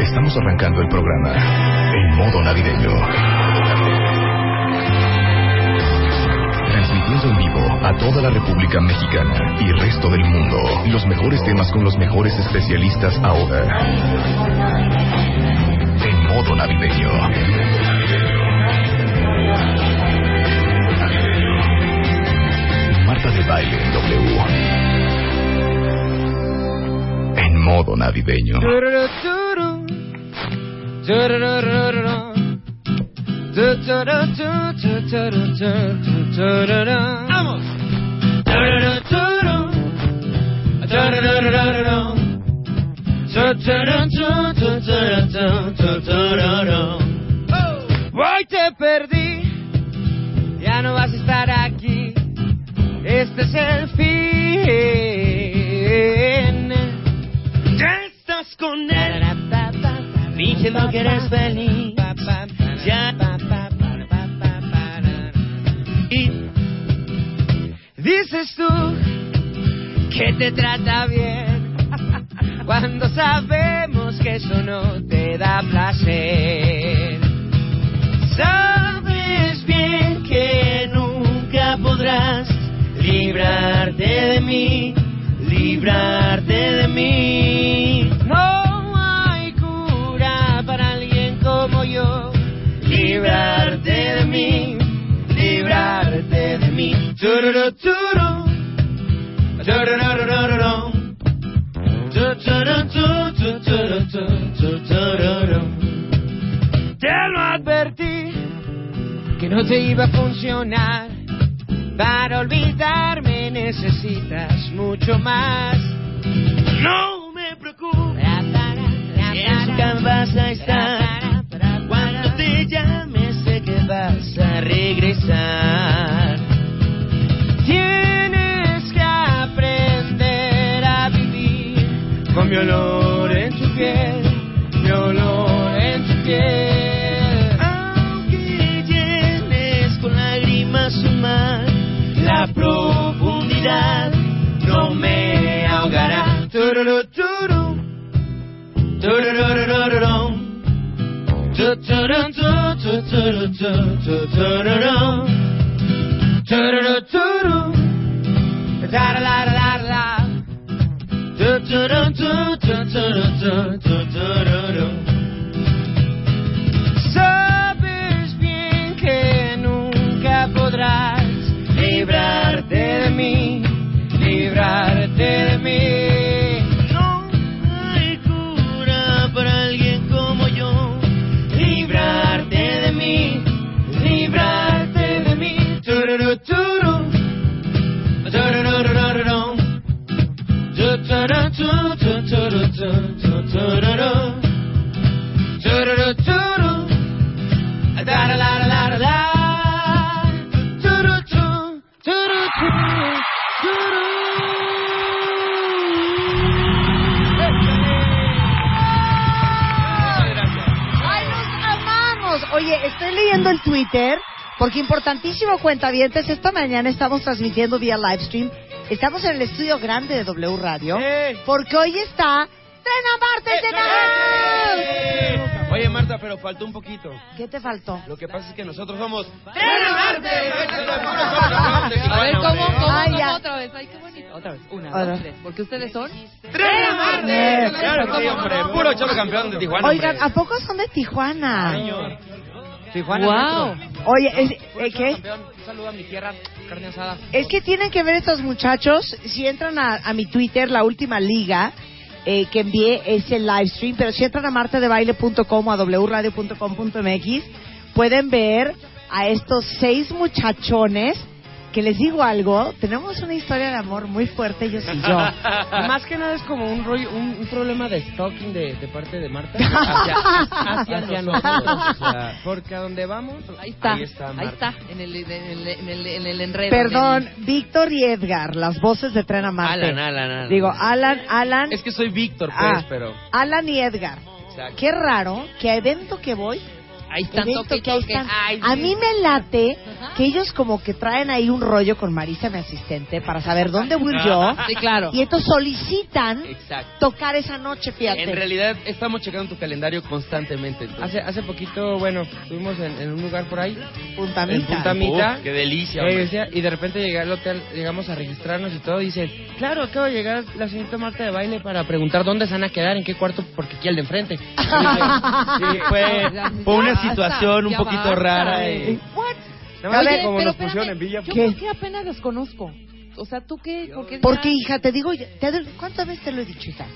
Estamos arrancando el programa en modo navideño. Transmitiendo en vivo a toda la República Mexicana y resto del mundo los mejores temas con los mejores especialistas ahora. En modo navideño. Marta de baile en W. En modo navideño. ¡Vamos! Hoy te perdí, ya no vas a estar aquí. Este es el fin. Ya estás con él, fingiendo que eres feliz. Ya. Y dices tú que te trata bien cuando sabemos que eso no te da placer. Sabes bien que nunca podrás librarte de mí, librarte de mí. No hay cura para alguien como yo. Librarte de mí, librarte de mí. Tururú, turú. Turururururú. Tururú, turú, turú, turú, tururú. Te lo advertí que no te iba a funcionar. Para olvidarme necesitas mucho más. No me preocupes, en su cama vas a estar. Cuando te llame sé que vas a regresar. Tienes que aprender a vivir con mi olor en tu piel, mi olor en tu piel. Aunque llenes con lágrimas su mar, la profundidad no me ahogará. Tururú, turú. Turururururú. Tururú, turú, turú, turú, tururú. Tururú, turú. Tararararara. Tururú, turú, turú, turú, tururú. Sabes bien que nunca podrás librarte de mí, librarte de mí. No hay cura para alguien como yo. Librarte de mí, librarte de mí. Tururú, turú. Turururururú. Tururú, turú, turú, turú, tururú. Tururú, turú. ¡Ay, los amamos! Oye, estoy leyendo el Twitter, porque importantísimo, cuentavientes, esta mañana estamos transmitiendo vía livestream. Estamos en el estudio grande de W Radio, ¡Eh! porque hoy está... ¡Trena Martes de Nada! Oye Marta, pero faltó un poquito. ¿Qué te faltó? Lo que pasa es que nosotros somos ¡Tres Martes! A ver, ¿cómo, cómo Ay, son ya. otra vez? Ay, qué bonito. Otra vez, una, Ahora. dos, tres. Porque ustedes son... Eh, ¡Tres Martes! Claro que sí, hombre. Puro cholo campeón de Tijuana. Oigan, ah. ¿a hombre. poco son de Tijuana? Señor. Tijuana. Wow. nuestro. Oye, es, eh, ¿qué? Un saludo a mi tierra, carne asada. Es que tienen que ver estos muchachos. Si entran a, a mi Twitter, la última liga eh, que envié es el live stream. Pero si entran a martadebaile.com o a wradio.com.mx, pueden ver a estos seis muchachones. Que les digo algo, tenemos una historia de amor muy fuerte, ellos y yo. Más que nada es como un, rollo- un, un problema de stalking de, de parte de Marta hacia, hacia nosotros. o sea, porque a donde vamos, Ahí está, ahí está, está Marta. en, el, en, el, en, el, en el enredo. Perdón, Víctor y Edgar, las voces de Tren a Marte. Alan, Alan, Alan. Digo, Alan, Alan, Es que soy Víctor, pues, Ah. pero. Alan y Edgar. Exacto. Qué raro que a evento que voy Ahí están en esto toque y que ahí toque. están. Ay, A sí. mí me late Ajá. que ellos como que traen ahí un rollo con Marisa, mi asistente, para saber dónde voy yo. Ah, Sí, claro. Y entonces solicitan Exacto. tocar esa noche, En fíjate. realidad estamos checando tu calendario constantemente. entonces. Hace, hace poquito, bueno, estuvimos en, en un lugar por ahí, en Puntamita. Punta Mita. Uf, qué delicia. Eh, hombre. decía, y de repente llegué al hotel, llegamos a registrarnos y todo, y dice, claro, acaba de llegar la señorita Marta de baile para preguntar dónde se van a quedar, en qué cuarto, porque aquí el de enfrente. Y dije, sí, fue, fue una Basta, situación un ya poquito basta, rara. güey. eh. What? Nada más Oye, que como pero nos pusieron espérame, en Villa. Yo ¿Qué? por qué apenas los conozco. O sea, ¿tú qué? ¿Por qué? Porque, dirás? hija, te digo, ya- te- ¿cuántas veces te lo he dicho, hija?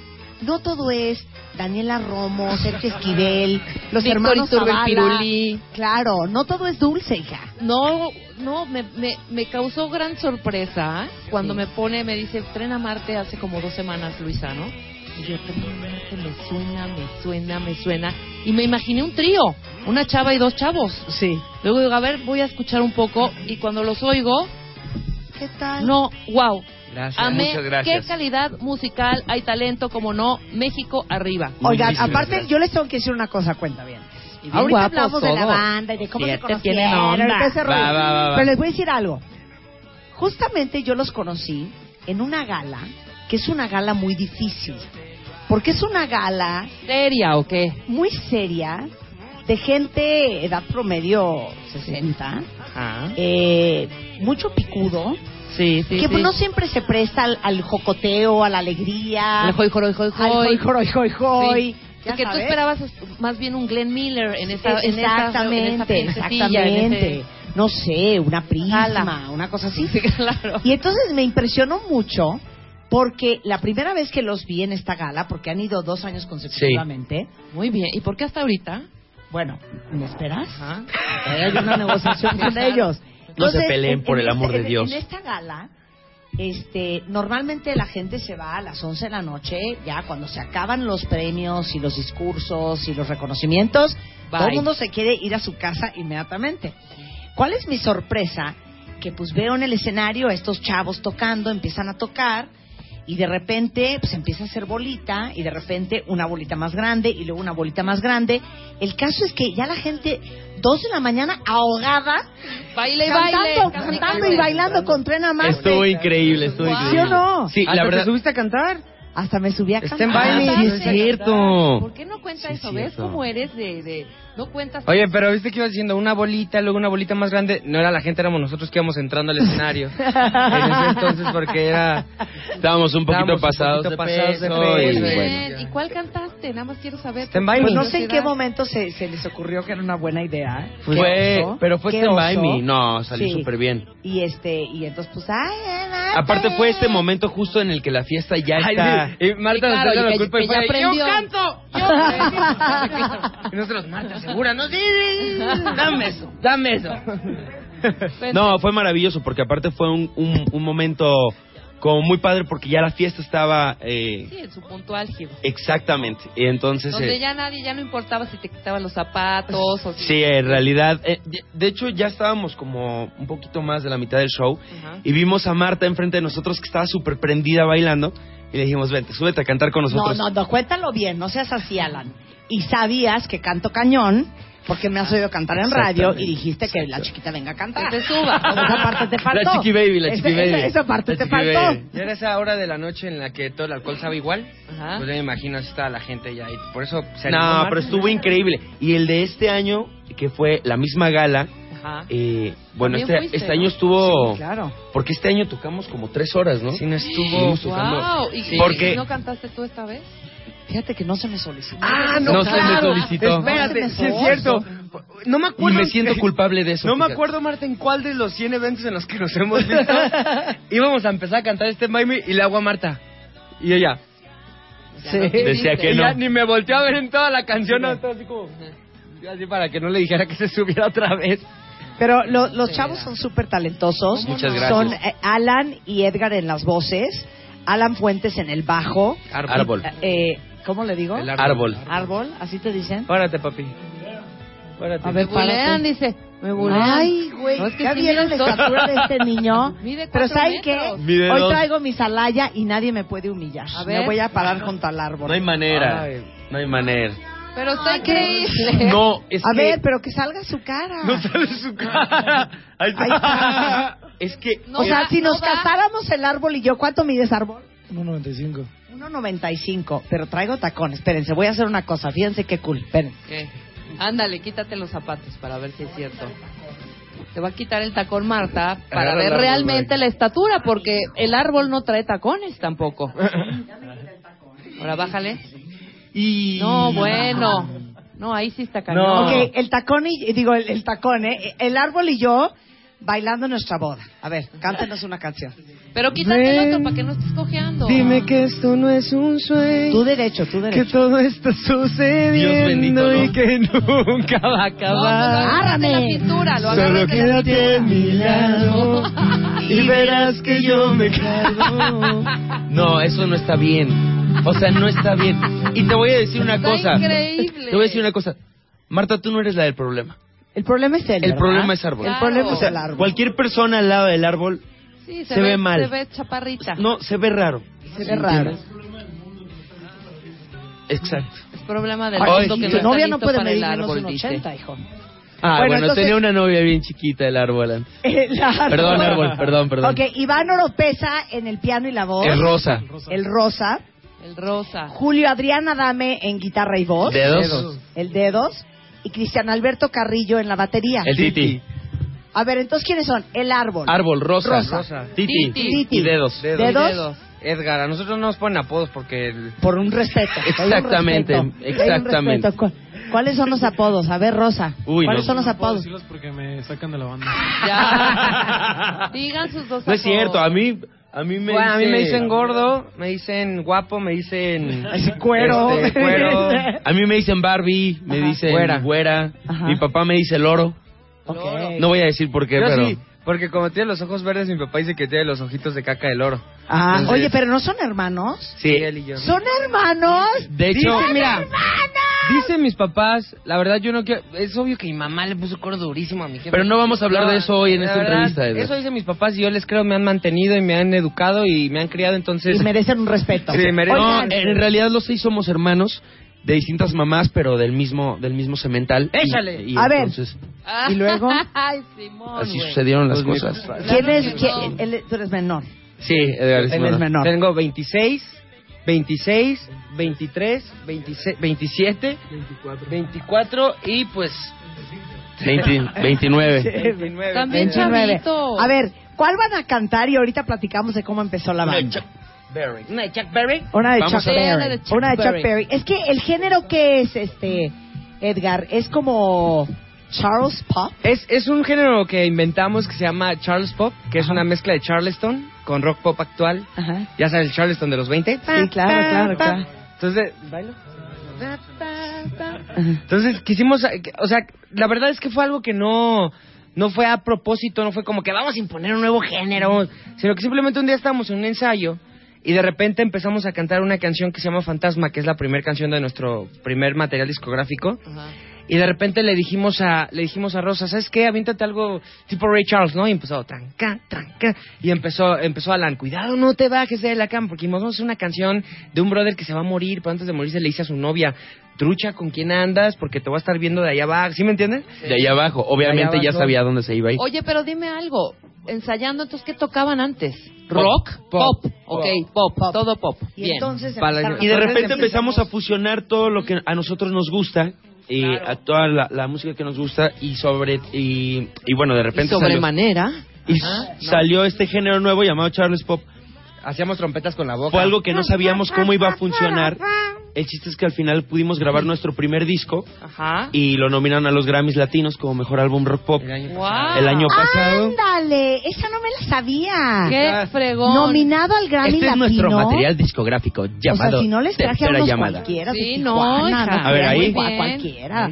No todo es Daniela Romo, Sergio Esquivel, los Víctor hermanos Iturbe Zavala. Pirulí. Claro, no todo es dulce, hija. No, no, me, me, me causó gran sorpresa cuando me pone, me dice, tren a Marte hace como dos semanas, Luisa, ¿no? Y yo, tren a Marte, me suena, me suena, me suena. Y me imaginé un trío, una chava y dos chavos. Sí. Luego digo, a ver, voy a escuchar un poco. Y cuando los oigo, ¿Qué tal? no, wow. Gracias, Amé, muchas qué gracias. calidad musical, hay talento, como no, México arriba. Oigan, Muchísimas aparte, gracias. yo les tengo que decir una cosa, cuenta bien. Y bien Ahorita guapos hablamos de la todos. banda y de cómo Siete se tienen conocieron, onda. y todo ese Va, rollo. va, va, va. Pero les voy a decir algo. Justamente yo los conocí en una gala, que es una gala muy difícil, porque es una gala ¿Seria o qué? muy seria, de gente edad promedio 60, eh, mucho picudo, Sí, sí, que pues, sí. no siempre se presta al, al jocoteo, a la alegría, El joy, joy, joy, al joy. joy, joy, joy, joy. Sí. Ya Porque tú sabes. esperabas es- más bien un Glenn Miller en esa en esa- en esa exactamente, princesilla, en exactamente. ese- No sé, una prisma, Ala. una cosa así. Sí, claro. Y entonces me impresionó mucho porque la primera vez que los vi en esta gala, porque han ido dos años consecutivamente, Muy bien. ¿Y por qué hasta ahorita? bueno, ¿me esperas? Ajá. Hay una negociación con ellos. No se peleen, por el amor de en- este, Dios. En esta gala, este, normalmente la gente se va a las 11 de la noche, ya cuando se acaban los premios y los discursos y los reconocimientos, Bye. todo el mundo se quiere ir a su casa inmediatamente. ¿Cuál es mi sorpresa? Que pues veo en el escenario a estos chavos tocando, empiezan a tocar y de repente pues empieza a hacer bolita y de repente una bolita más grande y luego una bolita más grande. El caso es que ya la gente, dos de la mañana ahogada, Baile y baile. cantando, casi, cantando casi. y bailando con Tren a Marte. Estuvo increíble, estuvo Wow. increíble. ¿Sí o no? Sí, Hasta la verdad. ¿Te subiste a cantar? Hasta me subí a cantar. Está en baile. Sí, es cierto. ¿Por qué no cuenta Sí, eso? es ¿Ves cierto. cómo eres de, de- no cuentas? Oye, pero viste que iba diciendo una bolita, luego una bolita más grande. No era la gente, éramos nosotros que íbamos entrando al escenario. en ese entonces, porque era. Estábamos un poquito Estábamos un pasados, poquito de pasados de peso peso, y Muy sí, bien. bueno. bueno. ¿Y cuál cantaste? Nada más quiero saber. Stand by me. Pues no sé en qué Curiosidad. momento se, se les ocurrió que era una buena idea. ¿eh? Fue- Qué oso, pero fue qué Stand By oso. Me. No, salió Sí. súper bien. Y este, y entonces pues, ay, ay, ay, Aparte fue este ay. momento justo en el que la fiesta ya Ay, está... sí. Y Marta Sí, claro, nos dio y la que- culpa que y ya fue, aprendió". ¡Yo canto! ¡Yo canto". Y nosotros, Marta, ¿segura? No, sí, sí, dame eso, dame eso. Pues No, fue maravilloso porque aparte fue un, un, un momento como muy padre porque ya la fiesta estaba eh, Sí, en su punto álgido. exactamente. Y entonces... Donde eh, ya nadie, ya no importaba si te quitaban los zapatos o si... Sí, en realidad. eh, de- de hecho, ya estábamos como un poquito más de la mitad del show Ajá. y vimos a Marta enfrente de nosotros que estaba súper prendida bailando y le dijimos, vente, súbete a cantar con No, nosotros. no, no, cuéntalo bien, no seas así, Alan. Y sabías que canto cañón, porque me has oído cantar en radio y dijiste que la chiquita venga a cantar. Que te suba. Esa parte te faltó. La chiqui baby, la Ese- chiqui baby. Esa, esa parte La te chiqui faltó. baby. Ya era esa hora de la noche en la que todo el alcohol sabe igual. Ajá. Pues yo me imagino así estaba la gente ya. Y por eso se No, animó Marta. pero estuvo increíble. Y el de este año, que fue la misma gala, Ajá. eh, bueno, También este, fuiste, este ¿no? año oh. estuvo... Claro. Porque este año tocamos como tres horas, ¿no? Sí, no estuvo. Estuvimos tocando. Wow. ¿Y, y- Porque- y no cantaste tú esta vez? Fíjate que no se me solicitó. Ah, no, No se me claro. solicitó. Espérate, No se me sí es cierto. No me Y acuerdo. me siento culpable de eso. No me fíjate. acuerdo, Marta, en cuál de los 100 eventos en los que nos hemos visto íbamos a empezar a cantar este Miami y le hago a Marta. Y ella. Sí. Decía que ella no. ni me volteó a ver en toda la canción. hasta Así como. Así para que no le dijera que se subiera otra vez. Pero lo- los chavos son súper talentosos. Muchas gracias. Son eh, Alan y Edgar en las voces, Alan Fuentes en el bajo. Árbol. Eh, ¿Cómo le digo? El Árbol. Árbol, así te dicen. Párate, papi. Párate. A ver, Me bulean, párate. dice. Me bulean. Ay, güey, No, es que ¿ya sí vieron la mide dos. estatura de este niño? Mide Pero cuatro ¿saben qué? metros. Mide Hoy dos. traigo mi salaya y nadie me puede humillar. A Me ver. voy a parar junto al árbol. No hay manera. Ay. No hay manera. Pero está increíble. No, es A que ver, pero que salga su cara. no sale su cara. Ahí está. Ahí está. Es que No o sea, da, si nos no da. casáramos el árbol y yo, ¿cuánto mides árbol? 1.95. 1.95, pero traigo tacones. Espérense, voy a hacer una cosa. Fíjense qué cool. Esperen. Ok. Ándale, quítate los zapatos para ver si es cierto. Te va a quitar el tacón Marta para Agarra el ver árbol, realmente Mike. la estatura, porque el árbol no trae tacones tampoco. Ahora bájale. y No, bueno. No, ahí sí está cañón. No. Ok, el tacón y, digo, el, el tacón, ¿eh? El árbol y yo bailando nuestra boda. A ver, cántenos una canción. Pero quítate el Ven. otro para que no estés cojeando. Dime que esto no es un Tu sueño. derecho, tu Que derecho. todo está sucediendo Dios bendito, ¿no? y que nunca va a No, pero acabar. agárrate la cintura, lo Solo agarras de la quédate a cintura. mi lado y verás que yo me cargo. No, eso no está bien. O sea, no está bien. Y te voy a decir una Está cosa. increíble. Te voy a decir una cosa. Marta, tú no eres la del problema. El problema es él. El ¿verdad? problema es árbol. El problema Claro. es el árbol. cualquier persona al lado del árbol Sí, Se ve mal. Se ve chaparrita. No, se ve raro. Se ve raro. Exacto. Es problema del Ay, mundo sí, que tu no Tu novia está no listo puede para el medir menos árbol, un dice. 80, hijo. Ah, Bueno, bueno, entonces- tenía una novia bien chiquita el árbol. antes. El árbol. Perdón, árbol, perdón, perdón. Ok, Iván Oropesa en el piano y la voz. Es rosa. El rosa. El rosa. Julio Adrián Adame en guitarra y voz. Dedos. El dedos. Y Cristian Alberto Carrillo en la batería. El titi. A ver, entonces, ¿quiénes son? El árbol. Árbol, rosa. Rosa. Titi. Titi. Titi. y dedos. Dedos. Dedos. Edgar, a nosotros no nos ponen apodos porque el- Por un respeto. hay un Exactamente, respeto, hay un exactamente. respeto. Cu- ¿Cuáles son los apodos? A ver, Rosa. Uy, ¿Cuáles no. son los No puedo apodos? Ah, decirlos porque me sacan de la banda. Ya. Digan sus dos No es apodos. cierto, a mí a mí me Bueno, a mí me dice- dicen gordo, me dicen guapo, me dicen Ese cuero. Este, cuero. A mí me dicen Barbie, me Ajá. dicen Güera. güera. Ajá. Mi papá me dice loro. Ok. No voy a decir por qué, Yo pero sí, porque como tiene los ojos verdes, mi papá dice que tiene los ojitos de caca del oro. Ah, Entonces- oye, pero no son hermanos. sí. él y yo. ¿Son hermanos? De hecho, Dice, mira, dicen mis papás, la verdad yo no quiero, es obvio que mi mamá le puso coro durísimo a mi jefe. pero no vamos a hablar de eso hoy en la esta verdad, entrevista. Edgar. Eso dicen mis papás y yo les creo, me han mantenido y me han educado y me han criado, entonces... Y merecen un respeto. Sí, merecen- No, Oigan, en realidad los seis somos hermanos de distintas mamás, pero del mismo del mismo semental. Y- Échale. Y, A ver. entonces, Ah. ¿Y luego? Ay, Simón. así güey. sucedieron las Pues, cosas. ¿quién Claro es? que quién- no. él- tú eres menor. Sí, Edgar, es Él menor. es menor. Tengo 26, 26, 23, 26, 27, 24. y pues... 20 29. 29. También Eh, chavito. 19. A ver, ¿cuál van a cantar? Y ahorita platicamos de cómo empezó la banda. ¿Una de Chuck Berry? Una de Vamos Chuck a- Sí, una Berry. de Chuck Una de Chuck Berry. Berry. Es que el género que es, este, Edgar, es como Charles Pop. Es, es un género que inventamos que se llama Charles Pop, que es una mezcla de Charleston con rock pop actual. Ajá. Ya sabes, el Charleston de los 20. Sí, claro, claro, claro. Entonces, ¿bailo? Entonces quisimos, eh, que- o sea, la verdad es que fue algo que no, no fue a propósito, no fue como que vamos a imponer un nuevo género, sino que simplemente un día estábamos en un ensayo y de repente empezamos a cantar una canción que se llama Fantasma, que es la primera canción de nuestro primer material discográfico. Ajá. Y de repente le dijimos a, le dijimos a Rosa, ¿sabes qué? Aviéntate algo tipo Ray Charles, ¿no? Y empezó, tranca, tranca. Y empezó, empezó Alan, cuidado, no te bajes de la cama, porque vamos a hacer una canción de un brother que se va a morir, pero antes de morirse le dice a su novia, trucha, ¿con quién andas? Porque te voy a estar viendo de allá abajo, ¿sí me entiendes? De ahí abajo, obviamente allá ya abajo. sabía dónde se iba a ir. Oye, pero dime algo. Ensayando, entonces, ¿qué tocaban antes? ¿Rock? Pop. Ok, pop. Pop. Todo pop. Y Bien. entonces Para- empezaron- Y de Entonces repente empezamos- empezamos a fusionar todo lo que a nosotros nos gusta y a toda la, la música que nos gusta y sobre y, y bueno de Y repente salió, sobremanera. y salió este género nuevo llamado Charles Pop. Hacíamos trompetas con la boca. Fue algo que no sabíamos cómo iba a funcionar. El chiste es que al final pudimos grabar nuestro primer disco Ajá. y lo nominaron a los Grammys Latinos como mejor álbum rock pop El año Wow. el Ah, año pasado. ¡Ándale! Esa no me la sabía. ¡Qué fregón! Nominado al Grammy Este es Latino. nuestro material discográfico o llamado sea, si no les traje a Tercera unos Llamada. cualquiera de Sí, no, Tijuana, hija. no, A ver, ahí. a Muy bien. cualquiera.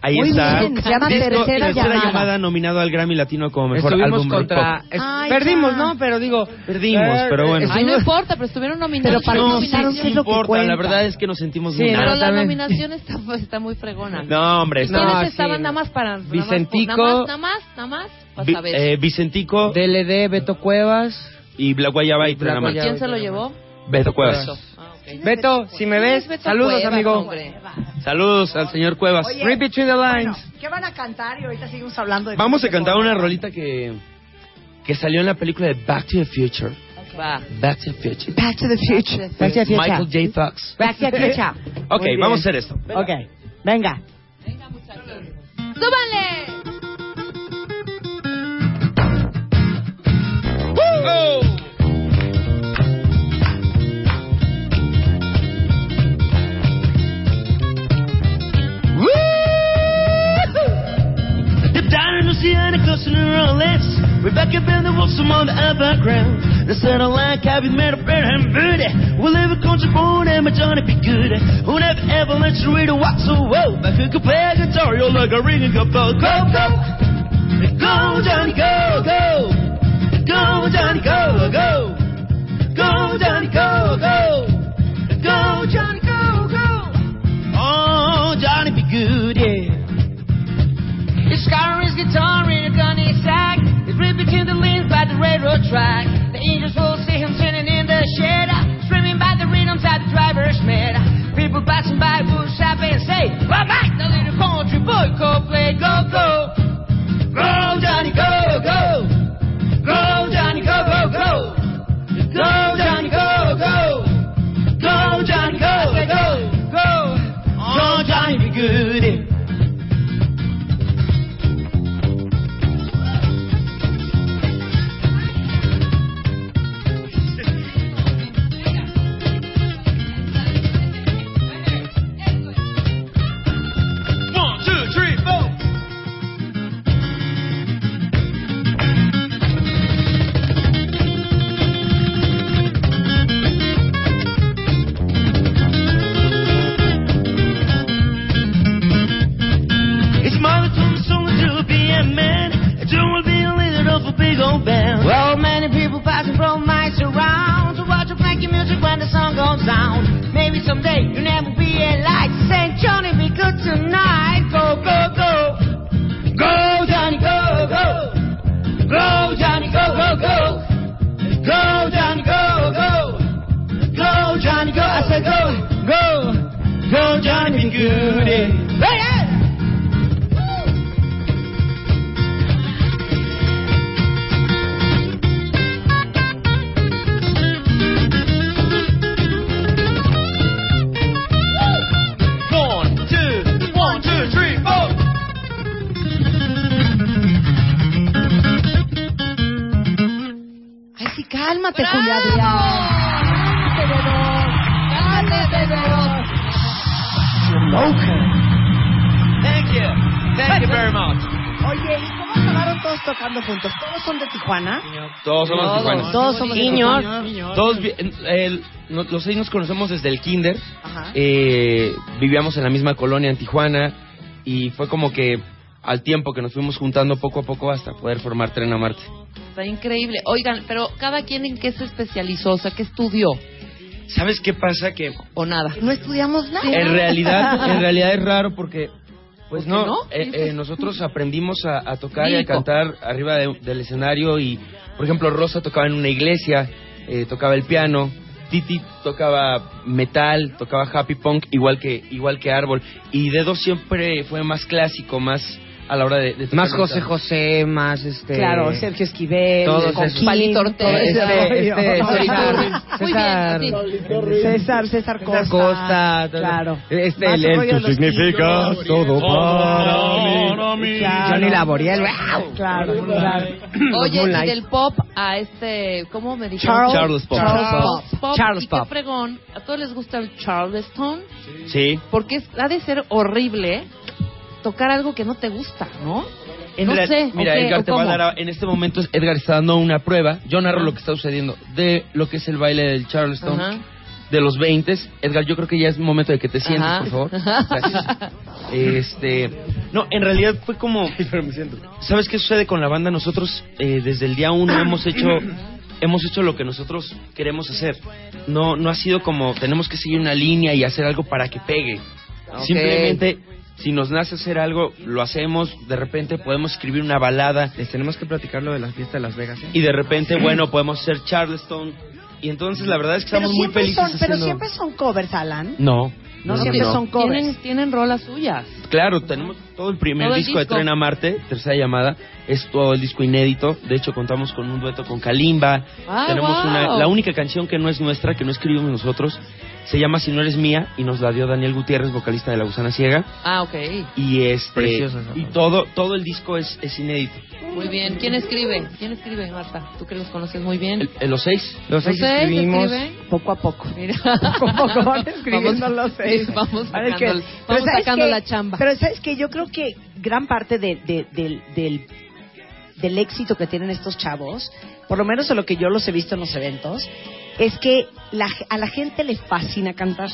Ahí Muy está. bien, se llama Tercera Llamada. nominado al Grammy Latino como mejor Estuvimos álbum rock contra... pop. es- Ay, perdimos, ya. ¿no? Pero digo... Perdimos, eh, pero bueno. Ay, no estuvimos- importa, pero estuvieron nominados. Pero para no, Estuvieron nominados. sí, sí, es lo que importa, cuenta. la verdad es que nos sentimos Sí, muy Pero mal. la también. nominación está, pues, está muy fregona. No, hombre, ¿Quiénes está- No, sí, estaban no. nada más para... Vicentico. Nada más, nada más, nada más para Vi- saber. eh, Vicentico DLD, Beto Cuevas... y Black Guayaba y Black Tren Amar. Guayaba. ¿Quién se lo llevó? Beto Cuevas. Ah, ok. ¿Quién es Beto, si me ¿Quién ves, es Beto saludos, Cuevas, amigo. hombre? Saludos al señor Cuevas. Oye, Read between the lines. bueno, ¿Qué van a cantar? Y ahorita seguimos hablando de... Vamos a cantar una rolita que, que salió en la película de Back to the Future. Va. Back to the Future. Back to the future. Back to the future. Michael J. Fox. Back to the future. Ok, Muy bien. vamos a hacer esto. Ok, venga. ¡Súbanle! Dip down in Oceania, coasting in Rolex. Rebecca Bender walks among the upper ground. The satellite cabin made of bread and booty. We'll live a country born and my Johnny be good. Who never ever lets you read a walk so well. But who could play a guitar, you're like a ringing bell. Go, go, go, Johnny, go, go. Go, Johnny, go, go. Go, Johnny, go, go. Go, Johnny, go, go. Oh, Johnny be good, yeah. He's scarring his guitar in a gunny sack. He's ripped between the lanes by the railroad track. The angels will see him sitting in the shed, screaming by the rhythms that the driver's made. People passing by will stop and say, Well, back the little country boy could play go go. Go, Johnny, go, go. Go, Johnny, go, go, go. Go, Johnny, go, go. Go, Johnny, go, go. Go. Go, Johnny, be good. One, two, three, four. His mother told me someone to be a man. And you will be a leader of a big old band. Well, many people passing from miles around to watch you making music when the sun goes down. Maybe someday you'll never be a light. St. Johnny, be good tonight. Go, go, go. Go, Johnny, go, go. Go, Johnny, go, go, go. Go, Johnny, go, go. Go, Johnny, go. I said, go, go. Go, Johnny, be good. eh. Hey, hey! One, two, one, two, three, four. Ay, sí, cálmate, ¡Bravo! Julia Adrián. ¡Cálmate, Beto! Thank you. Thank you very much. Oye, ¿y cómo acabaron todos tocando juntos? ¿Todos son de Tijuana? Todos somos tijuanos. Todos somos de Niños. Tijuana. Todos, vi- el- no- los seis nos conocemos desde el kinder. Ajá. Eh, vivíamos en la misma colonia en Tijuana y fue como que al tiempo que nos fuimos juntando poco a poco hasta poder formar Tren a Marte. Está increíble. Oigan, pero cada quien en qué se especializó, o sea, qué estudió ¿Sabes qué pasa? Que o nada. No estudiamos nada. en realidad, en realidad es raro porque pues ¿Por qué no, no? eh, eh, nosotros aprendimos a, a tocar y a Lírico. cantar arriba de- del escenario y por ejemplo Rosa tocaba en una iglesia, eh, tocaba el piano, Titi tocaba metal, tocaba happy punk igual que igual que Árbol y Dedo siempre fue más clásico, más a la hora de, de tocar Más José guitarra. José, más este. Claro, Sergio Esquivel, Todos con esos. Kim, Palito Ortega. todo ese Este, rollo. este, César. Ah, César, Muy César, bien, César, César Costa. César Costa, todo- claro. Este, Más el, el el- rollo de los kilos. todo Oh, para mí. Claro. Johnny Laboriel, wow. Claro, claro. Oye, y Moonlight. del pop a este, ¿cómo me dijeron? Charles, Charles Pop. Charles Pop. Pop. Charles y Pop. qué fregón. A todos les gusta el Charleston, Sí. porque es- ha de ser horrible tocar algo que no te gusta, ¿no? Eh, No mira, sé. mira, ¿o qué? Edgar ¿O te va a cómo? Ah. dar a- en este momento Edgar está dando una prueba. Yo narro lo que está sucediendo de lo que es el baile del Charleston. Ajá. de los 20. Edgar, yo creo que ya es momento de que te sientes, Ajá. por favor. Gracias. Este, no, en realidad fue como, ¿sabes qué sucede con la banda? Nosotros eh, desde el día uno hemos hecho, hemos hecho lo que nosotros queremos hacer. No, no ha sido como tenemos que seguir una línea y hacer algo para que pegue. Ok. Simplemente si nos nace hacer algo, lo hacemos. De repente podemos escribir una balada Este, Les tenemos que platicar lo de la fiesta de Las Vegas. ¿eh? y de repente, bueno, podemos hacer Charleston. Y entonces la verdad es que Pero estamos muy siempre, felices son, pero haciendo- siempre son covers, Alan. No. No, siempre son covers. Tienen, tienen rolas suyas. Claro, tenemos todo el primer Todo el disco, de disco. Tren a Marte, Tercera Llamada, es todo el disco inédito. De hecho, contamos con un dueto con Kalimba. Ah, tenemos wow. una, la única canción que no es nuestra, que no escribimos nosotros, se llama Si no eres mía y nos la dio Daniel Gutiérrez, vocalista de La Gusana Ciega. Ah, ok. Y este Preciosa esa y rola. todo todo el disco es, es inédito. Muy bien. ¿Quién escribe? ¿Quién escribe, Marta? Tú que los conoces muy bien. El- el- Eh, los seis. Los seis ¿Ustedes escribimos. escriben? Poco a poco. Mira. Poco a poco van escribiendo Vamos- los seis. Vamos Van sacando, escribiendo. vamos Pero ¿sabes sacando qué? la chamba. Pero sabes que yo creo que gran parte de- de- del, del, del éxito que tienen estos chavos, por lo menos de lo que yo los he visto en los eventos, es que la- a la gente le fascina cantar.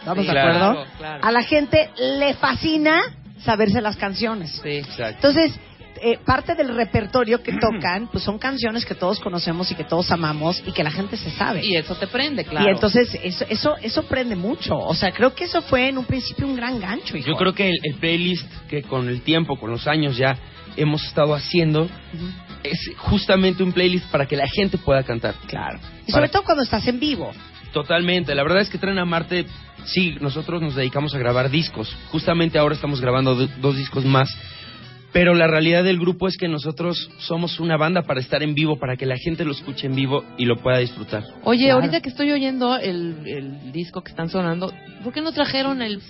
¿Estamos Sí, de acuerdo? claro, claro. A la gente le fascina saberse las canciones. Sí. Exacto. Entonces, eh, parte del repertorio que tocan, pues son canciones que todos conocemos y que todos amamos y que la gente se sabe. Y eso te prende, claro. Y entonces eso, eso, eso prende mucho. O sea, creo que eso fue en un principio un gran gancho. hijo. Yo creo que el, el playlist que con el tiempo, con los años ya hemos estado haciendo es justamente un playlist para que la gente pueda cantar. Claro. Y sobre Para- todo cuando estás en vivo. Totalmente. La verdad es que Tren a Marte, sí, nosotros nos dedicamos a grabar discos. Justamente ahora estamos grabando do- dos discos más. Pero la realidad del grupo es que nosotros somos una banda para estar en vivo, para que la gente lo escuche en vivo y lo pueda disfrutar. Oye, Claro. ahorita que estoy oyendo el, el disco que están sonando, ¿por qué no trajeron el...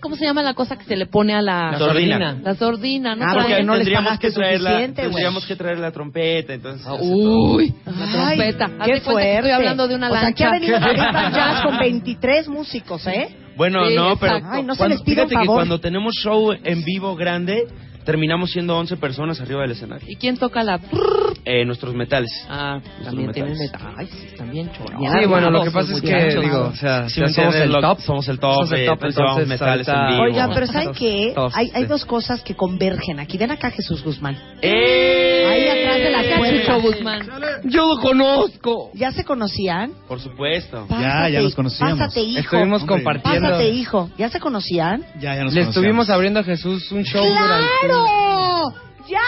¿Cómo se llama la cosa que se le pone a la... La sordina. La sordina, ¿no? Ah, porque trajeron? no les tendríamos pagaste que traer la, suficiente, güey. tendríamos que traer la trompeta, entonces. hace todo. Uy, la Ay, trompeta. Haz qué de cuenta que fuerte. Estoy hablando de una o sea, aquí lancha. ha venido Felipe Jazz con 23 músicos, ¿eh? Bueno, Sí, no, pero exacto. Ay, no se cuando- les pide un fíjate que favor. cuando tenemos show en vivo grande, terminamos siendo 11 personas arriba del escenario. ¿Y quién toca la...? Eh, nuestros metales. Ah, también metales. tienen metal. Ay, sí, están bien choros. Sí, bueno, lo que pasa es que, muchachos. digo, o sea, Sí, ya me somos entiendes, el lo- top. somos el top, Somos el eh, top, pues, llevamos entonces, metales en ahorita- vivo. Oigan, pero ¿saben qué? Todos, Hay, hay sí. dos cosas que convergen aquí. Ven acá, Jesús Guzmán. ¡Eh! Ahí atrás de la Acá Bueno. Chucho Guzmán. Yo lo conozco. ¿Ya se conocían? Por supuesto. Pásate, ya los conocíamos. Pásate, hijo. Estuvimos Hombre. compartiendo. Pásate, hijo. ¿Ya se conocían? Ya, ya nos Le conocíamos. estuvimos abriendo a Jesús un show durante... ¡Claro! ¡Ya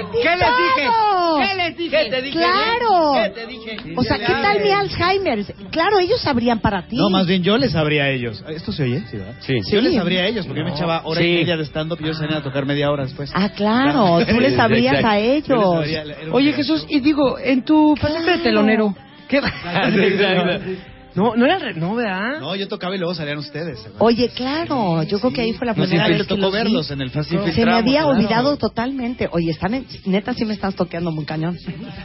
entendí ¿Qué les dije? todo! ¿Qué les dije? ¿Qué te dije? ¡Claro! ¿Qué te dije? O sea, ¿qué tal mi Alzheimer? Claro, ellos sabrían para ti. No, más bien yo les abría a ellos. ¿Esto se oye? Sí, ¿verdad? Sí. Yo les abría a ellos porque yo me echaba hora Sí. y media de stand-up y ellos venían a tocar media hora después. Ah, claro, tú les sabrías a Yo ellos. les abría- era un Oye, regalo. Jesús, y digo, en tu pasante de telonero, ¿qué? Ah, No, no era... el re- No, ¿verdad? No, yo tocaba y luego salían ustedes. ¿verdad? Oye, claro, yo creo que ahí fue la No, primera siempre vez te tocó que los vi. verlos en el Fast Infiltramos, Se me había claro. olvidado totalmente. Oye, están en- neta sí me estás toqueando muy cañón.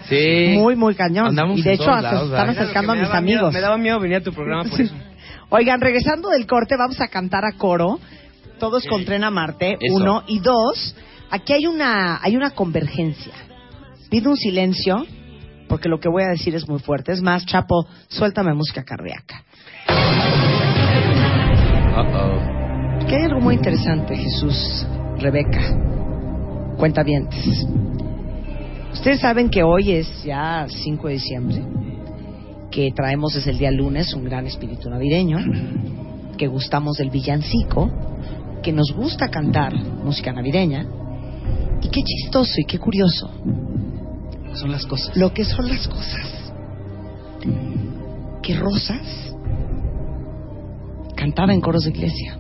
Sí. Muy, muy cañón. Andamos y de en hecho, todos hasta lados, se están ¿verdad? acercando a Me mis daba miedo- amigos. Me daba miedo venir a tu programa por eso. Oigan, regresando del corte, vamos a cantar a coro. Todos con Tren a Marte, Eso. uno. Y dos, aquí hay una, hay una convergencia. Pido un silencio, porque lo que voy a decir es muy fuerte. Es más, Chapo, suéltame música cardíaca. Uh-oh. Que hay algo muy interesante, Jesús, Rebeca, cuentavientes. Ustedes saben que hoy es ya 5 de diciembre, que traemos desde el día lunes un gran espíritu navideño, que gustamos del villancico, que nos gusta cantar música navideña, y qué chistoso y qué curioso Son las cosas. lo que son las cosas. Que Rosas cantaba en coros de iglesia.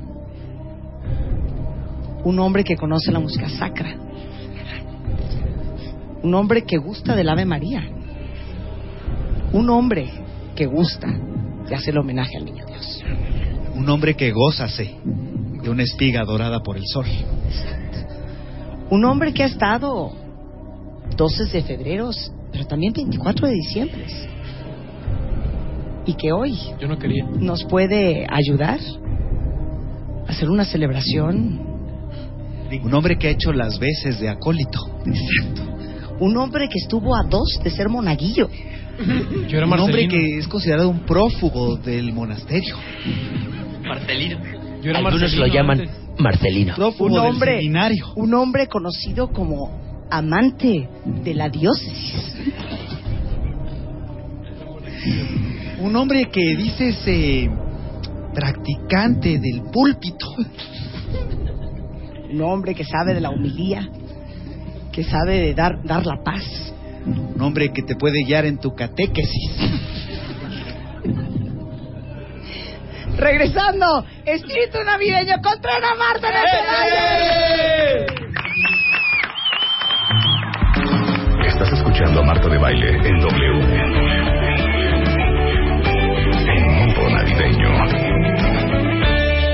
Un hombre que conoce la música sacra. Un hombre que gusta del Ave María. Un hombre que gusta de hacer homenaje al niño Dios. Un hombre que gozase de una espiga dorada por el sol. Un hombre que ha estado 12 de febrero, pero también 24 de diciembre. Y que hoy Yo no quería. nos puede ayudar a hacer una celebración. Un hombre que ha hecho las veces de acólito. Un hombre que estuvo a dos de ser monaguillo. Yo era un hombre Marcelino. que es considerado un prófugo del monasterio. Yo era Algunos Marcelino lo llaman antes. Marcelino. Prófugo un del hombre, seminario. un hombre conocido como amante de la diócesis. Un hombre que dices eh, practicante del púlpito. Un hombre que sabe de la humilía, que sabe de dar, dar la paz. Un hombre que te puede guiar en tu catequesis. Regresando, espíritu navideño contra Ana Marta ¡Eh! en el escenario. Estás escuchando a Marta de Baile en W. En modo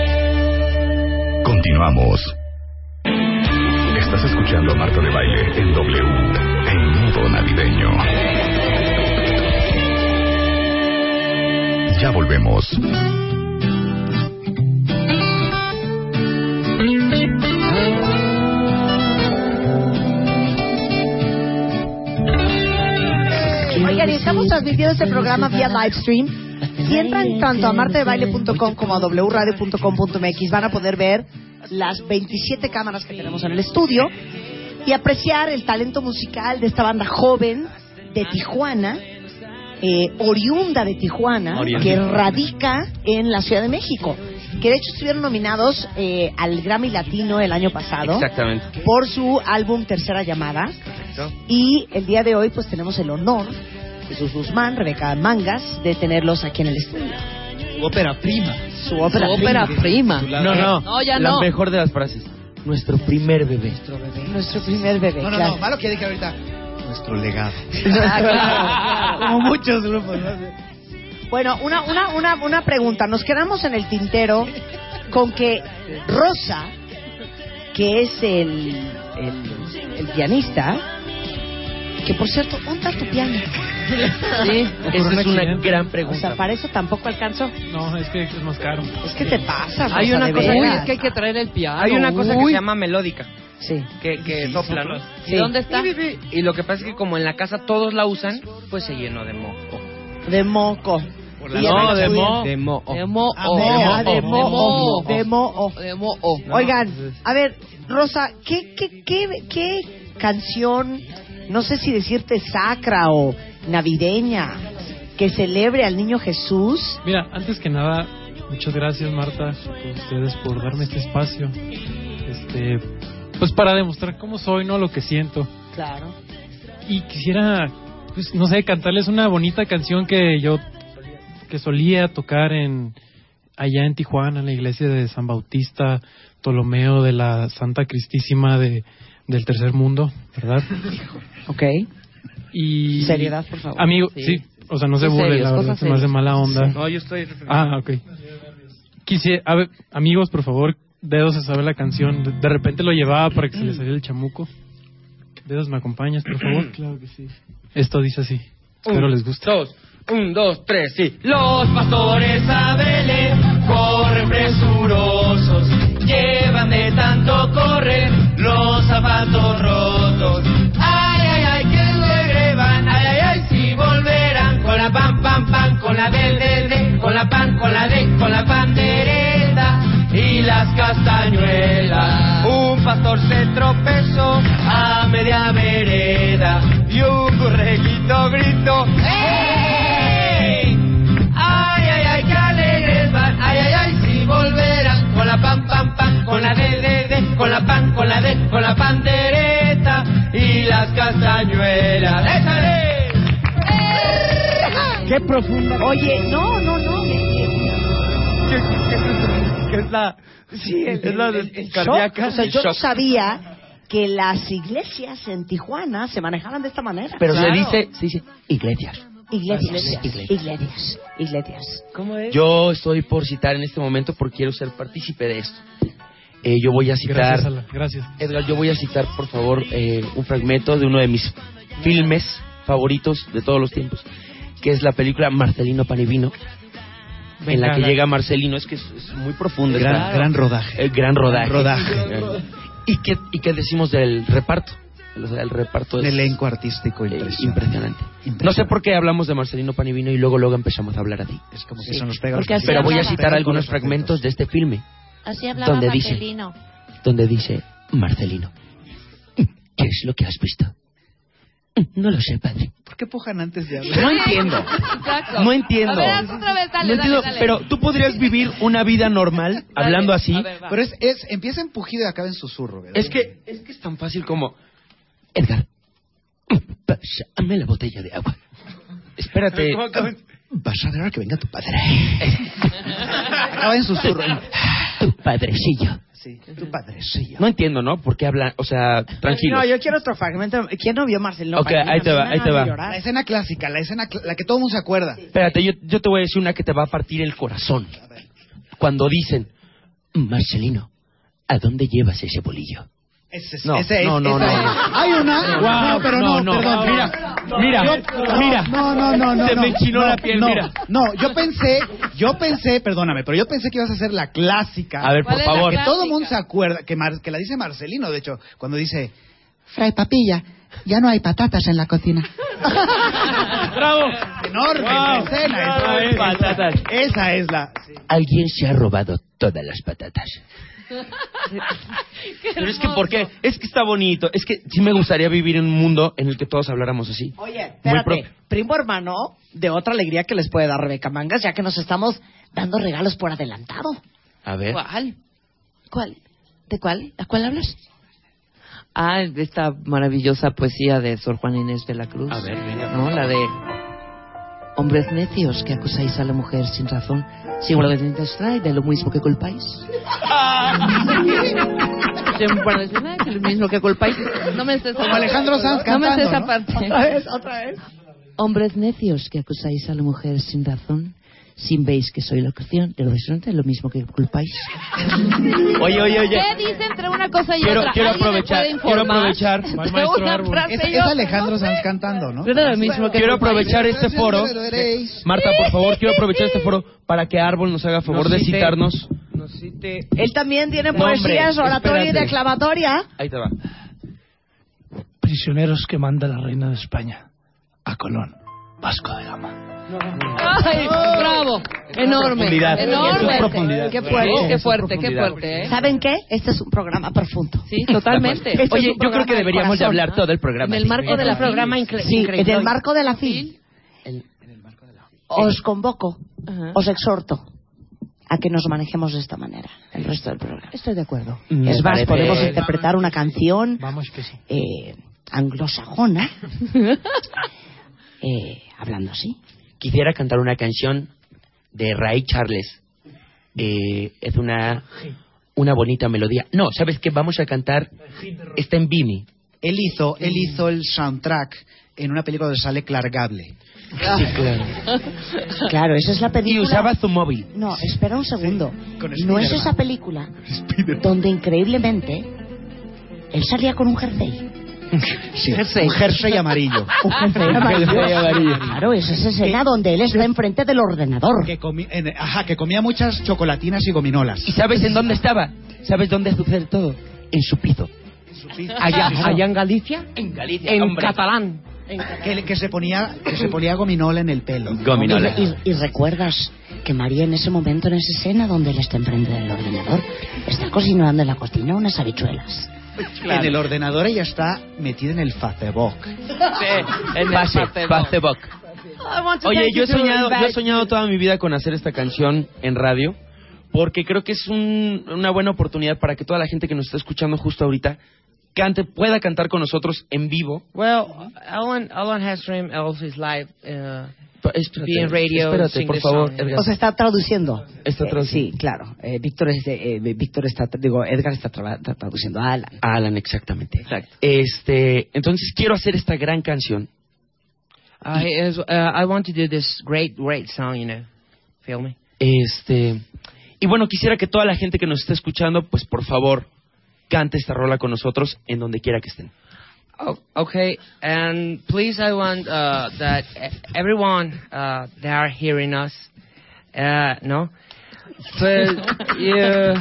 navideño. Continuamos. Estás escuchando a Marta de Baile en W. En modo navideño. Ya volvemos. Oigan, y estamos transmitiendo este programa vía livestream. Si entran tanto a martadebaile.com como a wradio.com.mx van a poder ver las 27 cámaras que tenemos en el estudio y apreciar el talento musical de esta banda joven de Tijuana, eh, oriunda de Tijuana, Oriunda. que radica en la Ciudad de México. Que de hecho estuvieron nominados eh, al Grammy Latino el año pasado Exactamente. por su álbum Tercera Llamada. Y el día de hoy, pues tenemos el honor, Jesús Guzmán, Rebeca Mangas, de tenerlos aquí en el estudio. Su ópera prima. Su ópera Su ópera prima. prima. No, no. No, ya la no. mejor de las frases. Nuestro primer bebé. Nuestro primer bebé. No, no, claro. no, malo que dije ahorita. Nuestro legado. Ah, claro, Como muchos grupos, ¿no? Bueno, una, una, una, una pregunta. Nos quedamos en el tintero con que Rosa, que es el, el, el pianista, que por cierto, ¿dónde está tu piano? Sí, esa es una gran O pregunta. sea, para eso tampoco alcanzó. No, es que es más caro. Es que te pasa, Rosa, Hay una de cosa veras. que- Uy, es que hay que traer el piano. Hay una cosa que uy. se llama melódica. Sí. Que, que sopla, ¿no? ¿Y dónde está? Bi, bi, bi. Y lo que pasa es que como en la casa todos la usan, pues se llenó de moco. De moco. Y no, además de estudia- mo. De moho. De Oh, mo Ah, de moho. De moho. De moho. pues Oigan, a ver, Rosa, ¿qué, qué, qué, qué canción, no sé si decirte sacra o navideña, que celebre al niño Jesús? Mira, antes que nada, muchas gracias Marta, a ustedes por darme este espacio. Este, pues para demostrar cómo soy, no lo que siento. Claro. Y quisiera, pues no sé, cantarles una bonita canción que yo que solía tocar en allá en Tijuana, en la iglesia de San Bautista Ptolomeo de la Santa Cristísima de del tercer mundo, ¿verdad? Ok. Y Seriedad, por favor. Amigo, sí. o sea, no se Sí, burle, serios, la verdad, cosas se me hace serias. mala onda. No, yo estoy... Ah, ok. Quisiera, a ver, amigos, por favor, dedos a saber la canción. De, de repente lo llevaba para que se le saliera el chamuco. Dedos, ¿me acompañas, por favor? Claro que sí. Esto dice así. Espero les guste. Dos, un, dos, tres, sí. Los pastores a Belén corren presurosos, llevan de tanto correr los zapatos rotos. Ay, ay, ay, que alegre van, ay, ay, ay, si volverán con la pam, pam, pam, con la del, del, de, con la pan, con la de, con la pandereta y las castañuelas. Un pastor se tropezó a media vereda y un borreguito gritó. ¡Ey! Ay, ay, ay, qué alegres van, ay, ay, ay, si volverán con la pam, pam, pam, con la de, de, de, con la pan, con la de, con la pandereta y las castañuelas. ¡Échale! Qué profunda. Oye, no, no, no. ¿Qué es la...? Sí, el, Es la el- el- el shock. cardíaca. O sea, El yo no shock. sabía que las iglesias en Tijuana se manejaban de esta manera. Claro. se dice iglesias. Iglesias, Iglesias. iglesias, iglesias. ¿Cómo es? Yo estoy por citar en este momento porque quiero ser partícipe de esto. Eh, yo voy a citar, Gracias, Ala, gracias. Edgar, yo voy a citar, por favor, eh, un fragmento de uno de mis filmes favoritos de todos los tiempos, que es la película Marcelino Panivino, en la que llega Marcelino, es que es, es muy profunda. Gran, está- gran rodaje. el gran rodaje. Rodaje. ¿Y qué, ¿Y qué decimos del reparto? O sea, el reparto Un es elenco artístico eh, impresionante. impresionante. No sé por qué hablamos de Marcelino Panivino y luego luego empezamos a hablar a ti. Es como que se nos pega Porque así Pero voy a hablaba. citar algunos fragmentos de este filme Así hablaba ¿Dónde dice? Marcelino. donde dice Marcelino, "Mm, ¿qué es lo que has visto? Mm, No lo sé, padre. ¿Por qué pujan antes de hablar? No entiendo. Exacto. No entiendo. A ver, haz otra vez, dale, No dale, entiendo, dale. pero tú podrías vivir una vida normal Dale, hablando así. a ver, va. Pero es, es, empieza en pujido y acaba en susurro, ¿verdad? Es que, es que es tan fácil como, Edgar, pásame la botella de agua. Espérate. Vas a dejar que venga tu padre. Estaba en susurro. Tu padrecillo. Sí, tu padrecillo. No entiendo, ¿no? ¿Por qué hablan? O sea, tranquilo. No, yo quiero otro fragmento. ¿Quién no vio Marcel? No, Ok, Marcel, ahí te me va, dan ahí te ganas de va. llorar. La escena clásica, la escena cl- la que todo el mundo se acuerda. Espérate, yo, yo te voy a decir una que te va a partir el corazón. Cuando dicen, Marcelino, ¿a dónde llevas ese bolillo? Ese, es- No, ese es- no, no, esa no, es. no. Hay una, Guau, no, pero no, no, no. perdón. Mira, mira, mira. No, no, no, no. Se no, me enchinó no, la piel, no, mira. No, yo pensé, yo pensé, perdóname, pero yo pensé que ibas a hacer la clásica. A ver, por ¿Cuál es la favor. que todo el clásica? mundo se acuerda, que, Mar- que la dice Marcelino, de hecho, cuando dice, Fray Papilla, ya no hay patatas en la cocina. ¡Bravo! Enorme la escena. Bravo, esa es- patatas. Esa es la... Alguien se ha robado todas las patatas. Qué Pero es que, hermoso. ¿por qué? Es que está bonito. Es que sí me gustaría vivir en un mundo en el que todos habláramos así. Oye, Muy espérate, propio. primo hermano de otra alegría que les puede dar Rebeca Mangas, ya que nos estamos dando regalos por adelantado. A ver. ¿Cuál? ¿Cuál? ¿De cuál? ¿A cuál hablas? Ah, de esta maravillosa poesía de Sor Juan Inés de la Cruz. A ver, venga. ¿No? La de hombres necios que acusáis a la mujer sin razón, según la que trae de lo mismo que culpáis. De un par de escenas, de lo mismo que culpáis. No me estés Como Alejandro Sanz No me sé cantando, esa ¿no? parte. Hombres necios que acusáis a la mujer sin razón, sin veis que soy la ocasión de lo desonante, lo mismo que culpáis. Oye, oye, oye. ¿Qué dice entre una cosa y Quiero- otra? quiero ¿Alguien me aprovechar- puede quiero informar? aprovechar. De Al maestro una Árbol. frase Es, y es otra, Alejandro no sé. Sanz cantando, ¿no? No era lo mismo que Quiero culpáis. aprovechar este foro. Marta, por favor, quiero aprovechar este foro para que Árbol nos haga favor Nos de cite. citarnos. Nos cite Él también tiene No, hombre, poesías, oratoria y espérate. declamatoria. Ahí te va. Prisioneros que manda la reina de España a Colón, Vasco de Gama. ¡Ay, bravo! Enorme. profundidad. Enorme. Es profundidad. Qué fuerte, Sí, qué es fuerte, qué profundidad. fuerte. ¿eh? ¿Saben qué? Este es un programa profundo. Sí, totalmente. Este es Oye, un yo creo programa que de deberíamos de corazón, hablar ¿no? todo el programa. En el marco de la programa. Sí, en el marco de la FIL. Os convoco, Ajá. os exhorto a que nos manejemos de esta manera el resto del programa. Estoy de acuerdo. Me es más, Mm, parece- podemos interpretar una canción Vamos que sí. eh, anglosajona eh, hablando así. Quisiera cantar una canción de Ray Charles. Eh, es una, una bonita melodía. No, ¿sabes qué? Vamos a cantar. Está en Vini. Él hizo, él hizo el soundtrack en una película donde sale Clark Gable. Sí, claro. Claro, esa es la Y película. usaba su móvil. No, espera un segundo. con no es Spiderman. esa película donde increíblemente él salía con un jersey. Sí, un jersey amarillo. Un jersey amarillo. Claro, es esa escena donde él está enfrente del ordenador. que, comi- en- ajá, que comía muchas chocolatinas y gominolas. ¿Y sabes en dónde estaba? ¿Sabes dónde sucede todo? En su pito. allá, allá en Galicia, En Galicia, en catalán. Que, que se ponía, que se ponía gominola en el pelo. Y, Gominola. y- y recuerdas que María en ese momento, en esa escena donde él está enfrente del ordenador, está cocinando en la cocina unas habichuelas. En el ordenador ella está metida en el Facebook. en pase, pase boc. Oye, yo he soñado, yo he soñado toda mi vida con hacer esta canción en radio, porque creo que es un- una buena oportunidad para que toda la gente que nos está escuchando justo ahorita cante, pueda cantar con nosotros en vivo. Well, Alan, Alan has dreamed all his life. Uh, Espérate, Be in radio, espérate sing por the favor. song. Edgar. O sea, está traduciendo. Está Eh, traduciendo. sí, claro. Eh, Víctor, es de- eh, Víctor está, digo, Edgar está, traba- está traduciendo a Alan. Alan, exactamente. Este, entonces quiero hacer esta gran canción. I, is, uh, I want to do this great, great song, you know. Feel me? Este, y bueno, quisiera que toda la gente que nos está escuchando, pues por favor, cante esta rola con nosotros en donde quiera que estén. Oh, okay, and please, I want uh, that e- everyone uh, that are hearing us, uh, no, please, yeah,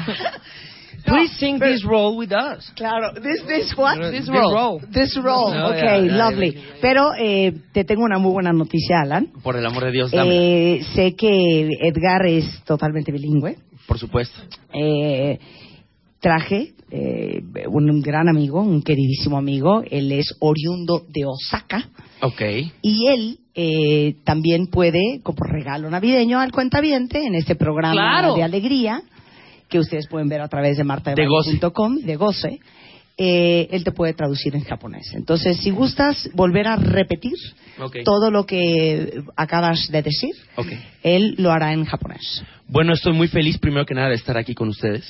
please sing this role with us. Claro, this, this what? This Oh, This role. role. This role, No, ok, ya, ya, ya. lovely. Pero eh, te tengo una muy buena noticia, Alan. Por el amor de Dios, dame. Eh, sé que Edgar es totalmente bilingüe. Por supuesto. Eh, traje eh, un gran amigo, un queridísimo amigo. Él es oriundo de Osaka. Ok. Y él eh, también puede, como regalo navideño al cuentaviente, en este programa Claro. de alegría, que ustedes pueden ver a través de De goce. martadebaile.com, de goce, eh, él te puede traducir en japonés. Entonces, si gustas volver a repetir Ok. todo lo que acabas de decir, Ok. él lo hará en japonés. Bueno, estoy muy feliz primero que nada de estar aquí con ustedes.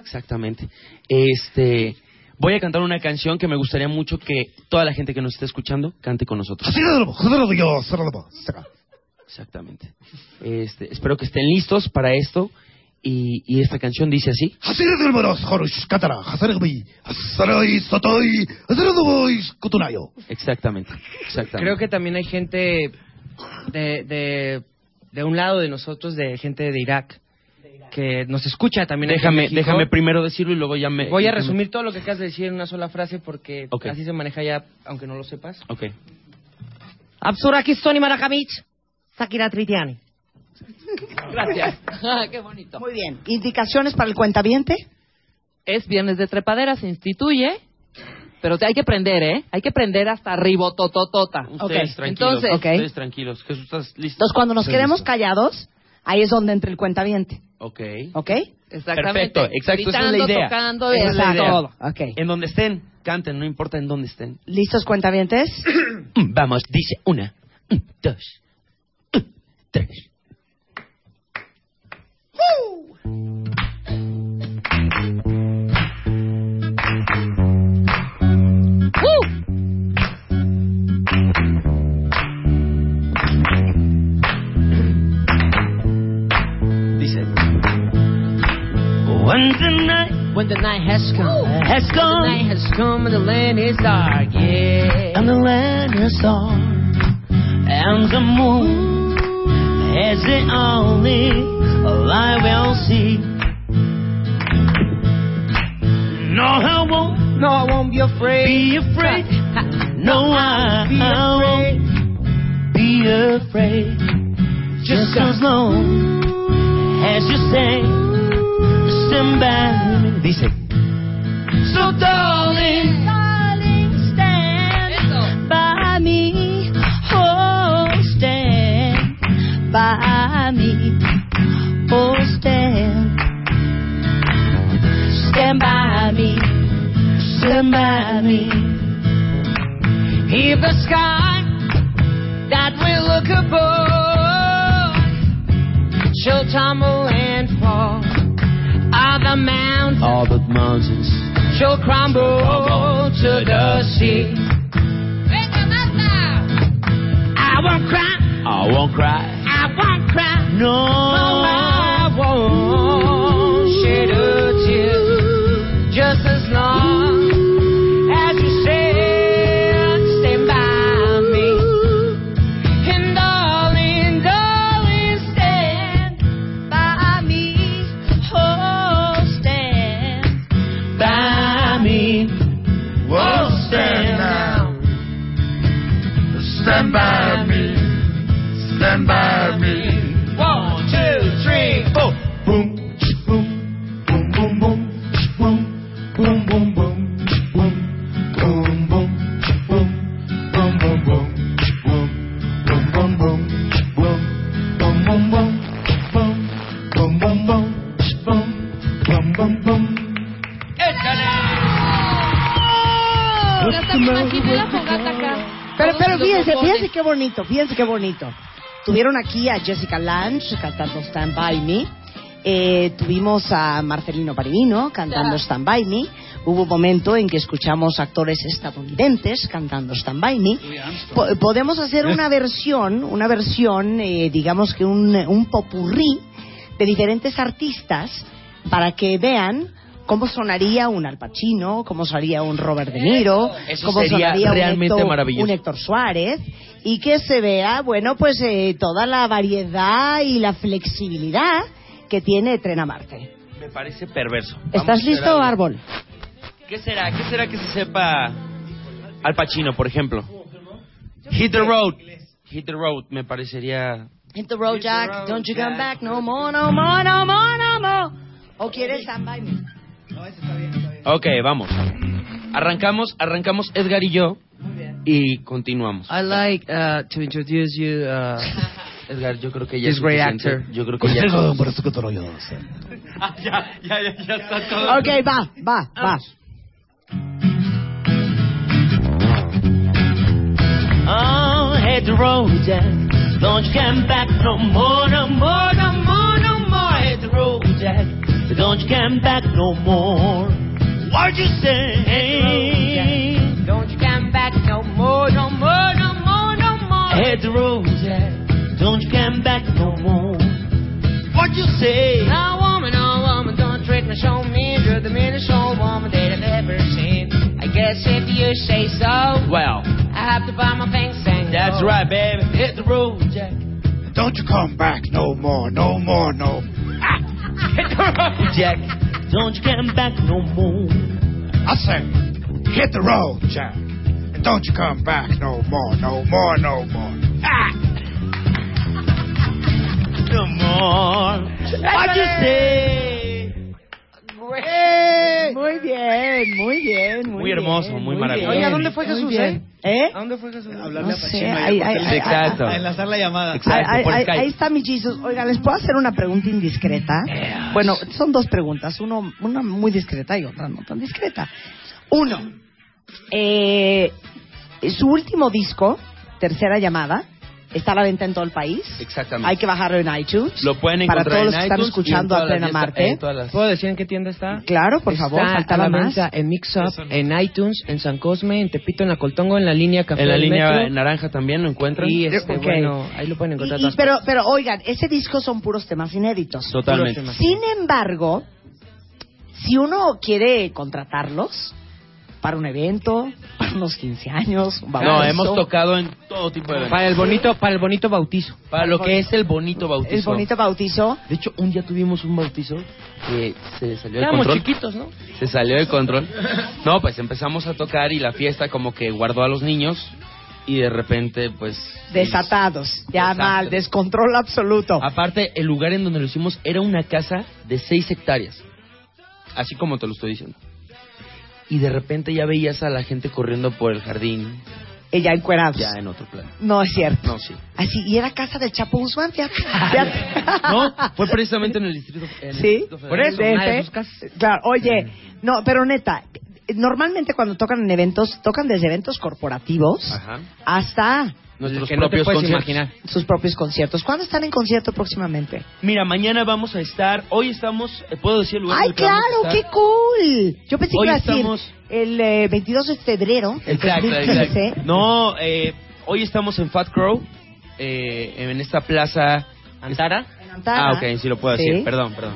Exactamente. Este, voy a cantar una canción que me gustaría mucho que toda la gente que nos esté escuchando cante con nosotros. Exactamente. Este, espero que estén listos para esto y, y esta canción dice así. Exactamente. Exactamente. Creo que también hay gente de, de, de un lado de nosotros, de gente de Irak, que nos escucha también. aquí en déjame, México. déjame primero decirlo y luego ya me. Voy a resumir todo lo que acabas de decir en una sola frase porque Ok. así se maneja ya, aunque no lo sepas. Ok. Absurakistoni Marakamich, Sakira Tritiani. Gracias. Qué bonito. Muy bien. ¿Indicaciones para el cuentaviente? Es viernes de trepadera, se instituye, pero te hay que prender, ¿eh? Hay que prender hasta ribotototota. Ustedes Ok, tranquilos. entonces- Ustedes tranquilos. Jesús, ¿estás listo? Entonces, cuando nos Estoy quedemos listo. callados, ahí es donde entra el cuentaviente, Ok. ¿ok? Exactamente. Perfecto, exacto, esa es la Gritando, idea. tocando, Esa es la exacto. idea. todo. Ok. En donde estén, canten, no importa en dónde estén. ¿Listos cuentavientes? Mm, Vamos, dice una, mm, dos, mm, tres. Dice. When the night When the night has come, eh? has the night gone has come and the land is dark, yeah. and the land is dark and the moon is the only light we'll see. No, I won't No, I won't be afraid. be afraid. No, I, Be I won't afraid. be afraid. Just as long as you say, stand by me. Dice. So darling, darling, stand by me. Oh, stand by me. Oh, stand. Stand by me. Stand by me. If the sky that we look above shall tumble and fall, other mountains All but mountains. shall crumble to the sea. I won't cry, I won't cry. I won't cry, no, No. I won't shed a tear. Just as long as you stand, stand by me. And darling, darling, stand by me. Oh, stand By me. Oh, stand now. Stand by me. Stand by me. One, two, three, four. Boom, ch- boom, boom, boom, boom, ch- boom, boom, boom, boom, ch- boom, boom, boom, ch- boom, boom, boom, boom, ch- boom, boom, boom, boom, ch- boom, boom, boom, boom, ch- boom, boom, boom, boom, ch- boom, boom, boom, boom. Ya hasta me imaginé la fogata acá. Pero, Todos pero los fíjense, bombones. fíjense qué bonito, fíjense qué bonito. Tuvieron aquí a Jessica Lange cantando Stand By Me. Eh, tuvimos a Marcelino Parivino cantando Ya. Stand By Me. Hubo un momento en que escuchamos actores estadounidenses cantando Stand By Me. Po- podemos hacer una versión, una versión, eh, digamos que un, un popurrí de diferentes artistas para que vean cómo sonaría un Al Pacino, cómo sonaría un Robert De Niro, Eso cómo sería sonaría un realmente Héctor- maravilloso. un Héctor Suárez y que se vea, bueno, pues eh, toda la variedad y la flexibilidad que tiene Tren a Marte. Me parece perverso. Vamos a ¿Estás hacer listo, algo. Árbol? ¿Qué será? ¿Qué será que se sepa Al Pacino, por ejemplo? Hit the road. Hit the road me parecería. Hit the road, Hit the Jack. road, Don't you come Jack. back no more, no more, no more, no more. ¿O quieres stand by me? Ok, vamos. Arrancamos, arrancamos Edgar y yo y continuamos. I like uh, to introduce you. Uh, Edgar, yo creo que ya This Pues es suficiente. great actor. Yo creo que ya. ya, ya, ya, ya está todo. Ok, va, va, va. Oh, hit the road, Jack. Don't you come back no more, no more, no more, no more. Hit the road, Jack. Don't you come back no more. What'd you say? Don't you come back no more, no more, no more, no more. Hit the road, Jack. Don't you come back no more. What'd you say? No woman, no woman, don't treat me so mean. You're the meanest old woman that I've ever seen. I guess if you say so, Well, I have to buy my things and that's go. right, baby. Hit the road, Jack. Don't you come back no more, no more, no. Jack, don't you come back no more. I say, hit the road, Jack. And don't you come back no more, no more, no more. Ah! No more. What'd you say? Muy bien, muy bien. Muy, Muy hermoso, bien, muy maravilloso. bien, Oye, ¿a dónde fue muy Jesús, bien. ¿Eh? ¿A dónde fue Jesús? Hablarle No a sé, Pachema y a ay, Cotel. ay, ay, Exacto. A enlazar la llamada. Ay, Exacto, ay, por ay, Skype. ahí está mi Jesus. Oiga, ¿les puedo hacer una pregunta indiscreta? Eh, Bueno, son dos preguntas. Uno, una muy discreta y otra no tan discreta. Uno, eh, su último disco, Tercera Llamada, está a la venta en todo el país. Exactamente. Hay que bajarlo en iTunes. Lo pueden Para encontrar todos los en que están iTunes y en escuchando a todas las Plena fiestas- Marte. en todas las- ¿Puedo decir en qué tienda está? Claro, por favor, está faltaba a la más. venta en Mix Up, en iTunes, en San Cosme, en Tepito, en La Coltongo, en la línea Café En la del línea Metro. naranja también lo encuentran. Y este, Ok. bueno, ahí lo pueden encontrar. Y- y- todas pero, pero oigan, ese disco son puros temas inéditos. Totalmente. Sin embargo, si uno quiere contratarlos para un evento, para unos 15 años, un bautizo, No, hemos tocado en todo tipo de eventos. Para el bonito, para el bonito bautizo. Para lo que es el bonito bautizo. el bonito bautizo. De hecho, un día tuvimos un bautizo que se salió de Éramos control. chiquitos, ¿no? Se salió de control. No, pues empezamos a tocar y la fiesta como que guardó a los niños y de repente, pues... Desatados, ya Exacto. mal, descontrol absoluto. Aparte, el lugar en donde lo hicimos era una casa de 6 hectáreas. Así como te lo estoy diciendo. Y de repente ya veías a la gente corriendo por el jardín, Ella encuerados. ya en otro plano. No es cierto. No, sí. Así, y era casa del Chapo Guzmán, fíjate. fíjate. No, fue precisamente en el Distrito, en el Sí, Distrito Federal. de una de ese. sus casas. Claro, oye, Mm. no, pero neta, normalmente cuando tocan en eventos, tocan desde eventos corporativos Ajá. hasta Nuestros que no te propios puedes conciertos. imaginar. sus propios conciertos. ¿Cuándo están en concierto próximamente? Mira, mañana vamos a estar. Hoy estamos. eh, ¿Puedo decir el lugar? en ¡Ay, el que vamos a claro! ¡Qué estar? cool! Yo pensé que Hoy iba a decir estamos- el eh, 22 de febrero del Exacto, 2015. exacto. No, eh, hoy estamos en Fat Crow, eh, en esta plaza. ¿Antara? en Antara. Ah, ok, sí lo puedo Sí. decir. Perdón, perdón.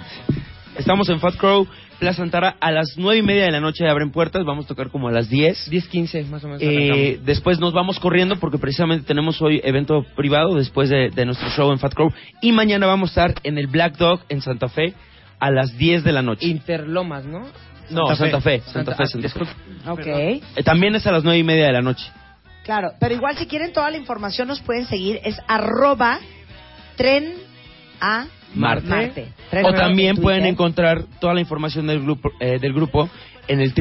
Estamos en Fat Crow, Plaza Antara. A las nueve y media de la noche abren puertas. Vamos a tocar como a las 10. 10, 15, más o menos. Eh, después nos vamos corriendo porque precisamente tenemos hoy evento privado después de, de nuestro show en Fat Crow. Y mañana vamos a estar en el Black Dog en Santa Fe a las 10 de la noche. Interlomas, ¿no? no, Santa Santa Fe. Santa- Santa Fe, Ah, Santa Fe. disculpe. Ok. Eh, también es a las nueve y media de la noche. Claro, pero igual si quieren toda la información nos pueden seguir, es arroba tren a Marte. Marte. Tren O Marte en también Twitter. pueden encontrar toda la información del grupo, eh, del grupo en el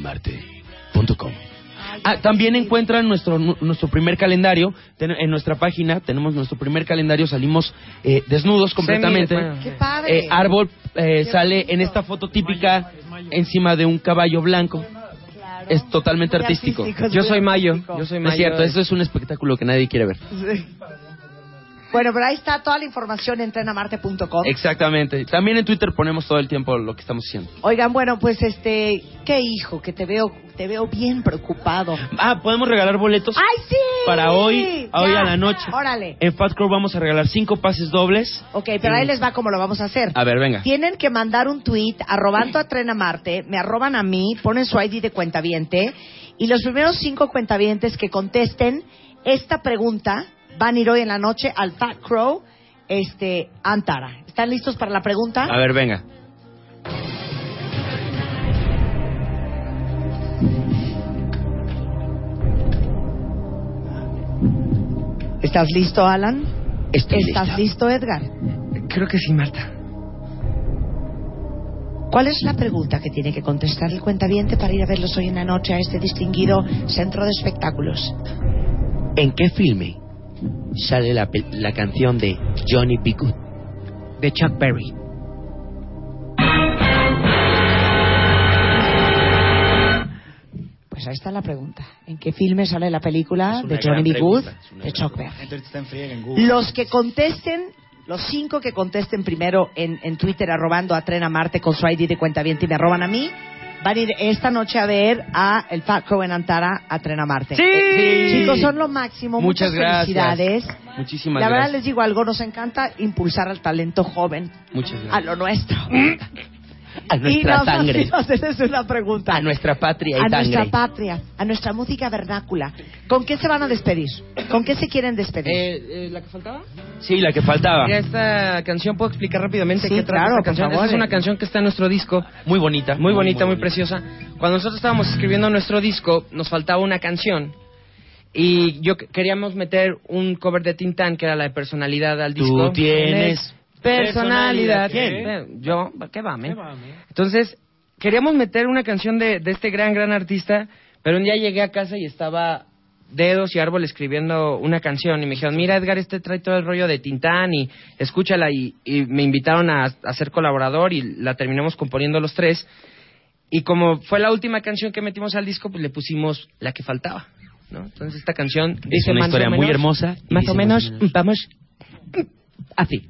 www.trenamarte.com. Ah, también encuentran nuestro nu- nuestro primer calendario ten- en nuestra página. Tenemos nuestro primer calendario. Salimos eh, desnudos completamente. Semi- bueno. ¡Qué padre! Eh, árbol eh, Qué sale bonito. en esta foto típica encima de un caballo blanco. Claro. Es totalmente Muy artístico. artístico, Yo muy soy Mayo. artístico. Yo soy No Mayo. es cierto, eso es un espectáculo que nadie quiere ver. Bueno, pero ahí está toda la información en trenamarte.com. Exactamente. También en Twitter ponemos todo el tiempo lo que estamos haciendo. Oigan, bueno, pues este, qué hijo, que te veo, te veo bien preocupado. Ah, podemos regalar boletos. ¡Ay, sí! para hoy, Ya. a hoy a la noche. Órale. En Fat Crow vamos a regalar cinco pases dobles. Ok, pero ahí les va como lo vamos a hacer. A ver, venga. Tienen que mandar un tweet arrobando a Tren a Marte, me arroban a mí, ponen su ID de cuentaviente y los primeros cinco cuentavientes que contesten esta pregunta van a ir hoy en la noche al Fat Crow, este, Antara. ¿Están listos para la pregunta? A ver, venga. ¿Estás listo, Alan? Estoy ¿Estás listo, Edgar? Creo que sí, Marta. ¿Cuál es la pregunta que tiene que contestar el cuentaviente para ir a verlos hoy en la noche a este distinguido centro de espectáculos? ¿En qué filme sale la, canción de Johnny B. De Chuck Berry. Pues ahí está la pregunta. ¿En qué filme sale la película de Johnny B. Good de Chuck Berry? Entonces está en friega en Google. Los que contesten, los cinco que contesten primero en, en Twitter arrobando a Tren a Marte con su ID de cuenta bien y me arroban a mí, van a ir esta noche a ver a el Fat Cohen Antara a Tren a Marte. Eh, ¡Sí! chicos, son lo máximo. Muchas, Muchas gracias. felicidades. Muchísimas la verdad gracias. les digo algo, nos encanta impulsar al talento joven, Muchas gracias. a lo nuestro. ¿Mm? A nuestra nos sangre. hacemos- esa es una pregunta. A nuestra patria y a sangre. nuestra patria, a nuestra música vernácula. ¿Con qué se van a despedir? ¿Con qué se quieren despedir? Eh, ¿La que faltaba? Sí, la que faltaba. Mira, esta canción, ¿puedo explicar rápidamente Sí, qué trata claro, esta canción? por favor. Esta es una canción que está en nuestro disco, Muy bonita. muy bonita, muy preciosa. Cuando nosotros estábamos escribiendo nuestro disco, nos faltaba una canción. Y yo que- queríamos meter un cover de Tintán, que era la de personalidad al Tú disco. tienes personalidad. Personalidad. Eh, Yo, ¿qué va, men? Entonces, queríamos meter una canción de, de este gran, gran artista, pero un día llegué a casa y estaba dedos y árbol escribiendo una canción y me dijeron, mira Edgar, este trae todo el rollo de Tintán y escúchala y, y me invitaron a, a ser colaborador y la terminamos componiendo los tres y como fue la última canción que metimos al disco, pues le pusimos la que faltaba. ¿no? Entonces esta canción Es una más o historia muy menos- hermosa. y Más dice o menos, vamos así.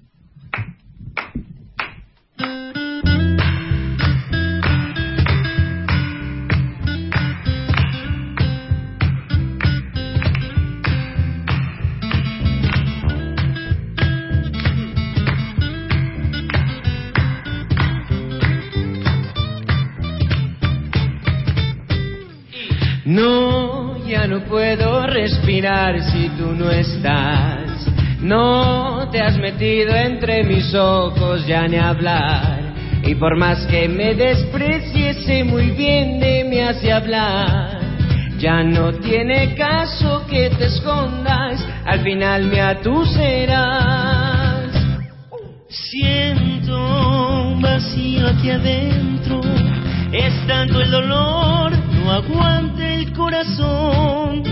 No, ya no puedo respirar si tú no estás. No te has metido entre mis ojos ya ni hablar. Y por más que me despreciese muy bien de mí hace hablar, ya no tiene caso que te escondas, al final me atuserás. Siento un vacío aquí adentro, es tanto el dolor, no aguanta el corazón.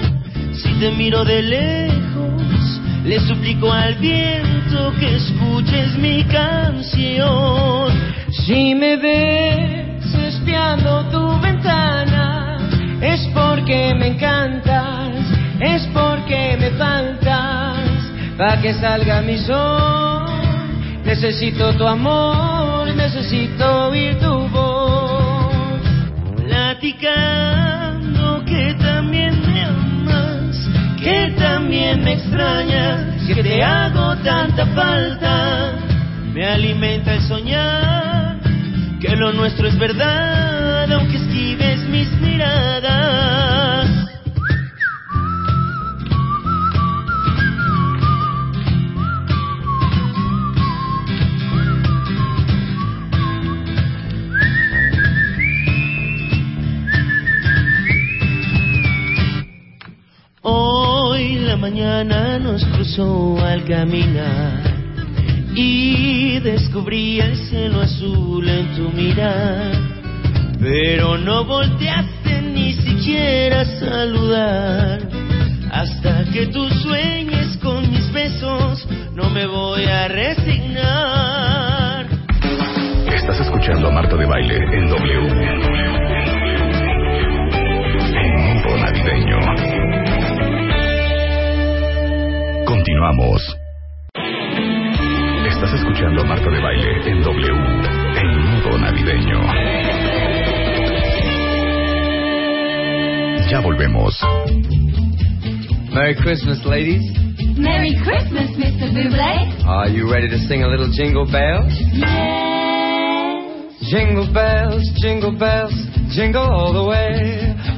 Si te miro de lejos, le suplico al viento que escuches mi canción. Si me ves espiando tu ventana, es porque me encantas, es porque me faltas. Pa' que salga mi sol, necesito tu amor, necesito oír tu voz. Platicando que también me amas, que también me extrañas, que te hago tanta falta. Me alimenta el soñar que lo nuestro es verdad, aunque esquives mis miradas. Hoy la mañana nos cruzó al caminar y descubrí el cielo azul en tu mirar, pero no volteaste ni siquiera a saludar. Hasta que tú sueñes con mis besos, no me voy a resignar. Estás escuchando a Marta de Baile en W. En modo navideño. Continuamos. Estás escuchando a Marta de Baile en W. En modo navideño. Ya volvemos. Merry Christmas, ladies. Merry Christmas, Mr. Buble. Are you ready to sing a little jingle bells? Yes. Jingle bells, jingle bells, jingle all the way.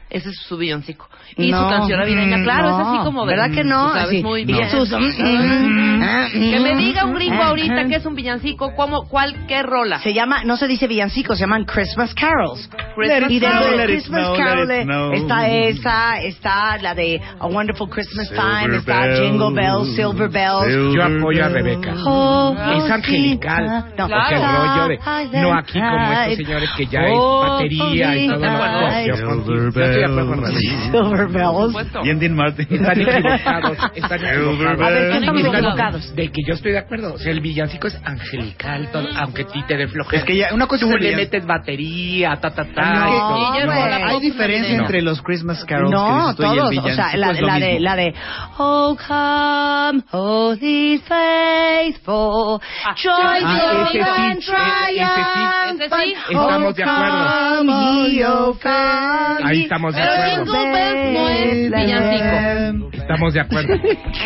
Ese es su villancico. Y No, su canción navideña, mm, claro, es así no. como de... ¿Verdad que no? tú sabes, Así, muy y bien. Jesús, mm, mm, ah, mm, que me diga un gringo ah, ahorita ah. que es un villancico, ¿cómo, cuál, qué rola? Se llama, no se dice villancicos, se llaman Christmas carols. Let it y dentro snow, de let it Christmas snow, let carols it snow. está esa, está la de A Wonderful Christmas Time, está Jingle Bells, Silver Bells. Yo apoyo a Rebeca. Oh, Es angelical. No. Porque el Claro. rollo de. No aquí como este estos señores que ya es Oh, batería y todo. Ay. Yo estoy de acuerdo con Rebeca. Silver Bells. Y en Dean Martin. Están equivocados. Están equivocados. A ver, ¿qué están equivocados? De que yo estoy de acuerdo. O sea, el villancico es angelical, todo, aunque a ti te dé flojera. Es que ya, una cosa Tú es el le villan- metes batería, ta, ta, ta. No, y todo. Guillermo, No, la hay parte diferencia navideña. entre los Christmas carols que No, dices tú y el todos. O sea, villancico la, es lo la de, mismo. la de Oh come, oh these faithful, joyful Ah, ese sí, and triumphant. ese sí. Estamos de acuerdo. Oh, come, ye old Ahí estamos de Pero acuerdo. Jingle Bells no es villancico. Estamos de acuerdo.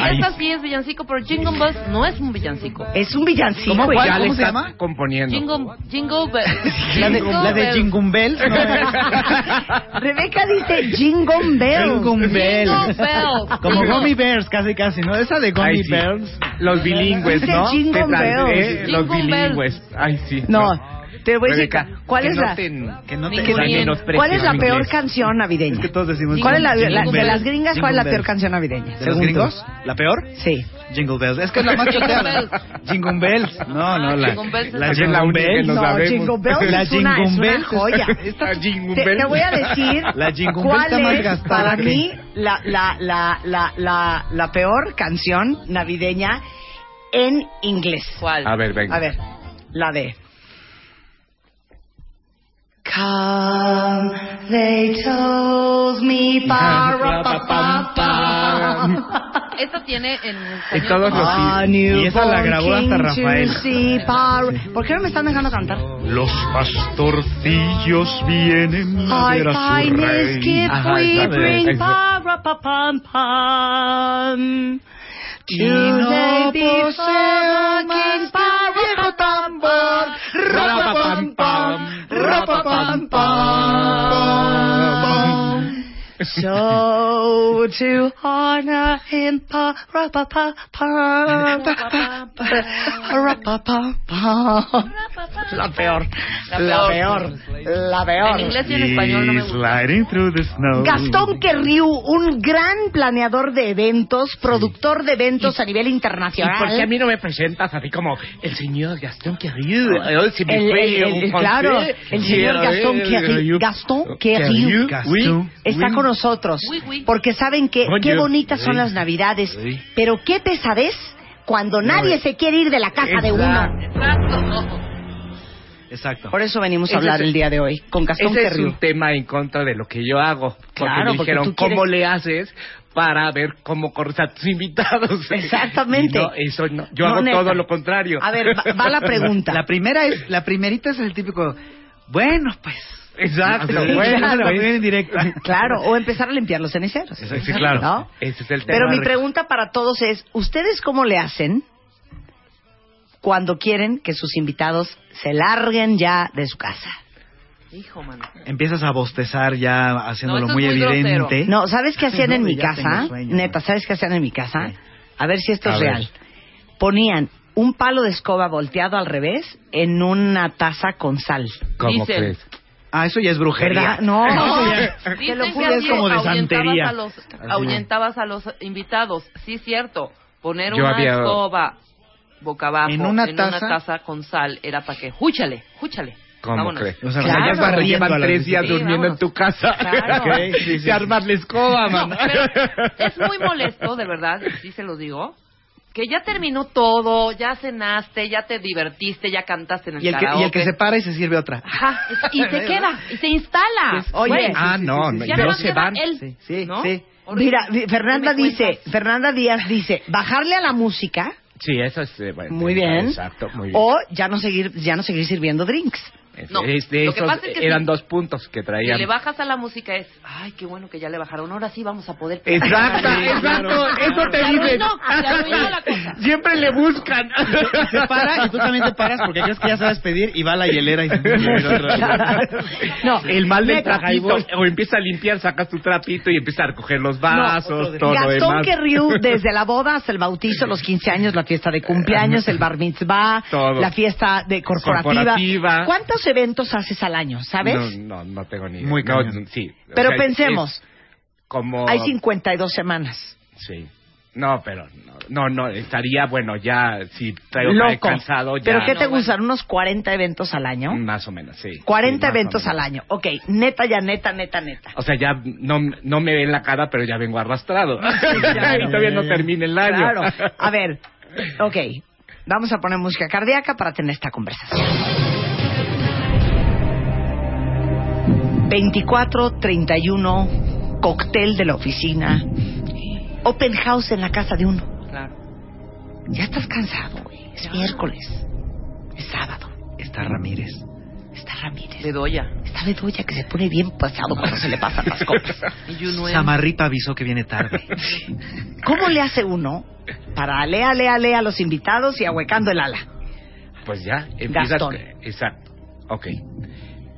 Ahí Esta sí es villancico, pero Jingle Bells no es un villancico. Es un villancico. ¿Cómo, güey. ya le ¿Cómo se está llama? Componiendo. Jingle, Jingle Bells. La de, la de Jingle Jingle Bells. Rebeca dice Jingle Bells. Jingle Bells. Jingle Bells. Como Jingle. Gummy Bears, casi, casi, ¿no? Esa de Gummy Bears. Los bilingües, Dice ¿no? Jingle Te traslé, Bells. Los Jingle Bells. bilingües. Ay, sí. No, te voy a decir, Rebeca, ¿cuál que es no la- te- que no te- Ningún que la bien. menosprecies ¿Cuál es la en peor inglés. canción navideña? Es que todos decimos ¿Cuál es la, Jingle la- de Bells. las gringas, cuál es la Jingle peor Bells. canción navideña? ¿De los según tú? gringos? ¿La peor? Sí. Jingle Bells. Es que es la más Jingle choteada. Jingle Bells. No, no, la. Jingle Bells es la la Jingle peor. Bells. No, Jingle Bells La es una- es Jingle una Bells joya. Esta Jingle Te, te voy a decir La Jingle Bells cuál está más es gastada para que- mí la, la, la, la, la, la peor canción navideña en inglés. ¿Cuál? A ver, venga. A ver, la de... Come, they told me, pa, ra, pa, pa, pa. Esta tiene en Y todos los Ah, Y esa la newborn grabó hasta king to Rafael. see, pa, ra. ¿Por qué no me están dejando cantar? Los pastorcillos vienen a Our ver a su rey. finest gift Ajá, we esa de- bring, esa. pa-ra-pa-pam-pam. Y no Today before poseo the más king, que un viejo pa-ra-pa-pam-pam. Ra-pa-pam-pam, ra-pa-pam-pam. So to honor him, pa-ra-pa-pa-pam, pa-ra-pa-pam-pam. La peor, la peor, la peor. He's sliding through the snow. Gastón Querriu, un gran planeador de eventos, productor de eventos a nivel ¿Y por qué a internacional. mí no me presentas así como el señor Gastón Querriu? Hoy se me El- fue el- un el- francés. claro, el señor Sí, Gastón eh, Querriu, Gastón Querriu Gastón. está Oui. con nosotros, porque saben que Oye, qué bonitas son sí. las Navidades, Sí. pero qué pesadez cuando No, nadie eh. es- se quiere ir de la casa de uno. Exacto. Por eso venimos a Ese hablar es- el día de hoy con Gastón Ese es Querriu. un tema en contra de lo que yo hago. Porque Claro, me porque dijeron, tú quieres- ¿cómo le haces para ver cómo corres a tus invitados? Exactamente. Y no, eso no. Yo No, hago neta. todo lo contrario. A ver, va- va la pregunta. La primera es, la primerita es el típico, bueno, pues. Ah, Exacto, Sí, bueno, claro, pues. bien directa. Claro, o empezar a limpiar los ceniceros. Sí, sí, claro. ¿No? Ese es el tema. Pero mi pregunta para todos es, ¿ustedes cómo le hacen cuando quieren que sus invitados se larguen ya de su casa? Hijo, mano. Empiezas a bostezar ya haciéndolo eso muy, es evidente. No, ¿sabes qué hacían No, en mi ya casa? tengo sueño. Neta, ¿sabes qué hacían en mi casa? A ver si esto A es ver. real. Ponían un palo de escoba volteado al revés en una taza con sal. ¿Cómo Dicen. crees? Ah, eso ya es brujería. ¿Verdad? No. Eso ya- Dicen lo que juro, es así como de ahuyentabas santería. a los- Así es. Ahuyentabas a los invitados. Sí, cierto. Poner Yo una había- escoba boca abajo En una taza. taza con sal era para que... ¡Júchale! ¡Júchale! ¿Cómo Vámonos. crees? O sea, ya cuando llevan tres días durmiendo en tu casa. Claro. Ok, sí, sí. Te armas la escoba, No, man. pero es muy molesto, de verdad, sí se los digo. Que ya terminó todo, ya cenaste, ya te divertiste, ya cantaste en el Y el, que, y el que se para y se sirve otra. Ajá, y se queda, y se instala. Güey, ah, no, ya no nomás se queda van. él, Sí, sí, ¿no? sí. Mira, di- Fernanda dice, Fernanda Díaz dice, bajarle a la música Sí, eso es... eh, bueno, Muy bien. Exacto, muy bien. o ya no seguir ya no seguir sirviendo drinks. Es- No, es- de lo que este, esos pasa es que eran sí. dos puntos que Si traían. le bajas a la música es, ay, qué bueno que ya le bajaron, ahora sí vamos a poder... Exacto, exacto, eso te dicen. Siempre le buscan. Se para y tú también te paras porque crees que ya sabes pedir y va a la hielera y No, el mal del neta, trapito. trapito. O empieza a limpiar, sacas tu trapito y empieza a recoger los vasos, todo lo Gastón demás. Querriu, desde la boda hasta el bautizo, los 15 años, la fiesta de cumpleaños, el bar mitzvah, Todo. la fiesta de corporativa. Corporativa. ¿Cuántos eventos haces al año, sabes? No, no, no tengo ni idea. Muy no, sí. O Pero sea, pensemos. es Como... Hay 52 semanas. Sí. No, pero no, no, no, estaría bueno ya si traigo Loco. cansado ya. ¿Pero qué te No, gustan? ¿Unos 40 eventos al año? Más o menos, sí. 40 Sí, más eventos o al menos. año. Ok, neta ya, neta, neta, neta. O sea, ya no, no me ven la cara, pero ya vengo arrastrado. Ah, claro. y todavía no termina el año. Claro. A ver, ok. Vamos a poner música cardíaca para tener esta conversación. 24-31, cóctel de la oficina, open house en la casa de uno. Claro. Ya estás cansado, güey. Es miércoles, es sábado. Está Ramírez. Está Ramírez. Bedoya. Está Bedoya que se pone bien pasado cuando se le pasan las copas. Samarripa avisó que viene tarde. ¿Cómo le hace uno para ale, ale, ale a los invitados y ahuecando el ala? Pues ya, empieza. Gastón. Exacto. Ok.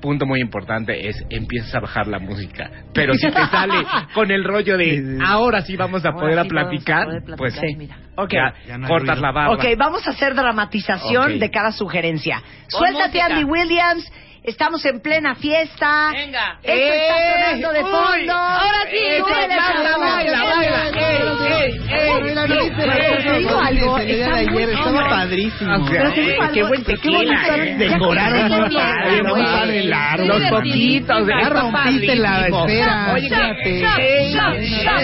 Punto muy importante es empiezas a bajar la música. Pero si te sale con el rollo de ahora sí vamos a Ahora poder a sí vamos a platicar, poder platicar, pues sí. Ok. ya Ya no hay cortas ruido. la barra. Ok, vamos a hacer dramatización Ok. de cada sugerencia. Pon Suéltate, música. Andy Williams. Estamos en plena fiesta. Venga. Esto está sonando de uy, fondo. ahora sí, Tú baila, eres baila, baila, baila. Ey, ey, Pero ey, te ey, digo ey, algo, ey, está ey, muy ey, cabrón. ey, padrísimo. Pero te digo algo, bonito eh. Ya Decoraron que muy empieza, padre, muy güey. padre el árbol. Los poquitos, ya rompiste la esfera. Oye, Fíjate. shot, shot, Ey, shot, ey, shot.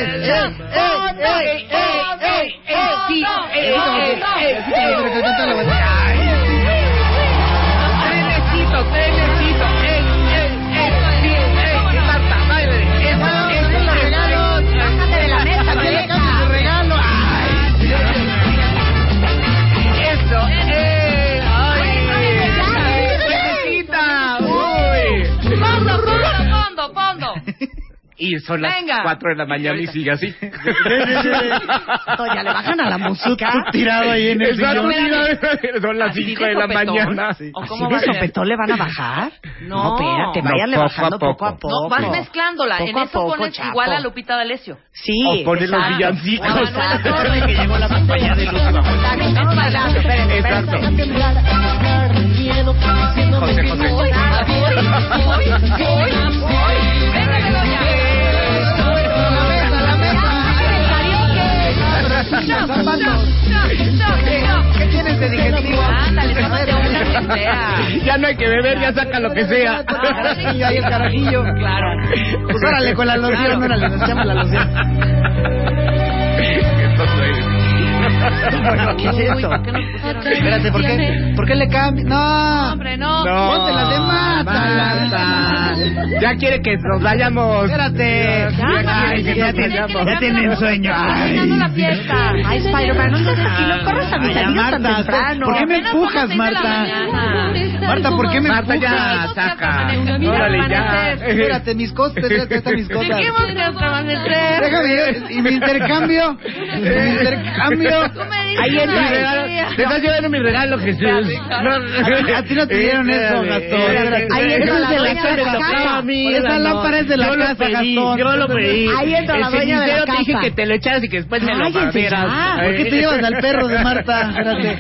ey, ey, ey, ey, ey, sí, ey, ey, ey, ey. Bájate de la mesa, vieja. Fondo, fondo, fondo, fondo. Y son las Venga. 4 de la mañana y sigue así. ya le bajan a la música. tirado ahí en el Exacto, sillón. mira. Son las Así 5 de la sopetón. mañana. ¿O cómo ¿Así de va a ser? sopetón le van a bajar? No, espérate, váyanle poco a bajando poco a poco. No, vas mezclándola. Poco en a eso poco, pones chapo. igual a Lupita D'Alessio. Sí. O ponen los exacto. villancicos. O Manuela Torre, que llegó la compañía de luz. Estamos bailando, espérenme, espérenme. José, José. ¿Qué tienes de digestivo? Ándale, tómate una que Ya no hay que beber, ya saca lo que sea. Ahí el carajillo. Claro. Pues órale, con la loción, órale, nos llama la loción. Bueno, ¿qué es esto? Espérate, ¿por qué, ¿por qué le cambia? No, hombre, no. no. Póntela de mata. Ya quiere que nos vayamos. Espérate. Ya Ay, quiere que ya nos tiene- vayamos. ya tienen sueño. Terminando la fiesta. Ay, Spider-Man, no seas así, no corras a mis Ay, amigos tan Marta, temprano. ¿por qué me Apenas empujas, son las seis de la Marta? mañana. Marta, ¿por qué me Marta, ya, empujas? saca. Órale, ya. Amanecer. Espérate, mis cosas, espérate, están mis cosas. Déjame yo, y mi intercambio, mi intercambio. Tú me dices Ahí entra. una idea. Te estás llevando mi regalo, Jesús. No, a ti no te dieron eso, Gastón. Ahí Eso entra es la de dueña de la casa. casa. Esa lámpara es de la Yo lo casa, pedí, Gastón. yo lo pedí. Ahí entra la El dueña de la cenicero casa. te dije que te lo echaras y que después me lo Cállense ya. barrieras. ¿Por qué te llevas al perro de Marta? Espérate.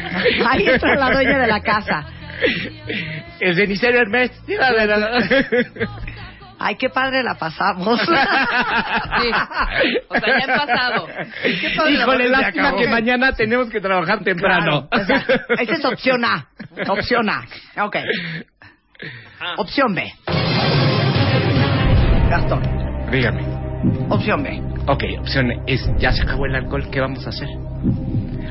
Ahí entra la dueña de la casa. El cenicero Hermes. Ay, qué padre la pasamos. O sea, ya he pasado. Híjole, lástima que mañana... mañana tenemos que trabajar temprano. Esa es opción A. Opción A. Ok. Opción B. Gastón. Dígame. Opción B. Ok, opción es, ya se acabó el alcohol, ¿qué vamos a hacer?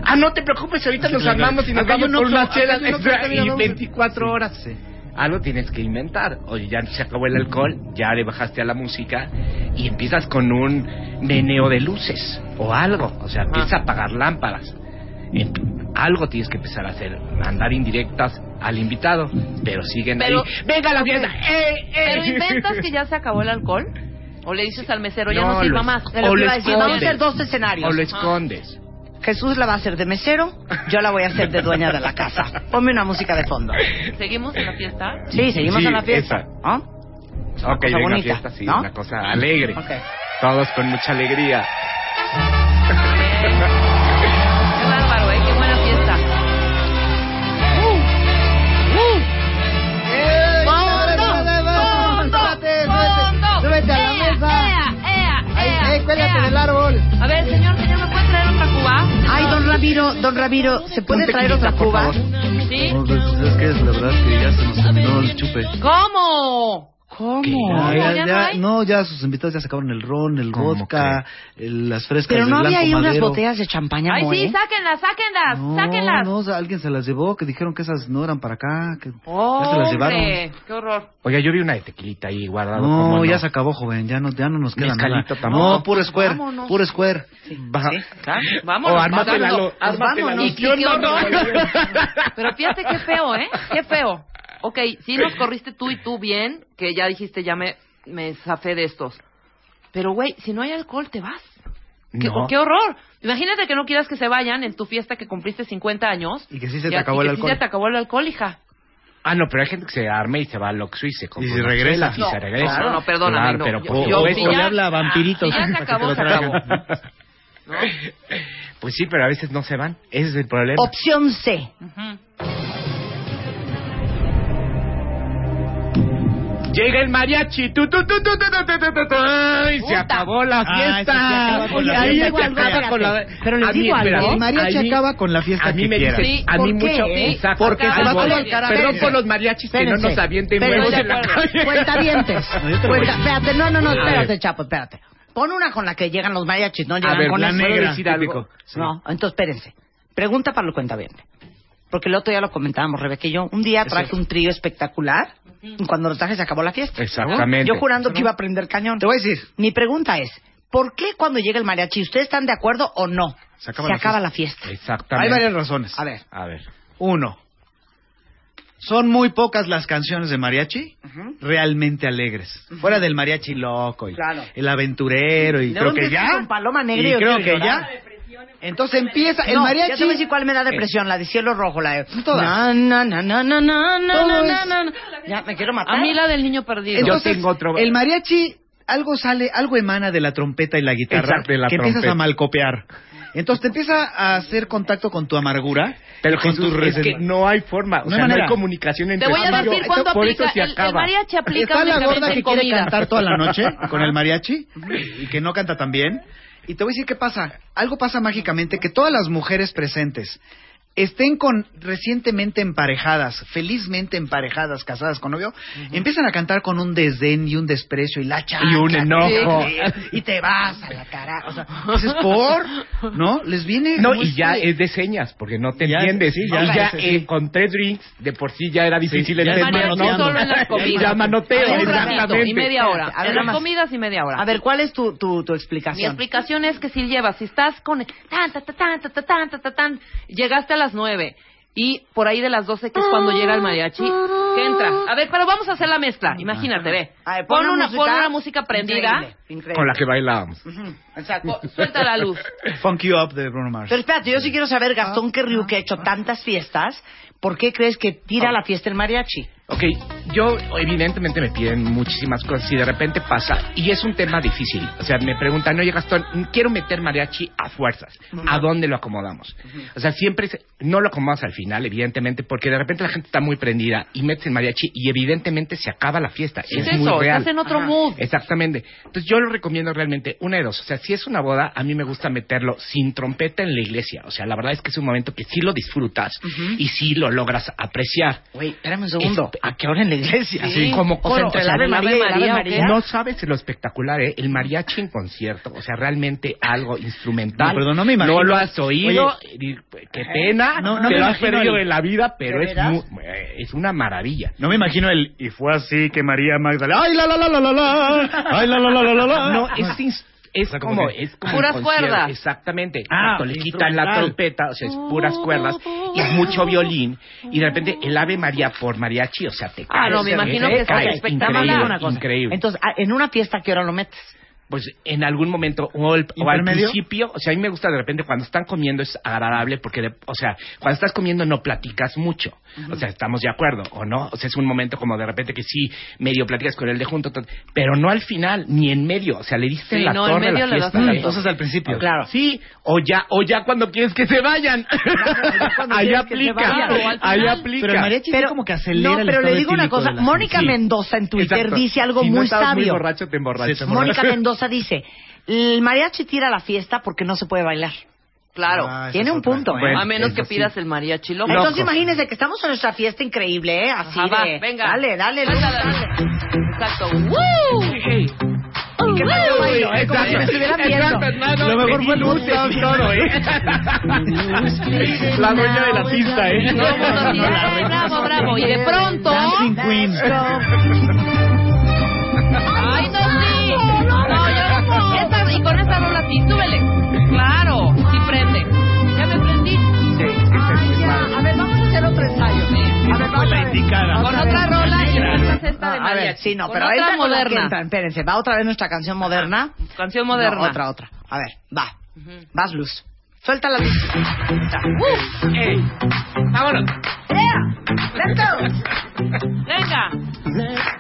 Ah, no te preocupes, ahorita nos armamos y nos Acá hay vamos un por Oxxo, una acá chela hay un Oxxo, también y nos vamos. 24 horas. Algo tienes que inventar. Oye, ya se acabó el alcohol, ya le bajaste a la música y empiezas con un meneo de luces o algo. O sea, empieza a apagar lámparas. Em- algo tienes que empezar a hacer, mandar indirectas al invitado, pero siguen Pero- ahí. Venga a la fiesta. ¡Eh, eh! ¿Pero inventas que ya se acabó el alcohol? ¿O le dices al mesero, ya no, No, sirva lo- más? o lo iba a decir, vamos a escondes. hacer dos escenarios. O lo Ajá. escondes. Jesús la va a hacer de mesero, yo la voy a hacer de dueña de la casa. Ponme una música de fondo. Ah, ¿Seguimos en la fiesta? Sí, seguimos Sí, en la fiesta. esa. ¿Ah? Ok, cosa venga, bonita, fiesta, sí, ¿no? una cosa alegre. Ok. Todos con mucha alegría. Qué bárbaro, ¿eh? Qué buena fiesta. Súbete a la mesa. Ahí, cuélgate del árbol. A ver, señor, señor, ¿me puede traer otra cuba? Ay, don Ramiro, don Ramiro, ¿se puede traer otra cuba? ¿Sí? No, pues, es que la verdad es que ya se nos terminó el chupe. ¿Cómo? ¿Cómo? Ya, ya, ¿Ya no ya, hay? no, ya sus invitados ya sacaron el ron, el vodka, el- las frescas Pero del no había Blanco ahí unas Madero. botellas de champaña, Ay, Moe? sí, sáquenlas, ¿Eh? sáquenlas, No, sáquenlas. no, o sea, alguien se las llevó, que dijeron que esas no eran para acá, que ya se las llevaron. ¡Hombre! ¡Qué horror! Oiga, yo vi una de tequilita ahí guardada. No, ¿cómo ya se acabó, joven, ya no, ya no nos queda nada. Mezcalito tampoco. No, puro square, Vámonos. puro square. Baja. Vámonos, o ármate la, vámonos. lo, Pues ármate la vámonos. loción, Sí, no, no. Pero fíjate qué feo, ¿eh? Qué feo. Ok, sí nos corriste tú y tú bien, que ya dijiste, ya me, me zafé de estos. Pero, güey, si no hay alcohol, te vas. ¿Qué, No. qué horror! Imagínate que no quieras que se vayan en tu fiesta que cumpliste 50 años. Y que sí se y te a- acabó y el que alcohol. Sí se te acabó el alcohol, hija. Ah, no, pero hay gente que se arma y se va al Oxxo y se compra Y se unas regresa. chelas Y No, se regresa. claro, no, perdóname, Claro, no. pero Yo- por yo- supuesto. si ya- Le habla a vampiritos Ah, si ya se para que acabó, te lo se traigan. Pues sí, pero a veces no se van. Ese es el problema. Opción C. Llega el mariachi. tu, tu, tu, tu, tu, tu, tu, tu, tu, tu, y se Puta. acabó la Ah, fiesta. eso sí, acaba con la Ahí fiesta. se Pero les digo acaba algo, con la- espérate. Pero les A mí, digo algo. espérate, El mariachi a mí- acaba con la fiesta a mí que me quiera. dicen, Sí, a ¿por mí qué? mucho. Exacto. Porque se Ahí va todo voy. al carajo. Perdón por los mariachis que no Espérense. nos avienten Espérense. huevos en la calle. Cuentavientes. No, yo te lo Cuenta- voy a- espérate, no, no, no, A espérate, ver. Chapo, espérate. Pon una con la que llegan los mariachis, no llegan ver, con la eso. negra. ¿Puedo decir algo? Típico, sí. No, entonces espérense. Pregunta para lo cuentaviente. Porque el otro día lo comentábamos, Rebeca y yo. Un día Eso traje es. un trío espectacular y cuando lo traje se acabó la fiesta. Exactamente. Yo jurando que iba a prender cañón. Te voy a decir. Mi pregunta es, ¿por qué cuando llega el mariachi, ustedes están de acuerdo o no? Se acaba la fiesta. Exactamente. Hay varias razones. A ver. A ver. Uno, son muy pocas las canciones de mariachi Ujú. realmente alegres. Fuera del mariachi loco y Claro. el aventurero y Luego creo que empiezan ya. con Paloma Negra y yo creo quiero que llorar. ya. Entonces empieza el No, mariachi. Eh. Ya te voy a decir cuál me da depresión, la de cielo rojo, la de. Todas. Na, na, na, na, na, na, na, Todo na, es- na, na. Ya me quiero matar. A mí la del niño perdido. Entonces, el mariachi, algo sale, algo emana de la trompeta y la guitarra Exacto, de la que empiezas trompeta. a malcopiar. Entonces te empieza a hacer contacto con tu amargura. Pero y con Jesús, tus es que resentimientos. no hay forma, o No hay sea, no manera. hay comunicación entre Te voy a ambos. decir cuándo Por eso aplica. se El, el acaba. mariachi aplica Está la únicamente gorda en que quiere comida. cantar toda la noche con el mariachi y que no canta tan bien. Y te voy a decir qué pasa. Algo pasa mágicamente que todas las mujeres presentes estén con recientemente emparejadas, felizmente emparejadas, casadas con novio, empiezan a cantar con un desdén y un desprecio y la chaca. Y un enojo. Y te vas a la cara. O sea, dices, ¿por? ¿No? Les viene... No, como y ya este- es de señas, porque no te Ya, entiendes. sí, ya, ya, y ya sí, sí. eh, con tres drinks, de por sí ya era difícil ya es entender. manoteando. Solo en las comidas. Ya manoteo, A ver, un ratito exactamente. y media hora. A ver, en nada las más. comidas y media hora. A ver, ¿cuál es tu, tu, tu Mi explicación? explicación es que si llevas, si estás con tan, ta, ta, tan, ta, ta, tan, ta, ta, tan, llegaste a las nueve y por ahí de las doce que es cuando llega el mariachi, que entra. A ver, pero vamos a hacer la mezcla. Imagínate, ve. pon, una, pon una música prendida. Con la que bailábamos. Exacto. Suelta la luz. Funk You Up de Bruno Mars. Pero espérate, yo sí quiero saber, Gastón Querriu, que ha hecho tantas fiestas, ¿por qué crees que tira la fiesta el mariachi? Ok, yo evidentemente me piden muchísimas cosas y de repente pasa, y es un tema difícil. O sea, me preguntan, oye Gastón, quiero meter mariachi a fuerzas, ¿a dónde lo acomodamos? O sea, siempre se- no lo acomodas al final, evidentemente, porque de repente la gente está muy prendida y metes el mariachi y evidentemente se acaba la fiesta. Sí, es es muy eso, real. estás en otro mood. Exactamente. Entonces yo lo recomiendo realmente una de dos. O sea, si es una boda, a mí me gusta meterlo sin trompeta en la iglesia. O sea, la verdad es que es un momento que sí lo disfrutas y sí lo logras apreciar. Güey, espérame un segundo. Este, ¿A qué hora en la iglesia? Sí. Como O sea, coro, entre o sea, el Ave el María y el Ave ¿o María. qué? No sabes lo espectacular, ¿eh? El mariachi en concierto. O sea, realmente algo instrumental. No, perdón, no me imagino. No lo has oído. Oye. y- Qué pena. No, No, no te me lo has imagino perdido el- de la vida, pero ¿De es, veras? mu- eh, es una maravilla. No me imagino el y fue así que María Magdalena. ¡Ay, la, la, la, la, la, la! ¡Ay, la, la, la, la, la, la! No, es, ins- Es sea, como como, que- es como Puras el concierto, cuerdas. Exactamente. Ah, Exacto, le quitan instrumental. la trompeta, o sea, es puras cuerdas y mucho violín. Y de repente el Ave María por mariachi, o sea, te cae. Ah, no, me imagino que es espectacular. Increíble, Una cosa. increíble. Entonces, ah, en una fiesta, ¿qué hora lo metes? Pues en algún momento, o, al- o al ¿Intermedio? principio, o sea, a mí me gusta de repente cuando están comiendo es agradable porque, de- o sea, cuando estás comiendo no platicas mucho, o sea, estamos de acuerdo, ¿o no? O sea, es un momento como de repente que sí, medio platicas con el de junto, tot- pero no al final, ni en medio, o sea, le diste Sí, en la no, en torre a medio la le das fiesta. en la Mm, torre. al Ah, principio. Claro. Sí, o ya, o ya cuando quieres que se vayan. ahí quieres que se aplica, vayan, o al ahí final. aplica. Pero el mariachi sí Pero- como que acelera no, el pero le estado digo una etílico cosa, de la- Mónica Mendoza en Twitter dice algo Si no muy estabas sabio. muy borracho, te emborrachas. Mónica Mendoza dice, el mariachi tira la fiesta porque no se puede bailar. Claro. Tiene un punto, ¿eh? a menos que pidas el mariachi loco. Entonces imagínense que estamos en nuestra fiesta increíble, ¿eh? Así Ajá, va, de... venga. Dale, dale, Dale, Luz, dale. dale. Exacto. ¡Woo! Y que me lo bailo, ¿eh? Como si me estuvieran viendo. Lo mejor fue el Moonstone todo, ¿eh? La dueña de la pista, ¿eh? Bravo, bravo. Y de pronto. Ay, no, sí. No, yo no. Esa- y con esa rola sí, súbele. Claro, sí prende. Ya me prendí. Ay, ya. A ver, vamos a hacer otro ensayo. A ver, vamos a ver. Con otra rola y Claro. después esta de Ah, A ver, mariachi. Sí, no, Con pero otra esta con la que moderna. entran. Espérense, va otra vez nuestra canción moderna. Canción moderna. No, otra, otra. A ver, va. Vas, Luz. Suelta la luz. Uh, ey. Vámonos. Venga.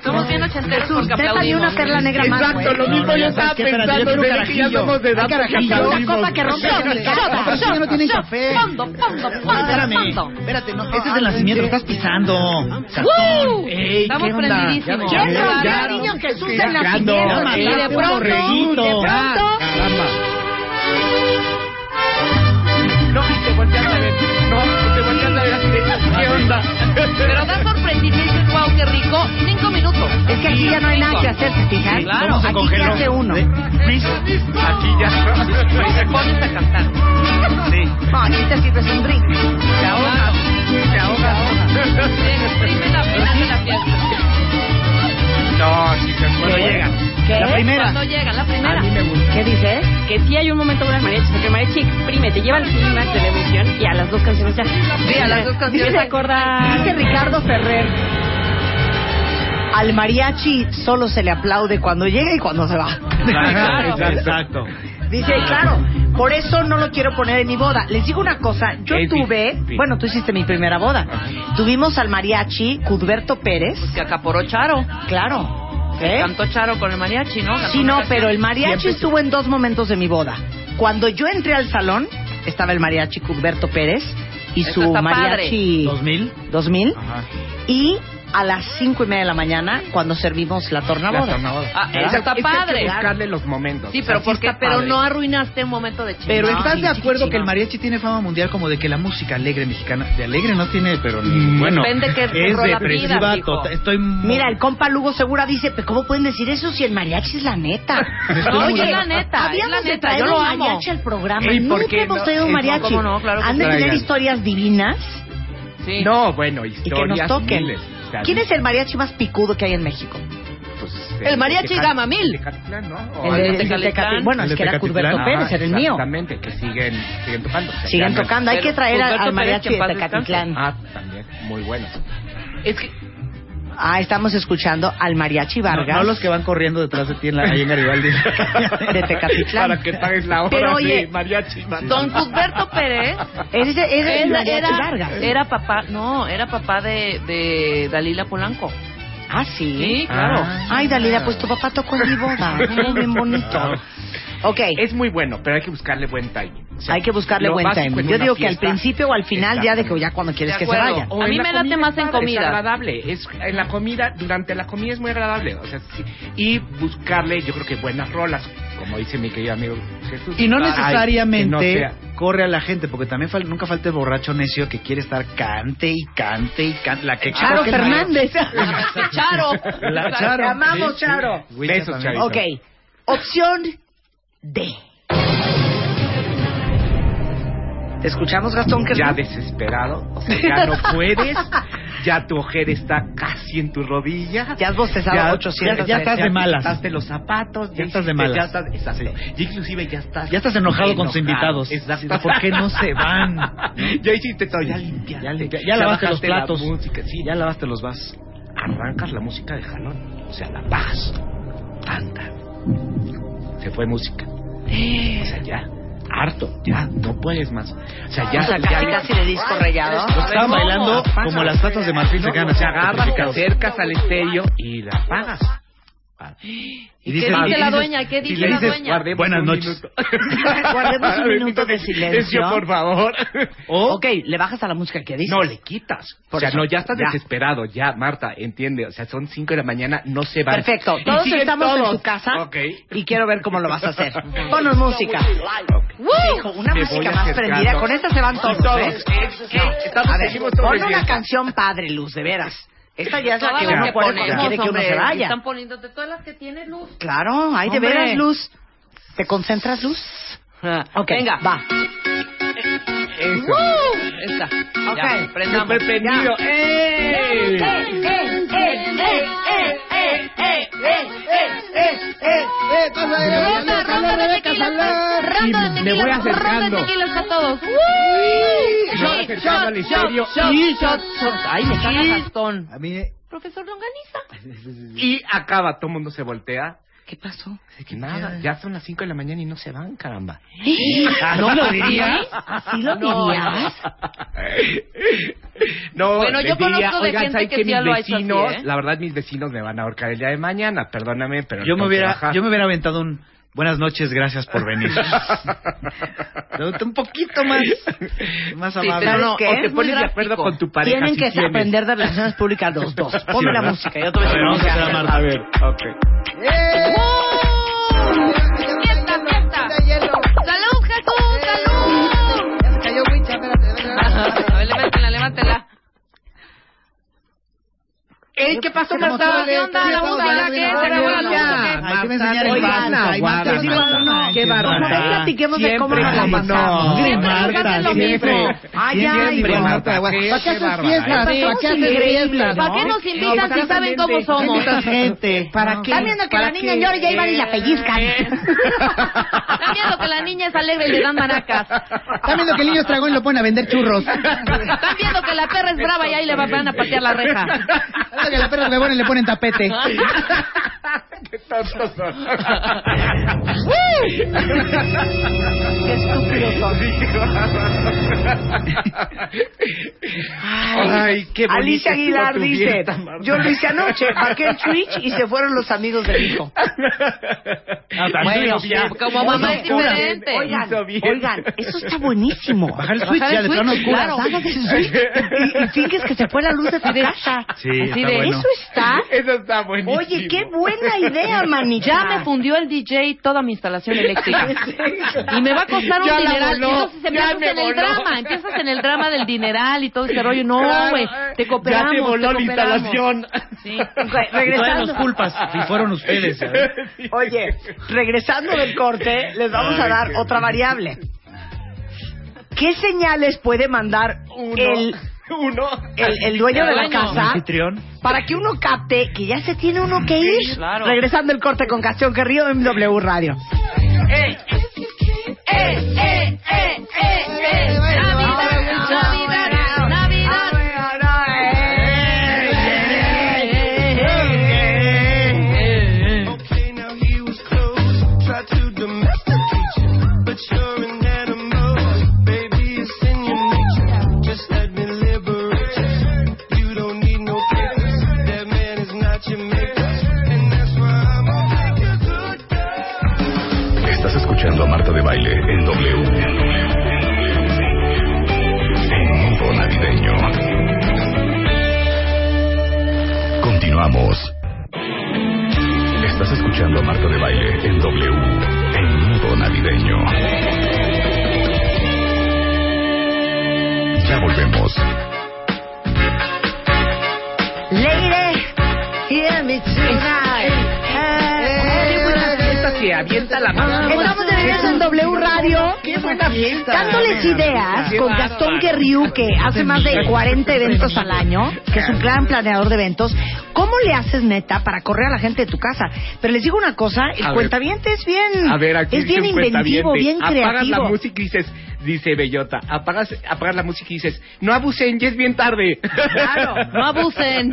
Somos bien ochenteros porque Déjame aplaudimos. una perla negra más. Exacto, güey. lo mismo yo estaba pensando, Yo Tere, que ya somos de edad Ay, carajillo. porque Una copa que rompe aplaudimos. el mercado. Pero si ya no tienen café. Fondo, Ah, fondo, fondo, Espérame. fondo. Espérate, no. Este es el nacimiento, lo estás pisando. ¡Woo! Sartón. Ey, Estamos ¿qué onda? prendidísimos. Ya, Qué ya, bárbaro. ya. Niño Jesús Ya, el ya, nacimiento. ya, Y ya, de ya, pronto, borreguito. de Ah, pronto. caramba. No, y te volteas a ver. No, te volteas a ver así de, ¿qué onda? Pero da sorprendimiento y dices, wow, qué rico. Cinco minutos. Es que aquí ya no hay nada que hacer, ¿se fijan? Sí, claro. Aquí que hace uno. Aquí ya. pones a cantar. No, aquí te sirves un drink. Te ahogas. Te ahogas. Exprime la pena de la fiesta. No, sí, te Cuando llega. ¿Qué? Cuando llega, la primera. ¿Qué dices? Que sí hay un momento bueno en mariachi, porque el mariachi exprime, te lleva al clímax de la emoción y a las dos canciones ya... Sí, a las dos canciones. Dice acordar... Dice Ricardo Ferrer. Al mariachi solo se le aplaude cuando llega y cuando se va. Exacto. Dice, claro, por eso no lo quiero poner en mi boda. Les digo una cosa, yo Es tuve, bueno, tú hiciste mi primera boda. Tuvimos al mariachi Cudberto Pérez. Que acaporó Charo. Claro. ¿Eh? Cantó Charo con el mariachi, ¿no? Cantó Sí, no, una pero el canción. mariachi estuvo en dos momentos de mi boda. Cuando yo entré al salón, estaba el mariachi Cudberto Pérez y Eso su está mariachi... padre. ¿2000? 2000. Y a las cinco y media de la mañana, cuando servimos la tornaboda. La tornaboda. Ah, eso está Es que hay que padre. buscarle los momentos. Sí, O sea, pero, porque, está pero padre. no arruinaste un momento de chingón. Pero ¿estás de Sí, acuerdo que el chiquichino. mariachi tiene fama mundial como de que la música alegre mexicana, de alegre no tiene, pero ni- Mm, bueno, depende qué es rola pidas, depresiva, hijo. tota- estoy muy- Mira, el compa Lugo Segura dice, "Pero ¿cómo pueden decir eso si el mariachi es la neta? No, oye, es la neta, es la Habíamos de neta, traer yo lo un amo. mariachi al programa. Ey, ¿por Nunca qué hemos no? traído un Ey, mariachi. ¿cómo no? Claro que Han de tener traigan. historias divinas No, bueno, y que historias nos toquen. miles. O sea, ¿Quién es el mariachi más picudo que hay en México? de- el mariachi de Teca- Gama Mil. de Tecatitlán, ¿no? El O de- algo el de así. Tecatitlán. Bueno, El es de que era Tecatitlán. Cudberto Ajá, Pérez, era el mío. Exactamente, que siguen, siguen tocando. O sea, ya Siguen no es- tocando, hay que traer a- Cudberto al Pérez, mariachi que de en paz descanse. Tecatitlán. Ah, también, muy bueno. Es que Ah, estamos escuchando al mariachi No, Vargas. no los que van corriendo detrás de ti en la calle en Garibaldi. De Tecatitlán. Para que pagues la hora Pero, sí, oye, mariachi. mariachi. Don Cusberto Pérez Ese- ese es el era, mariachi era- Vargas. era papá, no, era papá de, de Dalila Polanco. Ah, sí. Sí, claro. Ay, Dalila, pues tu papá tocó en mi boda. Muy Ah, bien bonito. Ok. Es muy bueno, pero hay que buscarle buen timing. O sea, Hay que buscarle lo buen básico timing. en Yo una digo que al fiesta- principio o al final, ya de que ya cuando quieres De que se acuerdo. vaya. O A mí en la me late comida más es en padre, comida. Es agradable. Es, en la comida, durante la comida es muy agradable. O sea, sí, y buscarle, yo creo que buenas rolas, como dice mi querido amigo Jesús. Y no Ay, necesariamente que no sea- corre a la gente, porque también fal- nunca falta el borracho necio que quiere estar cante y cante y cante. La que Charo que- Fernández. Charo. La Charo. Te amamos, Charo. Besos, Charito. Ok. Opción D. ¿Te escuchamos, Gastón? Ya desesperado. O sea, ya no puedes. ya tu ojera está casi en tu rodilla. Ya has bostezado 800 ya, ya estás veces. de malas. Ya quitaste los zapatos. Ya estás de malas. Ya estás, exacto. Y inclusive ya estás... Ya estás enojado con tus invitados. Exacto. ¿Por qué no se van? Ya hiciste todo. Ya limpiaste. Ya, Ya, lavaste los bajaste la platos. música, sí. Ya lavaste los vasos. Arrancas la música de jalón. O sea, la bajas. Tanta. Se fue música. O sea, ya. Harto, ya, no puedes más. O sea, ya Con tu ya- pues, casi de disco rayado. Estaba bailando como las tatas de marfil se quedan así. Te agarras, te acercas al estéreo y la Ah. apagas. ¿Y qué dice la dueña? ¿Qué y dice le la dices, dueña? "Guardemos Buenas un noches. minuto". Guardemos un minuto de silencio. por favor. Ok, le bajas a la música que dices. No, le quitas. Por o sea, eso, no, ya estás ya. desesperado, ya, Marta, entiende. O sea, son 5 de la mañana, no se va. Perfecto. Todos estamos en su casa Ok. y quiero ver cómo lo vas a hacer. Ponos música. Hijo, una Me voy música más acercando. prendida. Con esta se van todos, Y todos. ¿eh? Sí, estamos- A ver, seguimos todos pon de una fiesta. canción padre, Luz, de veras. Esta ya es la Todas que las uno que pone cuando ponemos, quiere que uno hombre, se vaya. Están poniéndote todas las que tiene luz. Claro, hay de Hombre. veras luz. ¿Te concentras, Luz? Ah, Ok, Venga. va. Eso. Esta. Ok. Ya, prendamos. Súper prendido. Ya. ¡Ey! Ronda, ronda de tequilas, ronda de Me voy tequilas, ronda acercando. de tequilas a todos. Yo ¡Woo! acercando al estéreo y- Ay, me y- caga Gastón. A mí Profesor Longaniza. Y acaba, todo el mundo se voltea. ¿Qué pasó? que nada, ya son las 5 de la mañana y no se van, caramba. ¿Eh? ¿No lo dirías? ¿Sí lo Ah, No. dirías? No, Bueno, yo les diría, conozco de "Oigan, gente ¿saben que qué? sí mis lo ha hecho así, vecinos, ¿eh? La verdad, mis vecinos me van a ahorcar el día de mañana, perdóname, pero... Yo me tengo que hubiera, bajar". yo me hubiera aventado un buenas noches, gracias por venir. un poquito más, más Sí, amable. ¿sabes qué? o te Es muy pones de drástico. acuerdo con tu pareja. Tienen si que tienes. aprender de relaciones públicas los dos. Ponme la ¿verdad? música, yo te voy a A ver, decir vamos cómo a hacer se a Marta, hace. a ver, ok. ¡Fiesta, fiesta! ¡Salud, Jesús! ¡Salud! Ya me Eh, cayó Wincha, espérate. A ver, levántela, levántela. Ey, ¿qué pasó, Marta? ¿Qué onda? ¿La boda? ¿Qué? ¿Se acabó la luz? Hay que me enseñar el Oigan, vals, hay más guarda, que decir, Marta. no, Qué no, bárbaro. Marta. Mejor platiquemos de cómo nos la Siempre, pasamos. no, Siempre nos Marta, hacen lo siempre. mismo. Ay, ay, Siempre, Marta, Marta, ¿Para qué qué haces bárbara, fiestas? ¿eh? ¿Para qué haces fiestas? ¿Para qué nos invitan si saben cómo somos? Invitas gente? ¿Para qué? Están viendo que la ¿Para niña qué? llora y ya iban y la pellizcan. Están viendo que la niña es alegre y le dan maracas. Están viendo que el niño es dragón y lo ponen a vender churros. Están viendo que la perra es brava y ahí le van a patear la reja. Ahora que la perra le ponen, le ponen tapete. Qué tontos son. Qué estúpidos son. Ay, qué bonita Alicia estuvo Aguilar tu dice, fiesta, Marta. yo lo hice anoche, marqué el Twitch y se fueron los amigos del hijo. Ah, Bueno, como mamá es diferente. Oigan, Hizo bien. oigan, eso está buenísimo. Bajar el switch ya de plano oscuro. Claro, bajas el switch y, y finges que se fue la luz de tu casa. Sí, Así está de, bueno. Eso está... Eso está buenísimo. Oye, qué buena idea, manilla. Ya me fundió el DJ toda mi instalación eléctrica. Y me va a costar un Ya la dineral. voló, y entonces se me ya haces me en el voló. drama. Empiezas en el drama del dineral y todo ese rollo. No, güey, te cooperamos. Ya te voló la cooperamos. instalación. Sí. Re- Regresando. regresando, nos culpas si fueron ustedes. ¿eh? ¿sabes? oye, regresando del corte, les vamos a dar otra variable. ¿Qué señales puede mandar el, Uno. el, el dueño de la Dueño. casa Anfitrión. para que uno capte que ya se tiene uno que ir? claro. Regresando el corte con Castión Carrillo en W Radio. Estás escuchando a Marta de Baile en W. En modo navideño. Continuamos. Estás escuchando a Marta de Baile en W. En modo navideño. Ya volvemos. Lady, hear me tonight. Esta que avienta la mano. Estamos de regreso en W Radio. Qué buena fiesta. Dándoles ideas con Gastón Guerriu, que hace más de 40 eventos al año, que es un gran planeador de eventos. ¿Cómo le haces, neta, para correr a la gente de tu casa? Pero les digo una cosa, A el ver. cuentaviente es bien, A ver, aquí es bien dice un inventivo, cuentaviente, bien Apagas la creativo. música y dices, dice Bellota, apagas, apagas la música y dices, no abusen, ya es bien tarde. Claro, no abusen.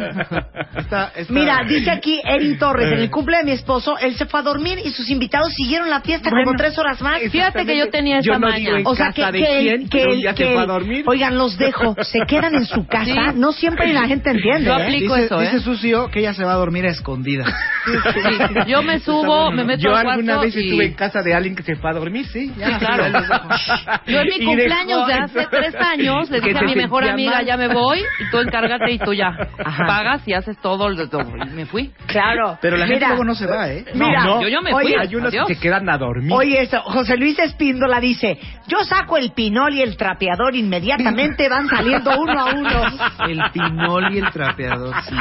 Mira, dice aquí Erin Torres, Eh. en el cumple de mi esposo, él se fue a dormir y sus invitados siguieron la fiesta como tres horas más. Fíjate que yo tenía esa Yo no maña. digo en O sea, casa que- de que quién, el- que pero el- ya se que fue a el- dormir. oigan, los dejo, se quedan en su casa, no siempre la gente entiende, Yo ¿eh? aplico dice, eso, ¿eh? Dice Sucio que ella se va a dormir a escondidas. Yo me subo, me meto Yo al cuarto alguna vez y- estuve en casa de alguien que se fue a dormir, sí. Sí, claro. Yo en mi Y dejó- cumpleaños de hace tres años le Que dije a te mi mejor sentía amiga, mal. ya me voy, y tú encárgate y tú ya pagas y haces todo. el- todo, Y me fui. Claro. Pero la gente Mira. luego no se va, ¿eh? Mira, no, yo ya me fui, Hay unos adiós. que se quedan a dormir. Oye, eso, José Luis Espíndola dice, yo saco el pinol y el trapeador inmediatamente, van saliendo uno a uno. El pinol y el trapeador, sí.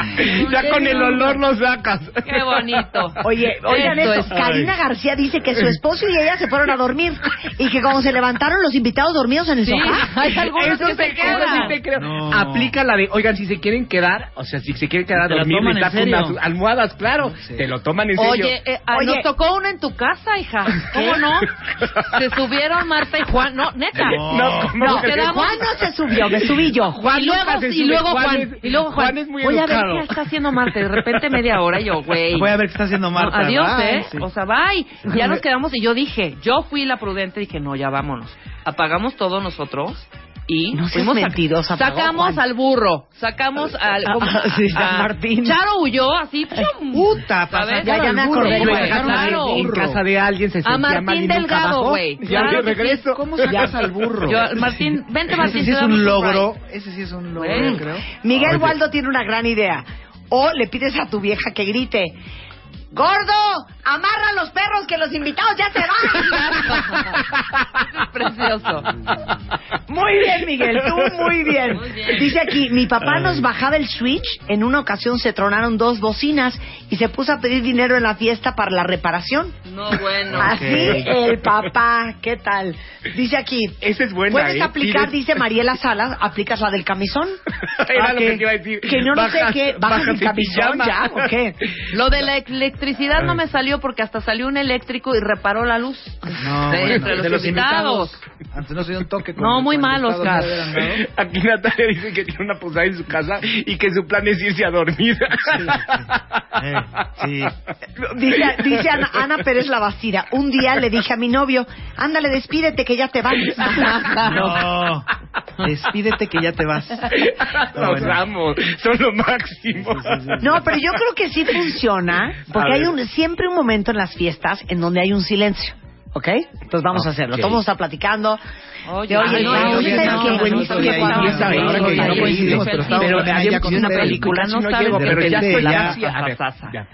Ya con el olor lo sacas. Qué bonito. Oye, oigan Esto esto, es- Karina García dice que su esposo y ella se fueron a dormir y que cuando se levantaron los invitados dormidos en el Sí, sofá. hay algunos Eso que se quedan. Eh, Aplica la de, oigan, si se quieren quedar, o sea, si se quieren quedar a Te la dormir, toman les en tapan serio. unas almohadas, claro. Te lo toman en serio. Oye, eh, ah, nos tocó una en tu casa, hija. ¿Cómo no? Se subieron Marta y Juan. No, neta. No, ¿cómo crees? Juan no se subió, me subí yo. Juan y luego, nunca se y sube, luego Juan Juan, es- y luego Juan. Juan es muy Voy a ver educado. qué está haciendo Marta. y De repente media hora y yo, güey. Voy a ver qué está haciendo Marta. No, adiós, Bye. ¿eh? Sí. O sea, bye. Y Ya nos quedamos y yo dije, yo fui la prudente, dije, no, ya vámonos. Apagamos todo nosotros y No seas fuimos a- mentirosa, apagó Sacamos Juan. al burro, sacamos al... Ah, como- ah, sí, a- San Martín. Charo huyó así. Puta, ¿sabes? Ya, ya me acordé. Yo en Claro. casa, de, en casa de alguien se sentía A Martín mal y nunca Delgado, bajó. güey. Ya Claro de que sí. regreso. ¿Cómo sacas al burro? Yo, Martín, vente, Martín, Ese sí te es damos un un Oh, logro. Ese sí es un logro, Güey. yo creo. Miguel Oye. Waldo tiene una gran idea. O le pides a tu vieja que grite. Gordo, amarra a los perros que los invitados ya se van. Precioso. Muy bien, Miguel, tú muy bien. Muy bien. Dice aquí, mi papá Ay. nos bajaba el switch, en una ocasión se tronaron dos bocinas y se puso a pedir dinero en la fiesta para la reparación. No, bueno. Así el papá, ¿qué tal? Dice aquí, Esa es buena, puedes ¿eh? aplicar, Tienes- dice Mariela Salas, aplicas la del camisón. Era Ah, lo que te iba a decir. que no, no sé Bajas- qué, bajas el bajas en camisón pijama. ya, ¿o qué? Lo de la electricidad no me salió porque hasta salió un eléctrico y reparó la luz. Ah, No, de, bueno, entre los, invitados. Antes no se dio un toque. con- No, muy con mal, invitados, Oscar. no eran, ¿no? Aquí Natalia dice que tiene una posada en su casa y que su plan es irse a dormir. Eh, Sí. Dice, dice Ana, Ana Pérez Labastida, un día le dije a mi novio, ándale, despídete que ya te vas. No. Despídete que ya te vas. Los amo, son lo máximo. No, pero yo creo que sí funciona, porque A hay ver. un, siempre un momento en las fiestas en donde hay un silencio, ¿ok? Entonces vamos a hacerlo. Ok. Todo el mundo está platicando. Oye, De, oye, ay, no, no, ¿tú oye, sabes no, qué? qué buenísimo, ¿Sabes qué cuál? buenísimo, Sí, ahora que sí, no sí, coincidimos, sí, pero sí, estábamos pero planeando ya con con una ustedes. película, no Sí, sabes llego, de pero ya repente estoy la ya- gracia a a ver, Sasa. ya.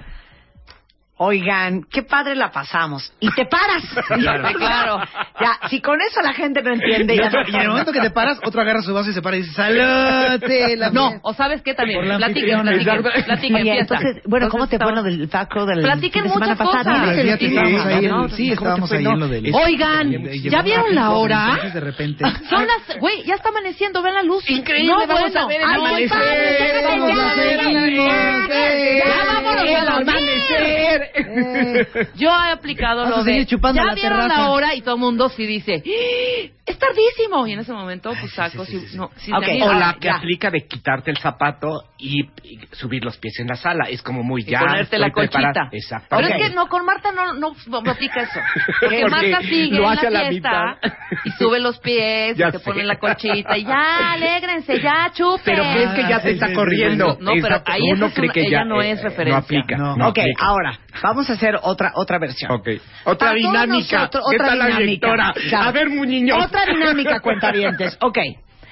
Oigan, qué padre la pasamos. Y te paras. Claro. Claro. Ya, si con eso la gente no entiende. Y, ya otro- no y en el momento que te paras, otro agarra su vaso y se para y dice: ¡Salute! La No, o sabes qué también, Por la platiquen, anfitriona. platiquen, platiquen, Oye, fiesta. entonces, bueno, ¿cómo te fue lo del Paco del fin Platiquen de semana muchas pasada? cosas. Mira, Sí, mira, sí, mira, estábamos mira, ahí ¿no? en- ¿Cómo sí, te estábamos fue? ahí No. en lo del- Oigan, Llegó ¿ya vieron la rápido, hora? Ah, entonces, De repente. Son las, güey, ya está amaneciendo, vean la luz. Increíble, no, vamos bueno. a ver el Ay, amanecer, padre, déjame vamos ya, a ver el ya, amanecer, ya, ya, vámonos el a dormir. Eh, Yo he aplicado Vas lo a seguir de chupando ya la vieron terraza. la hora y todo el mundo sí dice "¡Ah! es tardísimo y en ese momento pues saco si no si Ok, se mira, O la que ya. aplica de quitarte el zapato y, y subir los pies en la sala. Es como muy ya. ponerte la estoy preparada. colchita. Exacto. Pero es que no, con Marta no, no, no aplica eso. Porque Porque Marta sigue lo en hace a la la fiesta y sube los pies Ya y se sé. pone la colchita y ya, alégrense, ya, chupen. Pero que es que ya te está corriendo. No, pero Exacto. ahí Uno esa es cree una- que ella ya, no eh, es eh, no referencia. aplica. No, ok, aplica. ahora vamos a hacer otra otra versión. Otra Para todos dinámica. nosotros, ¿Qué otra tal la dinámica. directora? Claro. A ver, Muñiño. Otra dinámica, cuentavientes. Ok.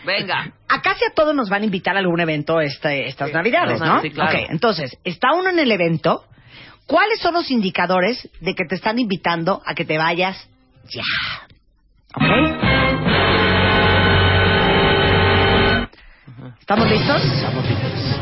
Venga. A casi a todos nos van a invitar a algún evento este, estas Navidades, claro, ¿no? sí, claro. Ok, entonces, está uno en el evento. ¿Cuáles son los indicadores de que te están invitando a que te vayas ya? ¿Ok? ¿Estamos listos? Estamos listos.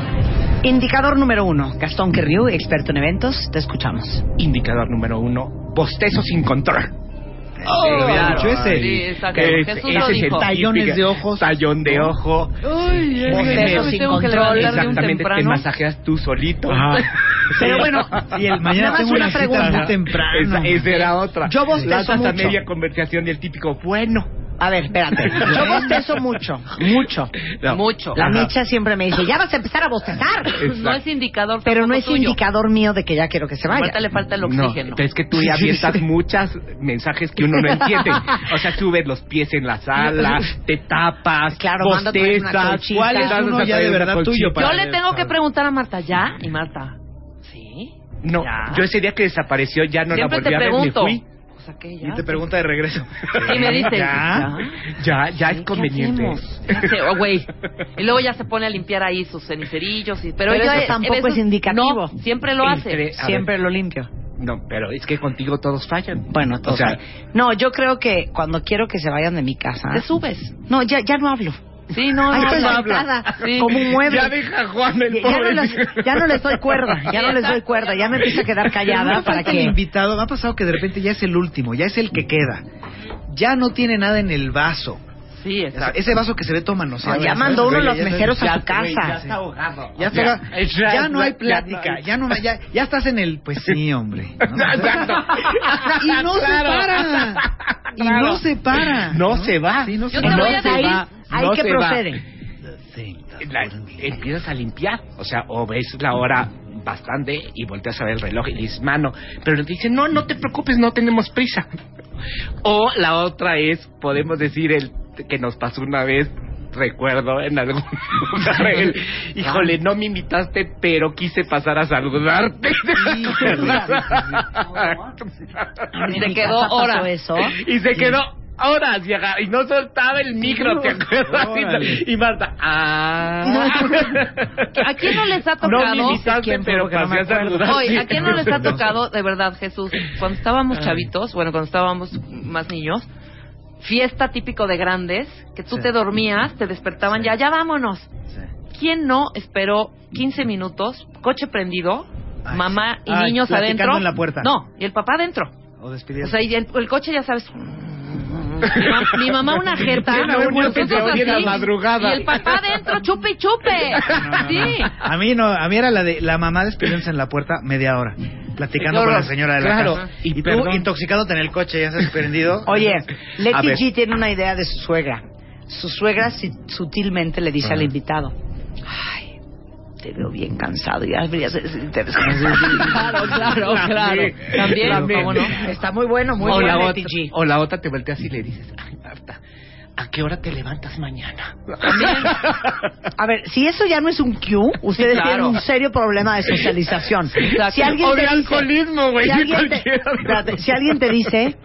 Indicador número uno, Gastón Querriu, experto en eventos, te escuchamos. Indicador número uno, bostezo sin control. Sí, claro. Mucho ese. Sí, exacto. Jesús lo dijo. tallones de ojos. Tallón de ojo. Uy, Vos ese te- yo me tengo que levantar bien Exactamente, te temprano. masajeas tú solito. Pero bueno, y el mañana nada más tengo una una cita pregunta. muy temprano. Esa, esa era otra. Yo bostezo La hasta mucho. media conversación del típico, bueno. A ver, espérate. Yo bostezo mucho, mucho. Mucho. La Micha siempre me dice, ya vas a empezar a bostezar. No es indicador. Pero no es tuyo. indicador mío de que ya quiero que se vaya. Ahorita le falta el No, oxígeno. pero es que tú ya avientas muchos mensajes que uno no entiende. O sea, subes los pies en la sala, te tapas, Claro, manda a traer una bostezas. colchita. ¿Cuál es uno ya de verdad tuyo? Yo le tengo que preguntar a Marta ya y Marta. Sí. No, yo ese día que desapareció ya no Siempre la volví te a ver, me pregunto. fui. O sea, que ya. te pregunta de regreso. Y me dices, ya, ya, ya es conveniente. Sí, oh, güey. Y luego ya se pone a limpiar ahí sus cenicerillos. y- pero Pero ella eso eh, tampoco eso- es indicativo. No, siempre lo hace. Entre- a ver. lo limpio. No, pero es que contigo todos fallan. Bueno, todos o sea, fallan. No, yo creo que cuando quiero que se vayan de mi casa. Te subes. No, ya, ya no hablo. Sí, no, Ahí no, estoy no sentada, habla. Sí. como un mueble. Ya deja a Juan el Ya- ya, no pobre. les, ya no les doy cuerda, ya no les doy cuerda, ya me empiezo a quedar Pero callada no para falta el que. invitado, me ha pasado que de repente ya es el último, ya es el que queda. Ya no tiene nada en el vaso. Sí, O sea, ese vaso que se ve toma no No, ya mandó uno los meseros a su Ya, casa. está ahogado. Ya, está ahogado. Ya no hay plática, ya no ya, ya estás en el pues sí, hombre. ¿no? Y no se para. Y no se para. No, se va. no se va. Yo te voy No a se decir, va. ahí No que se va. procede. La- empiezas a limpiar, o sea, o ves la hora bastante y volteas a ver el reloj y le dices, mano, pero te dicen, no, no te preocupes, no tenemos prisa. O la otra es, podemos decir, el que nos pasó una vez, recuerdo, en algún lugar, el, híjole, no me invitaste, pero quise pasar a saludarte. Y se quedó horas. Y se quedó horas y, aga- y no soltaba el micro, ¿te acuerdas? Órale. Y Marta, ah. ¿A quién no les ha No me tocado? invitaste, ¿Quién fue? pero Porque no me pasé a acuerdo. saludarte. Oye, ¿a quién no les ha tocado, de verdad, Jesús? Cuando estábamos Ay. chavitos, bueno, cuando estábamos más niños, fiesta típico de grandes, que tú Sí. te dormías, te despertaban ya, ya vámonos. ¿Quién no esperó 15 minutos, coche prendido, mamá y Ay, niños platicando adentro? en la puerta. No, y el papá adentro. O despidiendo. O sea, y el, el coche ya sabes. Mi, ma- mi mamá una jeta. Bien, aún yo que se nosotros oye en la así, madrugada. Y el papá adentro, chupe y chupe. Sí. A mí no, a mí era la de la mamá despidiéndose en la puerta media hora, platicando Claro, con la señora de la claro. casa. Y Y, tú perdón. intoxicándote en el coche, ya sabes, prendido. Oye, A Leti ver. G tiene una idea de su suegra. Su suegra si- sutilmente le dice Ajá. al invitado: Ay, te veo bien cansado, ya deberías de sentirte descansado". Claro, claro, claro. También, ¿cómo no? Está muy bueno, muy o, la bueno, otra, o la otra te volteas y le dices, ay, Marta, ¿a qué hora te levantas mañana? A ver, si eso ya no es un Q, ustedes Claro. tienen un serio problema de socialización. Exacto. Si alguien O de te dice- alcoholismo, güey, Si, alguien te- cualquiera de los espérate, dos. si alguien te dice,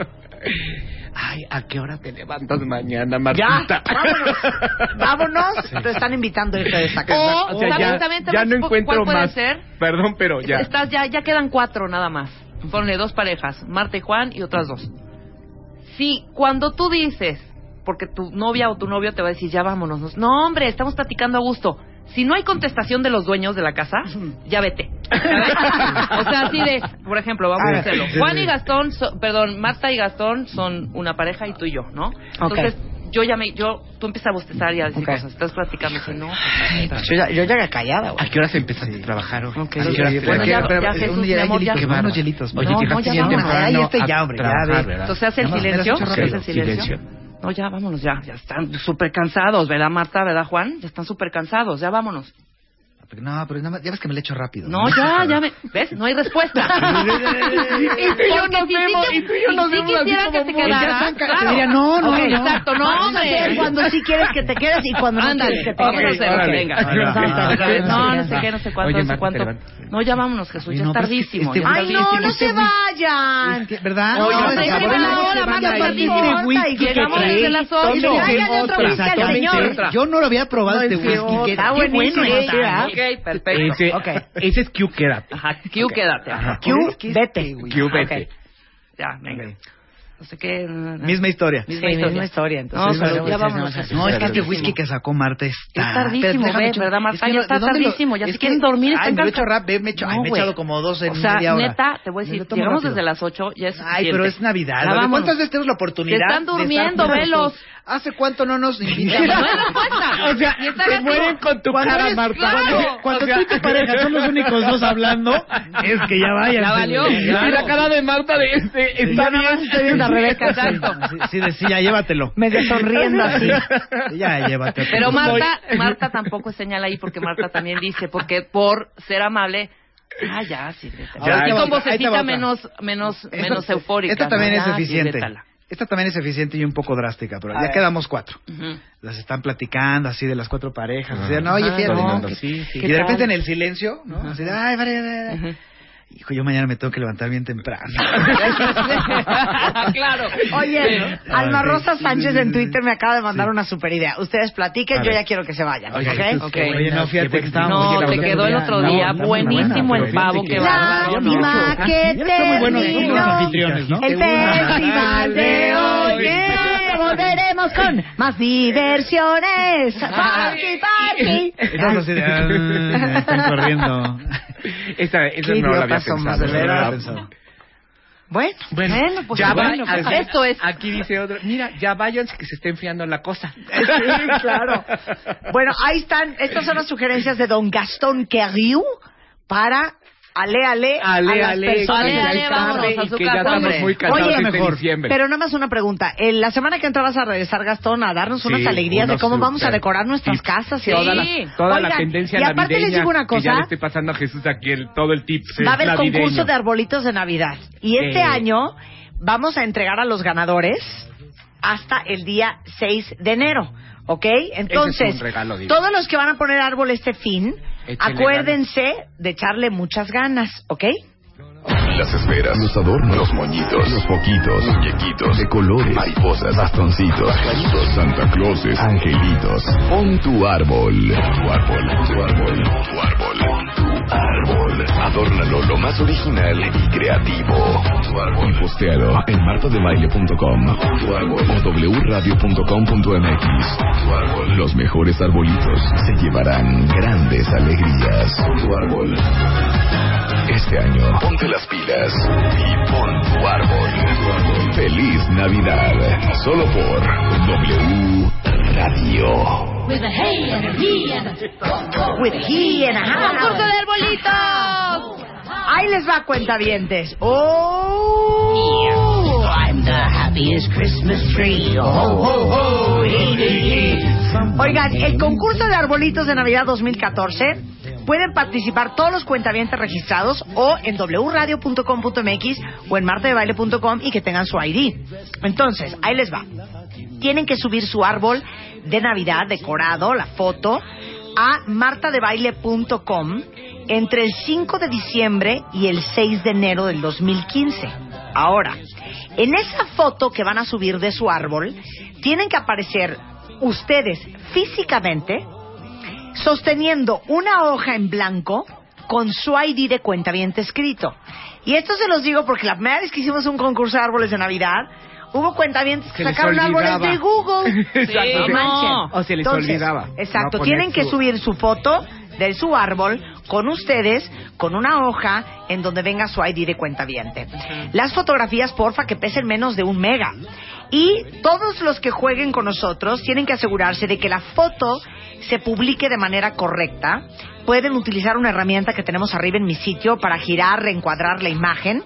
Ay, ¿a qué hora te levantas mañana, Martita? vámonos, te están invitando a irte de esta casa. O, O sea, también, ya- también, ya también, no ¿cu- encuentro ¿cuál puede más. ser? Perdón, pero ya. Estás ya, ya quedan cuatro nada más. Ponle dos parejas, Marta y Juan y otras dos. Si cuando tú dices, porque tu novia o tu novio te va a decir, ya vámonos, nos- no hombre, estamos platicando a gusto. Si no hay contestación de los dueños de la casa, ya vete. ¿sabes? o sea, así de, por ejemplo, vamos Ah, a hacerlo. sí, sí, Juan sí. y Gastón, so- perdón, Marta y Gastón son una pareja y tú y yo, ¿no? Ok. Entonces, yo ya me, yo, tú empiezas a bostezar y a decir Ok. cosas, estás platicando, y no. Yo ya, yo ya callada, güey. ¿A qué horas empezaste a trabajar? hoy? Ok. ¿A Sí, qué horas te bueno, levantaste? ya- eh, ya, Jesús, mi amor, ya. Qué bárbaro. Unos hielitos. Oye, No, llegaste no, ya bien vámonos. temprano Ay, estoy este a ya, hombre, ya, trabajar, ve. ¿verdad? Entonces hace el Nada más, silencio. me das hace ocho el ratos. silencio. No, ya vámonos, ya. Ya están súper cansados, ¿verdad, Marta? ¿Verdad, Juan? Ya están súper cansados, ya vámonos. No, pero nada más, ya ves que me le echo rápido. No, ya, ya me. ¿Ves? No hay respuesta. Y tú y yo Porque nos si vemos, sí y tú y yo si nos sí vemos así quisiera como que te muy- quedaras, Ya saca- claro. te diría, no, no, Ok, no. Exacto, no, Vamos a hombre. hacer cuando sí quieres que te quedes y cuando no Ándale, quieres que te vamos a quedes. hacer, Ok. venga. Vamos a hacer. No, no sé qué, no sé cuánto, Oye, no Marta, sé cuánto. te No, ya vámonos, Jesús, ya no, es pero es que tardísimo. este ya es güey- Ay, no, tardísimo. no se vayan. ¿Verdad? No, No, no, se no, vayan. no, no, Ahora no, van no, a no, partir no, de no, whisky. que llegamos desde las ocho. Tómense Tráigale otro otra. whisky al Tómense señor. otra. Yo no lo había probado este Tómense whisky. otra. Qué- Está qué buenísimo, bueno está, ¿verdad? ¿no? Ok, perfecto. Ese, Ok. ese es Q, quédate. Ajá, Q, quédate. Ajá. Q, vete. Q, vete. Ya, venga. no sé qué. no, no. Misma historia. Misma historia. Misma historia. Entonces, no, ya vámonos. No, es que este whisky que sacó Marta está... Es Espérate, tardísimo, déjame ve, echar- ¿verdad, Marta? Es que Ya no, está ¿de dónde lo- tardísimo, ya es si que- quieren dormir, Ay, están me lo he hecho cansados. rápido, me he hecho- ay, No, me he güey. echado como dos en O sea, media hora. neta, te voy a Me lo decir, tomo llegamos rápido. desde las 8, ya es Ay, pero es Navidad. La ¿De vamos. ¿Cuántas veces tenemos la oportunidad? Se están de estar durmiendo, juntos? velos. ¿Hace cuánto no nos invitan? No es respuesta. O sea, Y está se gato. mueren con tu Cuando cara, es- Marta. claro. Cuando- Cuando O sea- tú y tu pareja son los únicos dos hablando, es que ya vayan. Ya valió. Y la cara de Marta de este está bien. estoy viendo a Rebeca, exacto. Sí, decía, llévatelo. Medio sonriendo así. Ya, llévatelo. Pero Marta, Marta tampoco es señal ahí porque Marta también dice, porque por ser amable, ah, ya, sí. vete. Ahora Y te va con otra, ahí te va vocecita otra. menos, menos, Esta- menos eufórica. Esta también ¿no? es Ya, sí, eficiente. vétala. Esta también es eficiente y un poco drástica, pero ya A ver. quedamos cuatro. Ujú. Las están platicando así de las cuatro parejas. así de, Ajá. no, oye, Ah, fíjate. no, no, que- sí, sí. ¿qué Y de repente en tal? el silencio, ¿no? Así de, ay, vale, vale, vale. Hijo, yo mañana me tengo que levantar bien temprano. claro. Oye, Sí. Alma Ay, Rosa sí, Sánchez sí, en sí, Twitter me acaba de mandar una super idea. Ustedes platiquen, A yo ver. ya quiero que se vayan, Ok, ¿ok? ok. Oye, no, fíjate que estábamos- No, Oye, la te verdad, quedó el no, otro no, día. no, Buenísimo buena, el pero pavo, fíjate qué que- bárbaro. ¿no? Lástima que muy buenos somos terminó los anfitriones, ¿no? el festival de hoy. ¿eh? que Volveremos con más diversiones. Ah, Party, party. Estamos así de, ah, me están corriendo. Esa, esa Qué no la había idiotas somos, pensado. de veras. ¿verdad? Bueno, bueno, pues, ya va, bueno, pues, aquí, esto es. Aquí dice otro, mira, ya váyanse que se está enfriando la cosa. Sí, claro. Bueno, ahí están. Estas son las sugerencias de don Gastón Querriu para ale ale Ale, a las ale, personas. que ya Ale, ale, es tarde vámonos a y su que ya casa, estamos hombre. muy cansados Oye, este mejor, diciembre. pero nada más una pregunta. Eh, la semana que entra vas a regresar, Gastón, a darnos unas Sí, alegrías de unos cómo vamos a super decorar nuestras casas. y Toda la, toda la Oigan, tendencia Y aparte navideña les digo una que ya cosa. le estoy pasando a Jesús aquí el, todo el tip eh, va a haber navideño. concurso de arbolitos de Navidad. Y este Sí. año vamos a entregar a los ganadores hasta el día 6 de enero. ¿Ok? Ese es Entonces, un regalo divino. todos los que van a poner árbol este fin, Échenle acuérdense de echarle muchas ganas. ¿Ok? Las esferas, los adornos, los moñitos, los poquitos, muñequitos, de colores, mariposas, bastoncitos, pajaritos, Santa Clauses, angelitos. Pon tu árbol, tu árbol, tu árbol, tu árbol, tu árbol. Adórnalo lo más original y creativo. Tu árbol. Y postealo en martadebaile.com. Tu árbol o wradio.com.mx. Tu árbol. Los mejores arbolitos se llevarán grandes alegrías. Tu árbol. Este año, ponte las pilas y pon tu árbol. Feliz Navidad, solo por W Radio. With a hey and a he and a... With he and a ha. ¡Concurso de arbolitos! Ahí les va, cuentavientes. ¡Oh! I'm the happiest Christmas tree. Ho, ho, ho, hee, hee, hee. Oigan, el concurso de arbolitos de Navidad 2014 pueden participar todos los cuentavientes registrados o en wradio.com.mx o en martadebaile.com y que tengan su ID. Entonces, ahí les va. Tienen que subir su árbol de Navidad decorado, la foto, a martadebaile.com entre el 5 de diciembre y el 6 de enero del 2015. Ahora, en esa foto que van a subir de su árbol, tienen que aparecer ustedes físicamente sosteniendo una hoja en blanco con su ID de cuenta bien escrito. Y esto se los digo porque la primera vez que hicimos un concurso de árboles de Navidad, hubo cuentavientes que Se les sacaron árboles olvidaba. de Google. Exacto. No manchen. O se les Entonces, olvidaba. Exacto, No poner tienen que su- subir su foto de su árbol con ustedes, con una hoja en donde venga su ID de cuenta Las fotografías, porfa, que pesen menos de un mega. Y todos los que jueguen con nosotros tienen que asegurarse de que la foto se publique de manera correcta. Pueden utilizar una herramienta que tenemos arriba en mi sitio para girar, reencuadrar la imagen.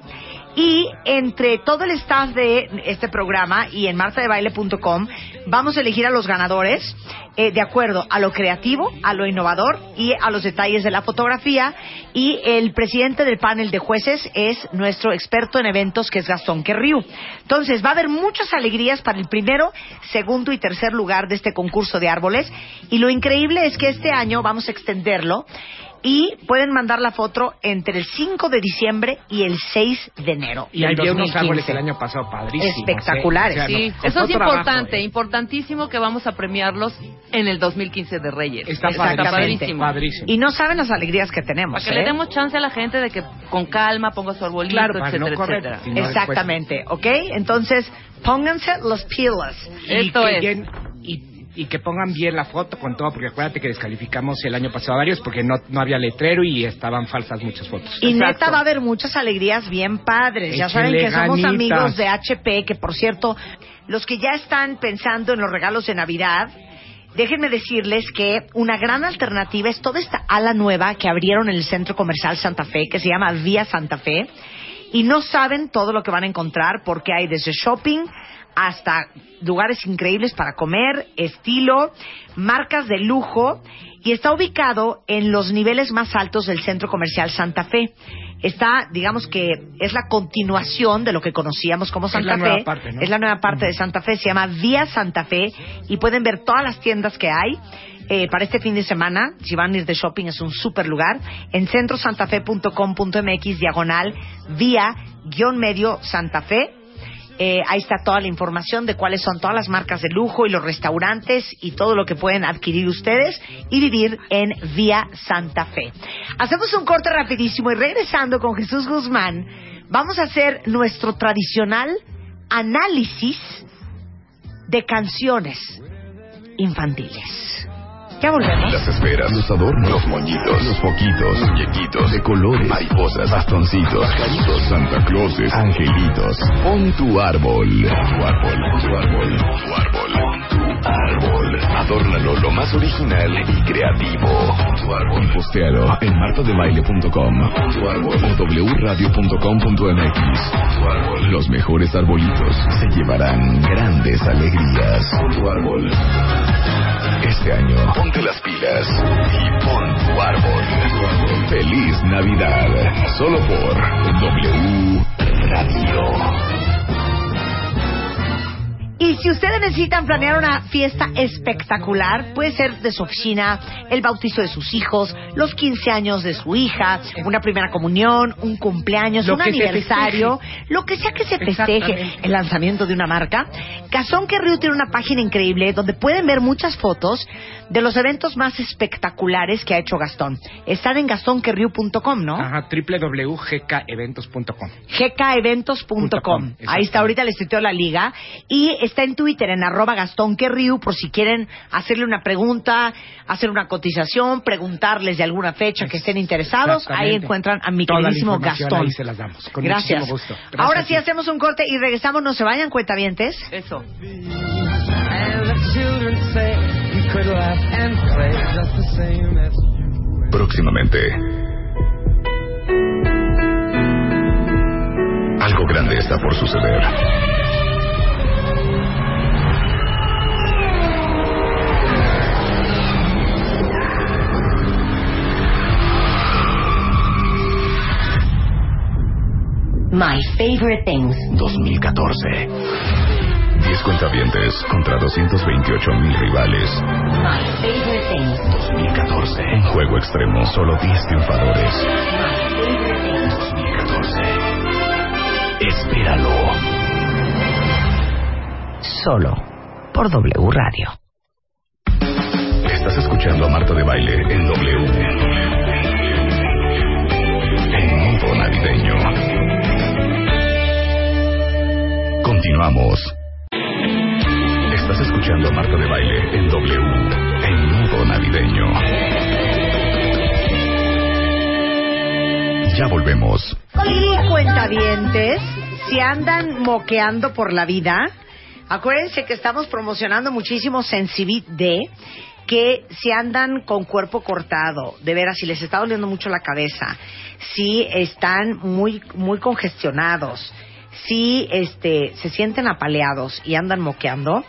Y entre todo el staff de este programa y en martadebaile.com vamos a elegir a los ganadores eh, de acuerdo a lo creativo, a lo innovador y a los detalles de la fotografía. Y el presidente del panel de jueces es nuestro experto en eventos que es Gastón Querriu. Entonces va a haber muchas alegrías para el primero, segundo y tercer lugar de este concurso de árboles. Y lo increíble es que este año vamos a extenderlo Y pueden mandar la foto entre el 5 de diciembre y el 6 de enero. Y había unos 2015. árboles el año pasado padrísimos. Espectaculares. ¿eh? O sea, Sí, nos costó eso es trabajo, importante, eh. importantísimo que vamos a premiarlos en el 2015 de Reyes. Está padrísimo. Y no saben las alegrías que tenemos. Para que ¿eh? le demos chance a la gente de que con calma ponga su arbolito, Claro, para etcétera, no correr, etcétera. sino Exactamente, ¿ok? Entonces, pónganse las pilas. Y que lleguen- y, y que pongan bien la foto con todo, porque acuérdate que descalificamos el año pasado a varios porque no, no había letrero y estaban falsas muchas fotos. Y neta va a haber muchas alegrías bien padres. ya Échenle saben que somos ganitas. amigos de HP, que por cierto, los que ya están pensando en los regalos de Navidad, déjenme decirles que una gran alternativa es toda esta ala nueva que abrieron en el Centro Comercial Santa Fe, que se llama Vía Santa Fe. Y no saben todo lo que van a encontrar porque hay desde shopping hasta lugares increíbles para comer, estilo, marcas de lujo y está ubicado en los niveles más altos del centro comercial Santa Fe. Está, digamos que es la continuación de lo que conocíamos como Es Santa la Fe. nueva parte, ¿no? Es la nueva parte de Santa Fe, se llama Vía Santa Fe y pueden ver todas las tiendas que hay. eh, para este fin de semana, si van a ir de shopping, es un súper lugar. En centrosantafe.com.mx, diagonal, vía, guión medio, Santa Fe. Eh, ahí está toda la información de cuáles son todas las marcas de lujo y los restaurantes y todo lo que pueden adquirir ustedes y vivir en Vía Santa Fe. Hacemos un corte rapidísimo y regresando con Jesús Guzmán, vamos a hacer nuestro tradicional análisis de canciones infantiles. Ya volvemos. Las esferas, los adornos, los moñitos, los poquitos, muñequitos, de colores, mariposas, bastoncitos, pajaritos, Santa Clauses, angelitos. Pon tu árbol, tu árbol, tu árbol, tu árbol, tu árbol. Adórnalo lo más original y creativo. Tu árbol. Postealo en martadebaile.com. Tu árbol. O wradio.com.mx. Tu árbol. Los mejores arbolitos se llevarán grandes alegrías. Tu árbol. Este año, ponte las pilas y pon tu árbol. Feliz Navidad, solo por W Radio. Y si ustedes necesitan planear una fiesta espectacular, puede ser de su oficina, el bautizo de sus hijos, los 15 años de su hija, una primera comunión, un cumpleaños, Lo un que se aniversario, lo que sea que se festeje, Exactamente. el lanzamiento de una marca. Cazón Querrío tiene una página increíble donde pueden ver muchas fotos de los eventos más espectaculares que ha hecho Gastón. Están en gastonquerriu.com, ¿no? Ajá, www.gkeventos.com. gkeventos.com. Ahí está ahorita el sitio de la liga. Y está en Twitter, en arroba Gastón Querriu, por si quieren hacerle una pregunta, hacer una cotización, preguntarles de alguna fecha que estén interesados. Ahí Exactamente. encuentran a mi Toda la queridísimo información Gastón. Ahí se las damos. Con Gracias. muchísimo gusto. Gracias Ahora a sí ti. hacemos un corte y regresamos. No se vayan, cuentavientes. Eso. And the children say we could laugh and play just the same as Próximamente. Algo grande está por suceder. My favorite things. 2014. 10 cuentavientes contra 228 mil rivales. My favorite things. 2014. Un juego extremo. Solo 10 triunfadores. 2014. Espéralo. Solo por W Radio. Estás escuchando a Marta de Baile en W. En modo navideño. Continuamos. Estás escuchando a Marta de Baile en W. En modo navideño. Ya volvemos. Y cuentavientes, si andan moqueando por la vida, acuérdense que estamos promocionando muchísimo Sensibit D, que si andan con cuerpo cortado, de veras, si les está doliendo mucho la cabeza, si están muy, muy congestionados, si este, se sienten apaleados y andan moqueando,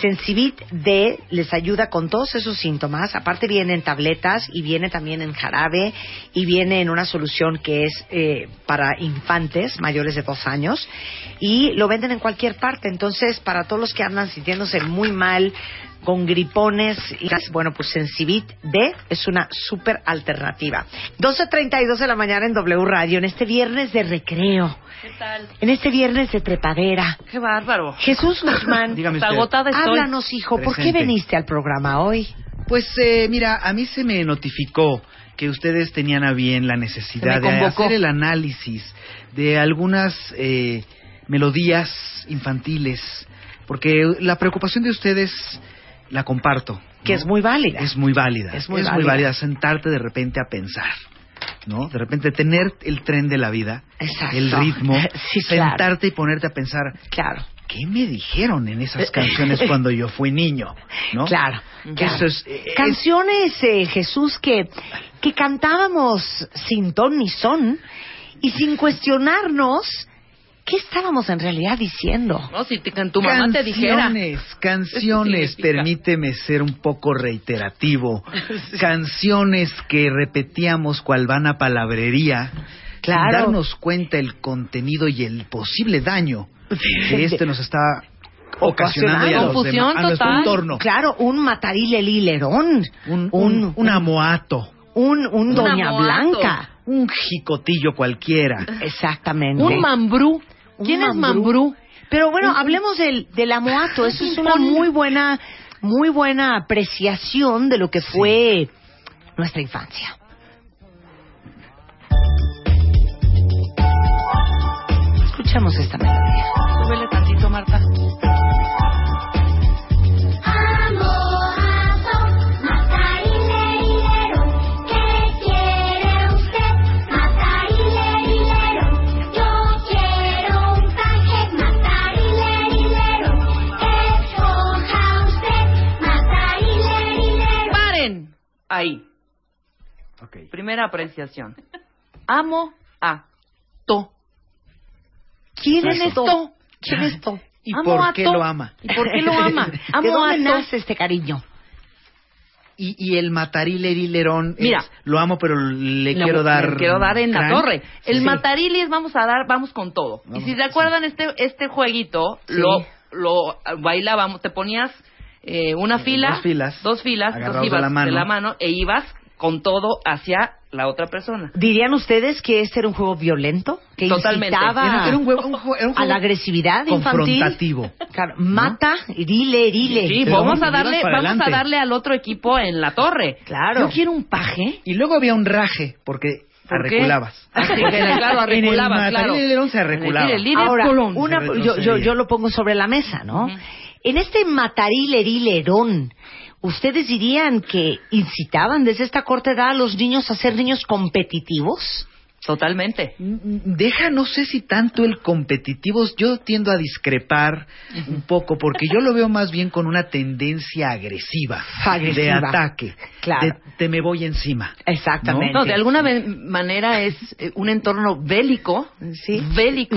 Sensibit D les ayuda con todos esos síntomas. Aparte viene en tabletas y viene también en jarabe y viene en una solución que es eh, para infantes mayores de dos años y lo venden en cualquier parte. Entonces, para todos los que andan sintiéndose muy mal, con gripones, y bueno, pues Sensibit D es una súper alternativa. 12.32 de la mañana en W Radio, en este viernes de recreo, ¿Qué tal? en este viernes de trepadera. Qué bárbaro. Jesús Guzmán, Dígame usted. Agotada estoy. háblanos, hijo, ¿por qué Presente. veniste al programa hoy? Pues eh, mira, a mí se me notificó que ustedes tenían a bien la Se necesidad me de convocó. hacer el análisis de algunas eh, melodías infantiles, porque la preocupación de ustedes la comparto. Que es muy válida. Es muy válida. Es muy muy, válida. válida sentarte de repente a pensar, ¿no? De repente tener el tren de la vida, el ritmo, Sí, claro. sentarte y ponerte a pensar. Claro. ¿Qué me dijeron en esas canciones cuando yo fui niño? ¿No? Claro, claro. Eso es, eh, Canciones, eh, Jesús, que, que cantábamos sin ton ni son y sin cuestionarnos qué estábamos en realidad diciendo. No, si te, can- tu mamá te dijera. Canciones, canciones, permíteme ser un poco reiterativo. Canciones que repetíamos cual van a palabrería. Claro. Sin darnos cuenta el contenido y el posible daño que este nos está ocasionando y a los demás- a nuestro entorno. Claro, un matarile lilerón. Un, Un, un amoato. Un, un Un Doña amoato. Blanca. Un jicotillo cualquiera. Exactamente. Un mambrú. ¿Quién es mambrú? Pero bueno, hablemos del, del amoato. Eso es una muy buena, muy buena apreciación de lo que fue nuestra infancia. Escuchamos esta melodía. Súbele tantito, Marta. ¡Paren! Ahí. Primera apreciación. Amo a to. ¿Quién es Exacto. to? ¿Quién es to? ¿Y Amo por a qué to. lo ama? ¿Y por qué lo ama? Amo ¿De dónde a to. nace este cariño? Y, y el matarilerilerón es, Mira. lo amo pero le Le- quiero dar le quiero dar en la crán. torre. El Sí. matarilis vamos a dar, vamos con todo. y si se acuerdan este este jueguito, Sí. lo lo bailábamos, te ponías eh, una fila, dos filas. dos filas, Agarrados entonces de ibas la mano. de la mano e ibas con todo hacia la otra persona. ¿Dirían ustedes que este era un juego violento? Que Totalmente. incitaba Era- era un juego, un a juego la agresividad infantil. confrontativo. Claro, mata, y dile, dile. Sí, vamos a darle, vamos a darle al otro equipo en la torre. Claro. Yo quiero un paje. Y luego había un raje, porque ¿Por qué? arreculabas. Ah, sí, claro, arreculabas, En el claro. matarilerilerón se En arreculaba. el líder Ahora, Colón. una- Se yo, yo, retrocedía. yo lo pongo sobre la mesa, ¿no? En este matarilerilerón, ¿ustedes dirían que incitaban desde esta corta edad a los niños a ser niños competitivos? Totalmente. Mm, Deja, no sé si tanto el competitivo, yo tiendo a discrepar un poco, porque yo lo veo más bien con una tendencia agresiva, de Agresiva. ataque, Claro. de te me voy encima. Exactamente. No, de alguna ve- manera es eh, un entorno bélico, bélico,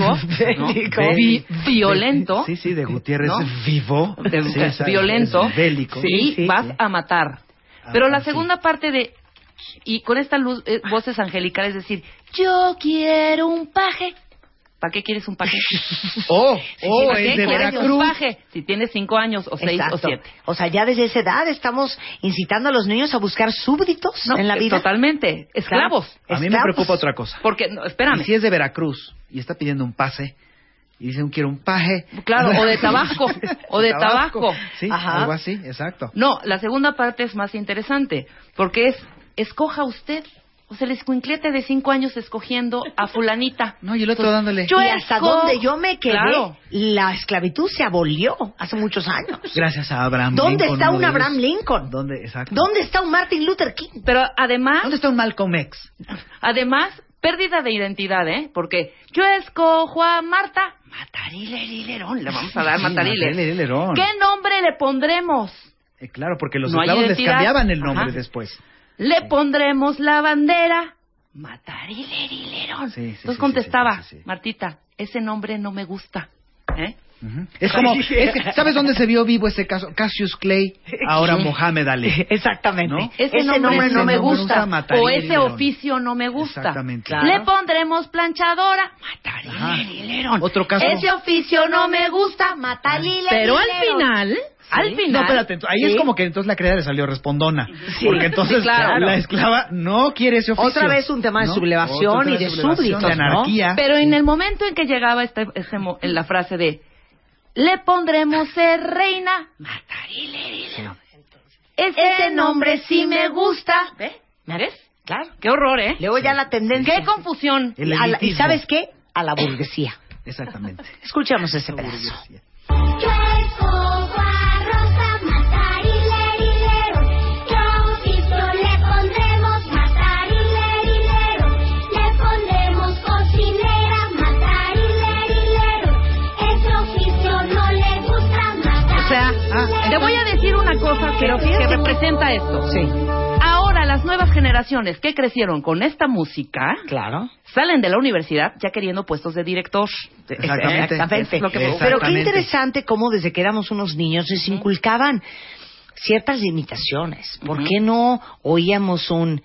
¿no? Bélico. Vi- violento, Sí, sí, de Gutiérrez ¿No? vivo, de- Sí, exacto, violento, es bélico. y vas a matar. Ah, Pero la segunda parte de y con esta luz, eh, voces angelicales decir, yo quiero un paje. ¿Para qué quieres un paje? Oh, Si oh, tienes es seis de años, Veracruz. paje. Si tienes cinco años o seis Exacto. o siete. O sea, ya desde esa edad estamos incitando a los niños a buscar súbditos en la vida. Totalmente. Esclavos. A mí me Esclavos. preocupa otra cosa. Porque, no, espérame. Y si es de Veracruz y está pidiendo un pase y dice, quiero un paje. Claro, o de Tabasco, o de Tabasco. Sí, Ajá. algo así, exacto. No, la segunda parte es más interesante, porque es, escoja usted. O sea, el escuinclete de cinco años escogiendo a fulanita. No, yo lo estoy dándole. y hasta donde yo me quedé, Claro. la esclavitud se abolió hace muchos años. Gracias a Abraham ¿Dónde Lincoln, está uno un de Abraham ellos. Lincoln? ¿Dónde, exacto. ¿Dónde está un Martin Luther King? Pero además... ¿Dónde está un Malcolm X? Además, pérdida de identidad, ¿eh? Porque yo escojo a Marta. Matarilerilerón, le vamos a dar Sí, matarile. Matarile-Lerón. ¿Qué nombre le pondremos? Eh, claro, porque los No hay esclavos les identidad. cambiaban el nombre Ajá. después. Le pondremos la bandera. Matarilerilerón. Sí, sí, Entonces sí, contestaba, Martita, ese nombre no me gusta. ¿Eh? Es como, es que, ¿sabes dónde se vio vivo ese caso? Cassius Clay, ahora Sí. Mohamed Ali. Exactamente. ¿No? Ese, nombre, no me gusta. mataría o el ese león. oficio no me gusta. Exactamente. Le Claro. pondremos planchadora. Ajá. Matarilero. Otro caso. Ese oficio no me gusta. Matarilero. Pero al final, al No, final. espérate, ento- ahí es como que entonces la crea le salió respondona. Sí. Porque entonces Sí, claro. la esclava no quiere ese oficio. Otra vez un tema de ¿no? sublevación Otro tema y de sublevación, súbditos, de ¿no? anarquía. Pero en el momento en que llegaba este, ese mo- en la frase de le pondremos ser reina, matarilero. Ese nombre sí me gusta. ¿Ve? ¿Me ves? Claro. Qué horror, ¿eh? Luego ya la tendencia. Qué confusión. El A la- ¿Y elitismo. sabes qué? A la burguesía. Exactamente. Escuchamos ese pedazo. Le pondremos matarilero, le pondremos cocinera, matarilero. Ese oficio no le gusta matar. O sea, ah, te voy a decir una cosa que, que representa esto. Ahora las nuevas generaciones que crecieron con esta música, claro, salen de la universidad ya queriendo puestos de director. Este, Exactamente. Exactamente. Es lo que me- Pero qué interesante cómo desde que éramos unos niños les inculcaban ciertas limitaciones. ¿Por qué no oíamos un...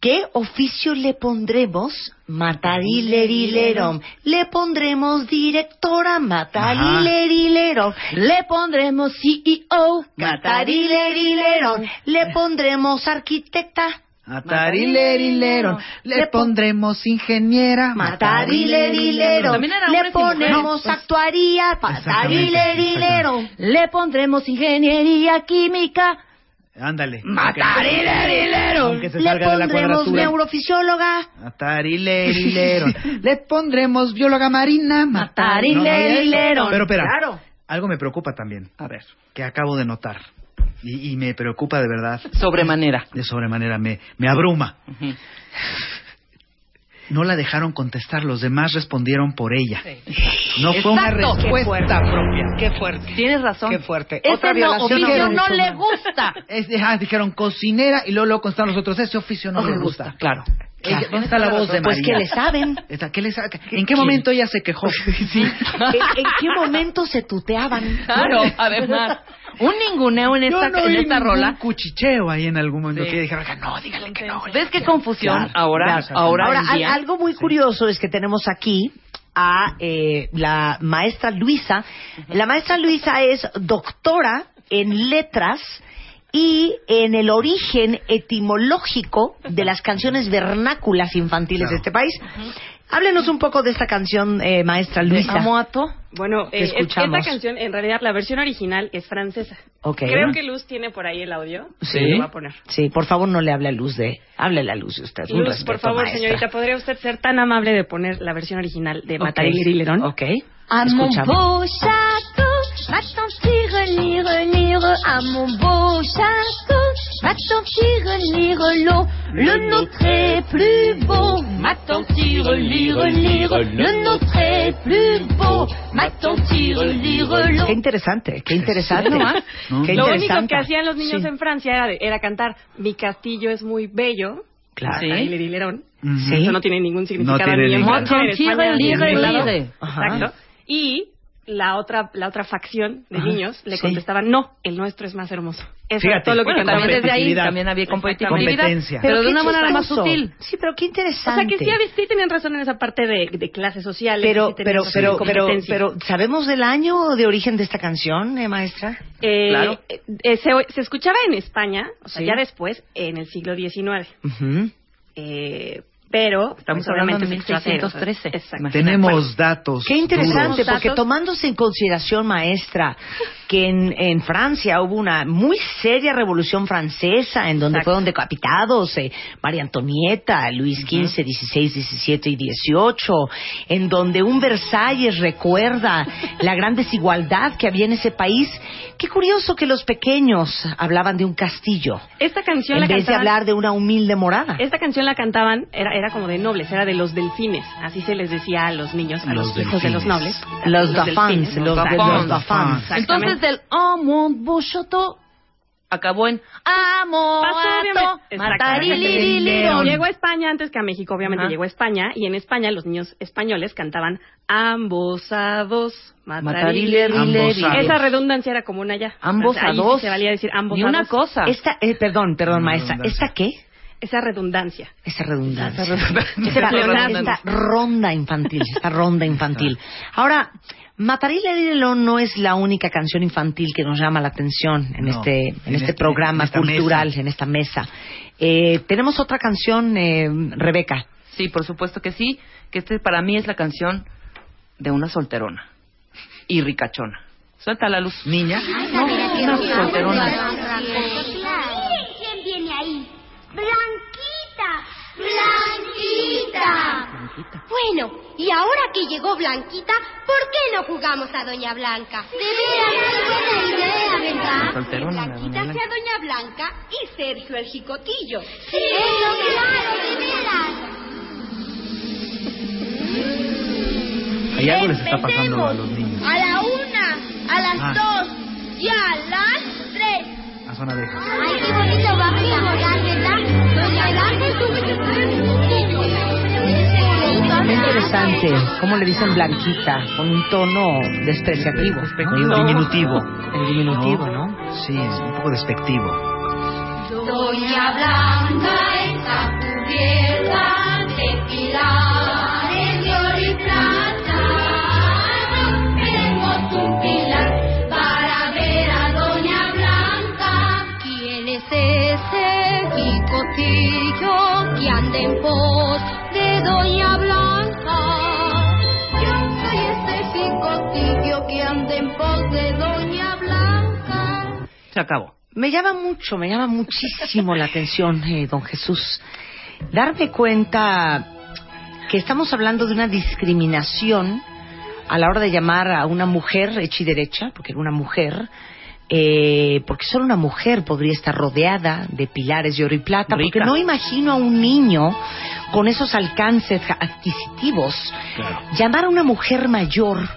¿Qué oficio le pondremos? Matarilerilerom. Le pondremos directora, matarilerilerom. Le pondremos CEO, matarilerilerom. Le pondremos arquitecta, Matarilerileron. Le pondremos ingeniera. Matarilerileron. Le ponemos actuaría, matarilerileron. Le pondremos ingeniería química. Ándale. Matarilerileron. Aunque se Le salga de la pondremos cuadratura. neurofisióloga. Matarilerileron. Le pondremos bióloga marina. Matarilerileron. Matarilerileron. Pero espera. Claro. Algo me preocupa también. A ver. Que acabo de notar. Y, y me preocupa de verdad. Sobremanera. De sobremanera. Me, me abruma. No la dejaron contestar. Los demás respondieron por ella. No fue una Exacto. Qué fuerte. respuesta propia. Qué fuerte. Tienes razón. Qué fuerte. Ese Otra no, violación a oficio los no derechos le humanos. gusta. Es, ah, dijeron cocinera y luego, luego constaron los otros. Ese oficio no, No me me gusta. Claro. Ella- ¿Dónde está la voz de Pues María? que le saben. Está- ¿qué le sa- ¿En qué momento ella se quejó? ¿En, en qué momento se tuteaban? Claro, además. Un ninguneo en esta, en esta rola. cuchicheo ahí en algún momento que dijeron, no, dígale que no. ¿Ves qué confusión ahora? Claro, claro. ahora, en al- día? algo muy curioso es que tenemos aquí a eh, la maestra Luisa. La maestra Luisa es doctora en letras y en el origen etimológico de las canciones vernáculas infantiles de este país. Háblenos un poco de esta canción, eh, maestra Luisa. Amoato? Bueno, Te eh, es- escuchamos. esta canción, en realidad, la versión original es francesa. Ok. Creo que Luz tiene por ahí el audio. Sí. Lo voy a poner. Sí, por favor no le hable a Luz de... Háblele a Luz de usted. un Luz, respeto, por favor, maestra. señorita, ¿podría usted ser tan amable de poner la versión original de Ok. Mataril y Lerón? Ok. A mon Escuchamos. beau château, va t'en tirer, lire, lire, à mon beau château, va t'en tirer, lire, l'eau, le nôtre est plus beau, ma t'en tire, lire, lire, le nôtre est plus beau, ma t'en tire, lire, l'eau. Qué interesante, qué interesante. Sí, ¿no, ah? Qué Lo interesante. único que hacían los niños Sí. en Francia era, de- era cantar Mi castillo es muy bello. Claro. Mataril y Lerón. Sí. Eso no tiene ningún significado tiene ni en ningún- Francia, ni en España, Montero, ni en ningún libre, lado. libre. Ajá. Exacto. Y la otra, la otra facción de Ajá, niños le sí. contestaban, no, el nuestro es más hermoso. Eso Fíjate. es todo lo que Bueno, cantaban. también desde ahí Competitividad. también había competitividad, Competencia. pero de qué una manera más chistoso. sutil. Sí, pero qué O interesante. sea, que sí, había- sí tenían razón en esa parte de, de clases sociales. Pero, sí tenían pero, razón en pero, pero, competencia. pero, ¿sabemos del año de origen de esta canción, eh, maestra? Eh, Claro. eh, se, se escuchaba en España, o sea, Sí. ya después, en el siglo XIX. Ujú. Eh, pero, Estamos pues, hablando de obviamente, se exagera, o sea, 1613. Exacto. Tenemos datos. Qué interesante, duros. porque tomándose en consideración, maestra, que en, en Francia hubo una muy seria revolución francesa, en donde fueron decapitados eh, María Antonieta, Luis XV, XVI, XVII y XVIII, en donde un Versalles recuerda la gran desigualdad que había en ese país. Qué curioso que los pequeños hablaban de un castillo, Esta canción en la vez de cantaban- hablar de una humilde morada. Esta canción la cantaban, era, era como de nobles, era de los delfines, así se les decía a los niños, a los, Los hijos de los delfines. nobles. Los delfines, dafans, los dafans. de- los dafans. Exactamente. Entonces, del Oh mon beau château, acabó en Amo, ato, matariliriliron. Llegó a España antes que a México, obviamente Ajá. llegó a España y en España los niños españoles cantaban ambos a dos, matarileri. Ambos a dos. Esa redundancia era común allá. Ambos Entonces, a ahí sí dos. Se valía decir ambos Ni a una dos. cosa. Esta, eh, perdón, perdón, maestra. redundancia. ¿Esta qué? Esa redundancia. Esa redundancia. Esa redundancia. Esta- Esa redundancia. esta ronda infantil. Esta ronda infantil. Ahora, Matarile no es la única canción infantil que nos llama la atención en No, este, en en este este- programa en esta cultural, en esta mesa. Eh, tenemos otra canción, eh, Rebeca. Sí, por supuesto que sí, que este para mí es la canción de una solterona y ricachona. Suelta la luz. Niña. No, una solterona. Miren quién viene ahí. Blanquita. Blanquita. Bueno, y ahora que llegó Blanquita, ¿por qué no jugamos a Doña Blanca? De veras, es buena idea, ¿verdad? Solterona, la doña Blanquita Blanca. sea Doña Blanca y Sergio el Jicotillo. Sí, eso claro, de veras. Hay algo les está pasando a los niños. A la una, a las Ah. dos y a las tres. A zona de. Ay, qué bonito va a volar, ¿verdad? Doña Blanca sube que Qué interesante. ¿Cómo le dicen blanquita? Con un tono despreciativo. Digo, diminutivo. El diminutivo, ¿no? Sí, es un poco despectivo. Doña Blanca está cubierta de pilares de oro y plata. Rompemos un pilar para ver a Doña Blanca. ¿Quién es ese chicotillo que anda en pos de Doña Blanca? Yo soy ese chicotillo que anda en pos de Doña Blanca. Se acabó. Me llama mucho, me llama muchísimo la atención, eh, don Jesús. Darme cuenta que estamos hablando de una discriminación a la hora de llamar a una mujer hecha y derecha, porque era una mujer, eh, porque solo una mujer podría estar rodeada de pilares de oro y plata, Rica. porque no imagino a un niño con esos alcances adquisitivos llamar a una mujer mayor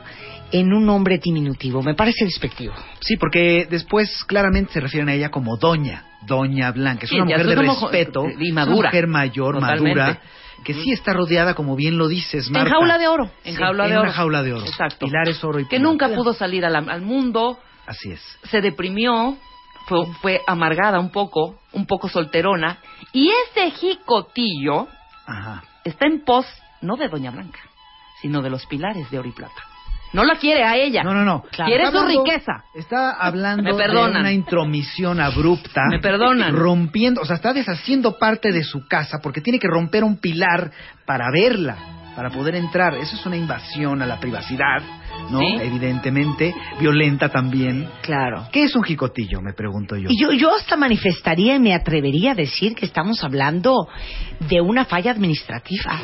en un hombre diminutivo. Me parece despectivo. Sí, porque después claramente se refieren a ella como doña, doña Blanca. Es Sí, una ya mujer de es una jo- respeto, y madura. una mujer mayor, Totalmente. madura, que sí está rodeada, como bien lo dices, Marta. En jaula de oro. En Sí, jaula de en oro. una jaula de oro. Exacto. Pilares oro y Que nunca pudo salir a la- al mundo, Así es. se deprimió, fue, fue amargada un poco, un poco solterona. Y ese jicotillo está en pos, no de Doña Blanca, sino de los pilares de oro y plata. No la quiere a ella. No, no, no. Quiere Está su hablando- riqueza. Está hablando Me de perdonan. una intromisión abrupta. Me perdonan. Rompiendo, o sea, está deshaciendo parte de su casa porque tiene que romper un pilar para verla, para poder entrar. Eso es una invasión a la privacidad, ¿no? Sí. Evidentemente, violenta también. Claro. ¿Qué es un jicotillo, me pregunto yo? Y yo, yo hasta manifestaría y me atrevería a decir que estamos hablando de una falla administrativa.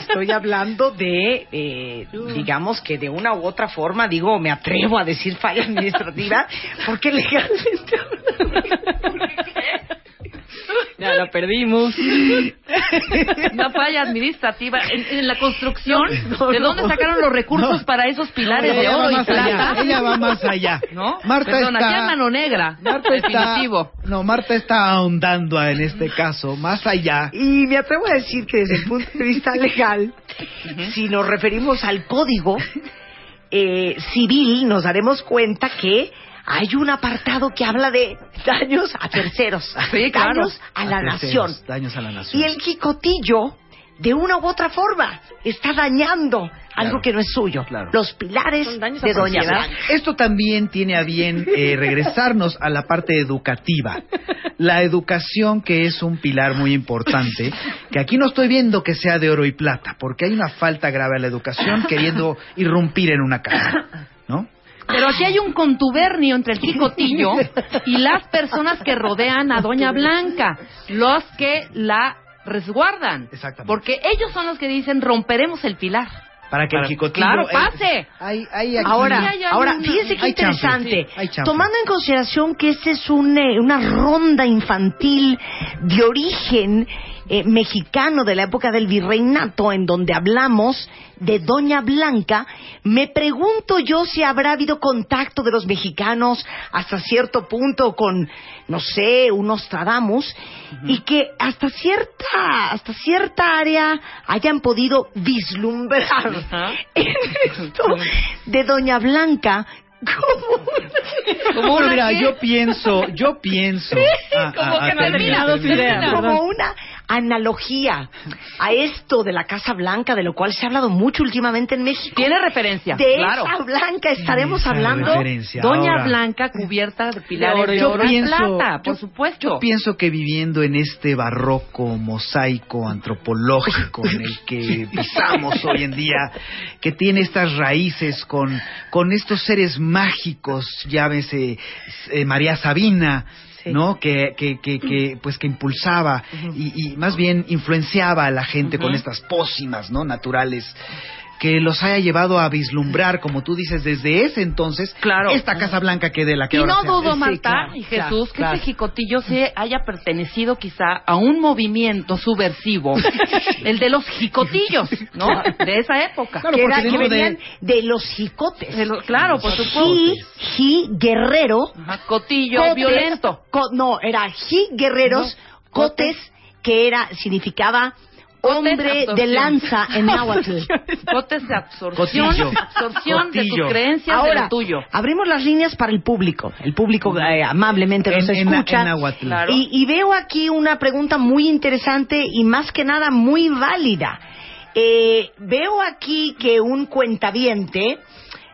Estoy hablando de, eh, digamos que de una u otra forma, digo, me atrevo a decir falla administrativa, porque legalmente... Ya lo perdimos. Una falla administrativa en, en la construcción. No, ¿De no. dónde sacaron los recursos para esos pilares No, de ella va oro y más allá, plata? ella va más allá. ¿No? Marta Perdona, está- aquí hay mano negra. Marta está, Definitivo. no, Marta está ahondando en este caso, más allá. Y me atrevo a decir que desde el punto de vista legal, si nos referimos al código eh, civil, nos daremos cuenta que hay un apartado que habla de daños a terceros, claro. daños a la terceros, nación. Daños a la nación. Y el jicotillo, de una u otra forma, está dañando algo que no es suyo. Los pilares de Doña Blanca. Esto también tiene a bien eh, regresarnos a la parte educativa. La educación que es un pilar muy importante, que aquí no estoy viendo que sea de oro y plata, porque hay una falta grave a la educación queriendo irrumpir en una casa, ¿no? Pero aquí hay un contubernio entre el chicotillo y las personas que rodean a Doña Blanca, los que la resguardan. Exactamente. Porque ellos son los que dicen romperemos el pilar. Para que el jicotillo... Claro, eh, pase. aquí- Ahora, Sí, hay- hay ahora una- fíjense qué hay chanfle, interesante. sí, hay chanfle. Tomando en este consideración que esta es un, eh, una ronda infantil de origen eh, mexicano de la época del virreinato, en donde hablamos de Doña Blanca, me pregunto yo si habrá habido contacto de los mexicanos hasta cierto punto con, no sé, un Nostradamus, y que hasta cierta, hasta cierta área hayan podido vislumbrar en esto de Doña Blanca como una- Como una mira, qué? yo pienso, yo pienso. Ah, Como ah, que ah, no ha termina, terminado su termina. idea, Como una analogía a esto de la Casa Blanca, de lo cual se ha hablado mucho últimamente en México. Tiene referencia, De claro. esa Blanca estaremos Esa hablando. referencia, Doña ahora. Blanca cubierta de pilares de oro, Yo y pienso- plata, por supuesto. Yo pienso que viviendo en este barroco, mosaico, antropológico en el que pisamos hoy en día, que tiene estas raíces con, con estos seres mágicos, llámese eh, María Sabina, ¿no? Que, que, que, que, pues que impulsaba y, y más bien influenciaba a la gente con Ujú. estas pócimas, ¿no? Naturales que los haya llevado a vislumbrar, como tú dices, desde ese entonces, esta Casa Blanca que de la que Y ahora no se habla. dudo, Sí, Marta claro, y claro, Jesús, que claro. ese jicotillo se haya pertenecido quizá a un movimiento subversivo, el de los jicotillos, ¿no? De esa época. que, era- que venían de, los jicotes. claro, por supuesto. Ji, ji, guerrero. cotillo, violento. co- no, era ji, guerreros, cotes, que era, significaba hombre de absorción. lanza en náhuatl. Cotes de absorción, Cotillo. absorción de tus Cotillo. creencias, de Ahora, lo tuyo. Abrimos las líneas para el público. El público eh, amablemente nos En- en- escucha. en náhuatl. Claro. y, y veo aquí una pregunta muy interesante y más que nada muy válida. Eh, veo aquí que un cuentaviente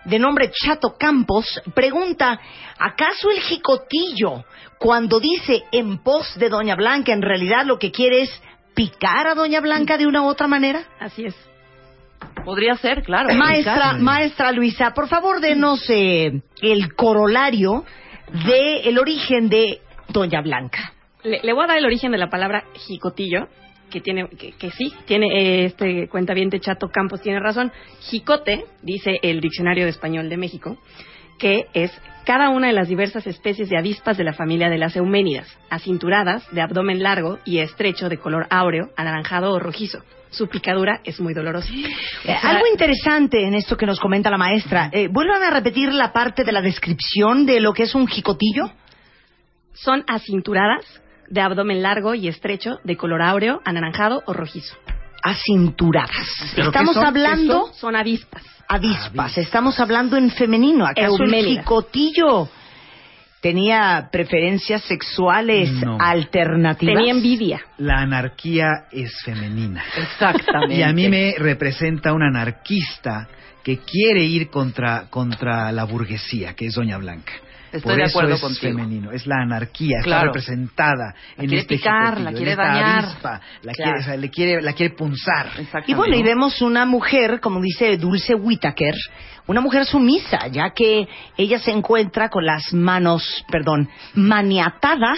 de nombre Chato Campos pregunta, ¿acaso el jicotillo cuando dice en pos de Doña Blanca en realidad lo que quiere es picar a Doña Blanca de una u otra manera? Así es. Podría ser, claro. Maestra, maestra Luisa, por favor denos eh, el corolario de el origen de Doña Blanca. Le, le voy a dar el origen de la palabra jicotillo, que tiene, que, que sí, tiene eh, este cuentaviente Chato Campos tiene razón. Jicote, dice el Diccionario de Español de México, que es cada una de las diversas especies de avispas de la familia de las euménidas, acinturadas, de abdomen largo y estrecho, de color áureo, anaranjado o rojizo. Su picadura es muy dolorosa. Eh, algo interesante en esto que nos comenta la maestra. Eh, Vuelvan a repetir la parte de la descripción de lo que es un jicotillo. Son acinturadas, de abdomen largo y estrecho, de color áureo, anaranjado o rojizo. Acinturadas. Estamos hablando Eso son avispas. avispas. Estamos hablando en femenino. ¿Acaso el Euménidas. jicotillo tenía preferencias sexuales No. alternativas? Tenía envidia. La anarquía es femenina. Exactamente. Y a mí me representa un anarquista que quiere ir contra, contra la burguesía, que es Doña Blanca. Estoy Por de eso acuerdo es contigo. femenino, es la anarquía, está Claro. representada La en quiere este picar, jicotillo, la en quiere esta dañar. avispa, la, Claro. quiere, o sea, le quiere, la quiere punzar. Y bueno, y vemos una mujer, como dice Dulce Whittaker, una mujer sumisa, ya que ella se encuentra con las manos, perdón, maniatada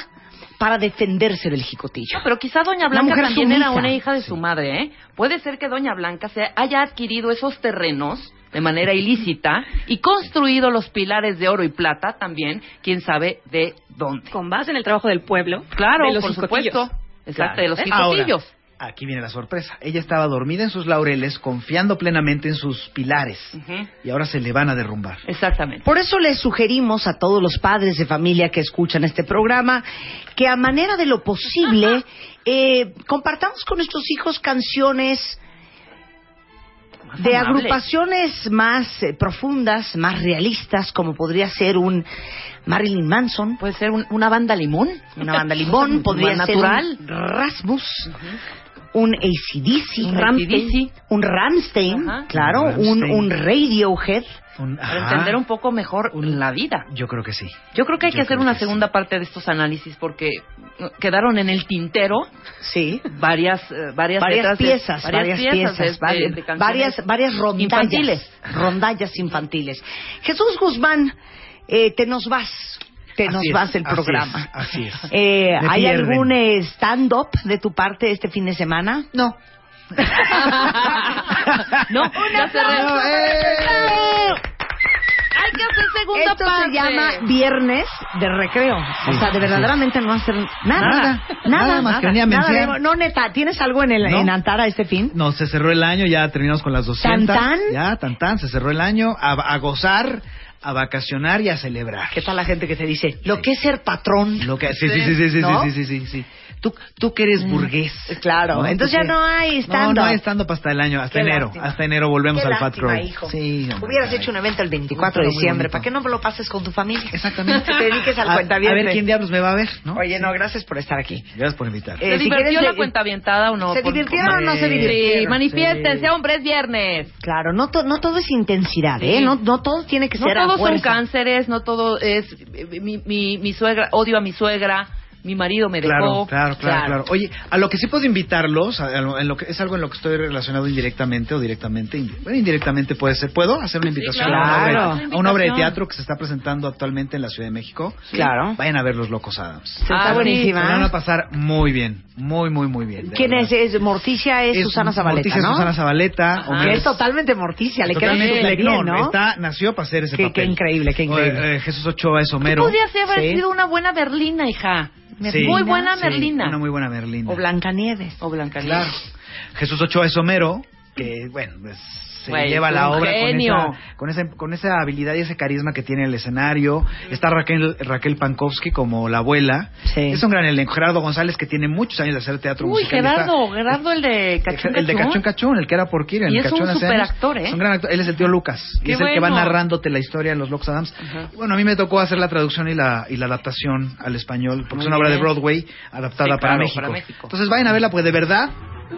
para defenderse del jicotillo. Pero quizá Doña Una Blanca mujer también era sumisa. una hija de su madre, ¿eh? Puede ser que Doña Blanca se haya adquirido esos terrenos de manera ilícita y construido los pilares de oro y plata también, quién sabe de dónde. Con base en el trabajo del pueblo. Claro, de los por jicotillos. supuesto. Exacto, de los ¿Ves? Ahora, jicotillos. Aquí viene la sorpresa. Ella estaba dormida en sus laureles, confiando plenamente en sus pilares. Y ahora se le van a derrumbar. Exactamente. Por eso les sugerimos a todos los padres de familia que escuchan este programa que a manera de lo posible eh, compartamos con nuestros hijos canciones de amables. agrupaciones más eh, profundas, más realistas, como podría ser un Marilyn Manson. Puede ser una banda limón. Una banda limón, podría Más ser un natural. Rasmus, un ACDC, Un Rammstein, un Ramstein, Ajá. claro, un, Rammstein. un Radiohead. Para entender un poco mejor la vida. Yo creo que sí. Yo creo que hay Yo que hacer creo una segunda parte de estos análisis porque eh, quedaron en el tintero sí. varias, eh, varias, varias letras de- piezas, varias piezas, de- de- vari- de canciones varias, varias rondallas, infantiles. rondallas infantiles. Jesús Guzmán, eh, te nos vas, te nos vas del el programa. Así es. Eh, Me ¿Hay pierden. algún eh, stand-up de tu parte este fin de semana? No. no, ya cerré. aplauso para eh. Hay que hacerse segunda esto parte. se llama viernes de recreo. o Sí, sea, de sí. verdaderamente no hacer nada. Nada, Nada, nada, nada más que venía a nada de- mensear. no, neta, ¿tienes algo en, el, No. en Antara este fin? No, se cerró el año, ya terminamos con las 200. ¿Tan, tan? Ya, tan tan, se cerró el año. A, a gozar, a vacacionar y a celebrar. ¿Qué tal la gente que te dice, lo que es ser patrón? Lo que, sí, sí, sí, sí, sí, ¿No? sí, sí, sí, sí. Tú, tú que eres burgués. Claro, ¿no? entonces ya Tú que- no hay No, estando. no hay estando hasta el año, hasta Qué enero. lástima. Hasta enero volvemos Qué al Fat lástima, Crow. hijo. Sí, hombre. Hubieras hecho un evento el 24 de Muy diciembre, bonito. ¿para qué no me lo pases con tu familia? Exactamente. Ah. Que te dediques al A- cuentaviente. a ver quién diablos me va a ver, ¿no? Oye, no, gracias por estar aquí. Gracias por invitar. ¿Se Eh, si divirtió quieres, la eh, cuenta avientada o no? ¿se Por- divirtieron o no se Sí. divirtieron? Sí, manifiéstense, Sí. hombre, es viernes. Claro, no, to- no todo es intensidad, ¿eh? Sí. No, no todo tiene que No ser a todos son fuerza. cánceres, no todo es... eh, Mi, mi, mi suegra, odio a mi suegra, mi marido me Claro, dejó. claro, claro, claro, Oye, a lo que sí puedo invitarlos, a- a lo- en lo que, es algo en lo que estoy relacionado indirectamente o directamente. indi- bueno, indirectamente puede ser. ¿Puedo hacer una invitación claro. a, una obra, Claro. a una obra de Invitación. teatro que se está presentando actualmente en la Ciudad de México? Sí. Claro. Vayan a ver Los Locos Adams. Está Ah, buenísima. Se la van a pasar muy bien, muy, muy, muy bien. de ¿Quién verdad. es? es? Morticia es, Es Susana Zabaleta, Morticia ¿no? Susana Zabaleta. Homero Que es es- totalmente Morticia, le queda Totalmente súper bien, Tecnón, ¿no? Está, nació para hacer ese Qué- qué papel. increíble, qué increíble. O, eh, Jesús Ochoa es Homero. Podría ser haber Sí. sido una buena berlina, hija. Sí. Muy buena Sí, berlina. Una muy buena Merlina. O Blancanieves. O Blancanieves. Claro. Jesús Ochoa es Homero, que, bueno, pues, se Güey, lleva es la un obra con genio. esa, con, esa, con esa habilidad y ese carisma que tiene el escenario. Está Raquel, Raquel Pankowski como la abuela. Es un gran elenco. Gerardo González, que tiene muchos años de hacer teatro Uy, musical. Está- Gerardo, Gerardo el de Cachón el de Cachón. Cachón Cachón, el que era por Kira, Y el es un Cachón hace años. superactor, ¿eh? Es un gran actor. Él es el tío Lucas. Y Qué es el que va bueno. narrándote la historia en los Locks Adams. Y Bueno, a mí me tocó hacer la traducción y la, y la adaptación al español, porque Muy es una obra de bien. Broadway adaptada Sí, para, claro, México. para México. Entonces vayan a verla, pues de verdad,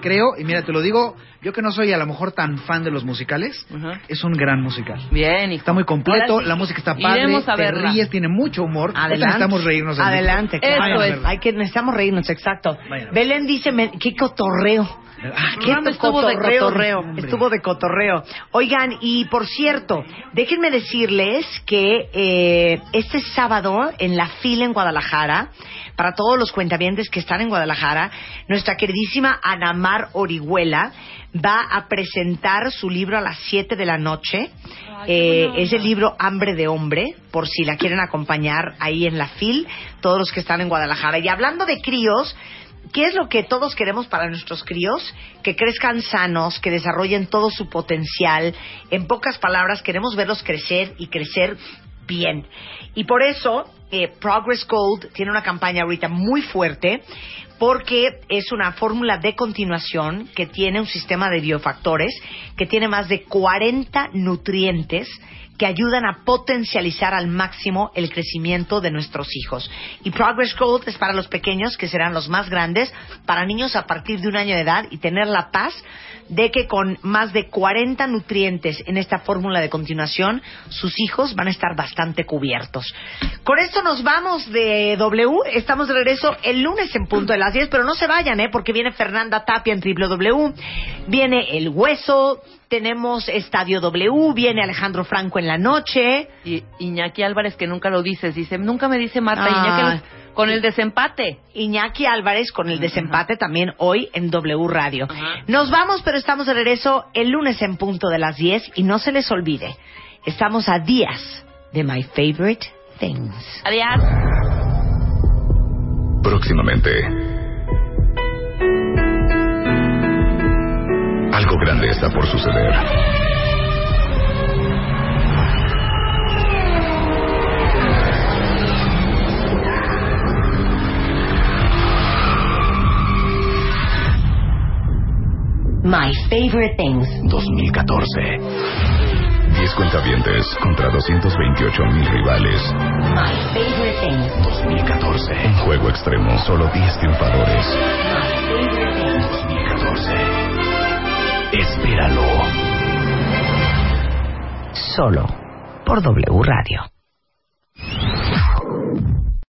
creo, y mira, te lo digo, yo que no soy a lo mejor tan fan de los musicales, es un gran musical. Bien, hijo. Está muy completo, Ahora sí. la música está padre, Iremos a te verla. ríes, tiene mucho humor. Ahorita Necesitamos reírnos. del Adelante, grupo. Vayan claro. a verla. Hay que, necesitamos reírnos, exacto. Vayan a Belén dice, me- qué cotorreo. Qué programa estuvo de Ah, cotorreo, hombre. Estuvo de cotorreo. Oigan, y por cierto, déjenme decirles que eh, este sábado en la fila en Guadalajara, para todos los cuentavientes que están en Guadalajara, nuestra queridísima Anamar Orihuela va a presentar su libro a las 7 de la noche. Eh, es el libro Hambre de Hombre, por si la quieren acompañar ahí en la FIL, todos los que están en Guadalajara. Y hablando de críos, ¿Qué es lo que todos queremos para nuestros críos? Que crezcan sanos, que desarrollen todo su potencial. En pocas palabras, queremos verlos crecer y crecer bien. Y por eso, eh, Progress Gold tiene una campaña ahorita muy fuerte porque es una fórmula de continuación que tiene un sistema de biofactores que tiene más de 40 nutrientes que ayudan a potencializar al máximo el crecimiento de nuestros hijos. Y Progress Gold es para los pequeños, que serán los más grandes, para niños a partir de un año de edad y tener la paz de que con más de 40 nutrientes en esta fórmula de continuación, sus hijos van a estar bastante cubiertos. Con esto nos vamos de W. Estamos de regreso el lunes en punto de las 10, pero no se vayan, ¿eh? porque viene Fernanda Tapia en W. Viene El Hueso, tenemos Estadio W, viene Alejandro Franco en la noche. Y Iñaki Álvarez, que nunca lo dices, dice, nunca me dice Marta Ah. Iñaki Álvarez, con el desempate. Iñaki Álvarez con el desempate también hoy en W Radio. Nos vamos, pero estamos de regreso el lunes en punto de las 10 y no se les olvide, estamos a días de My Favorite Things. Adiós. Próximamente. Algo grande está por suceder. My favorite things. 2014. 10 cuentavientes contra 228 mil rivales. My favorite things. 2014. Un juego extremo. Solo 10 triunfadores. 2014. Espéralo. Solo por W Radio.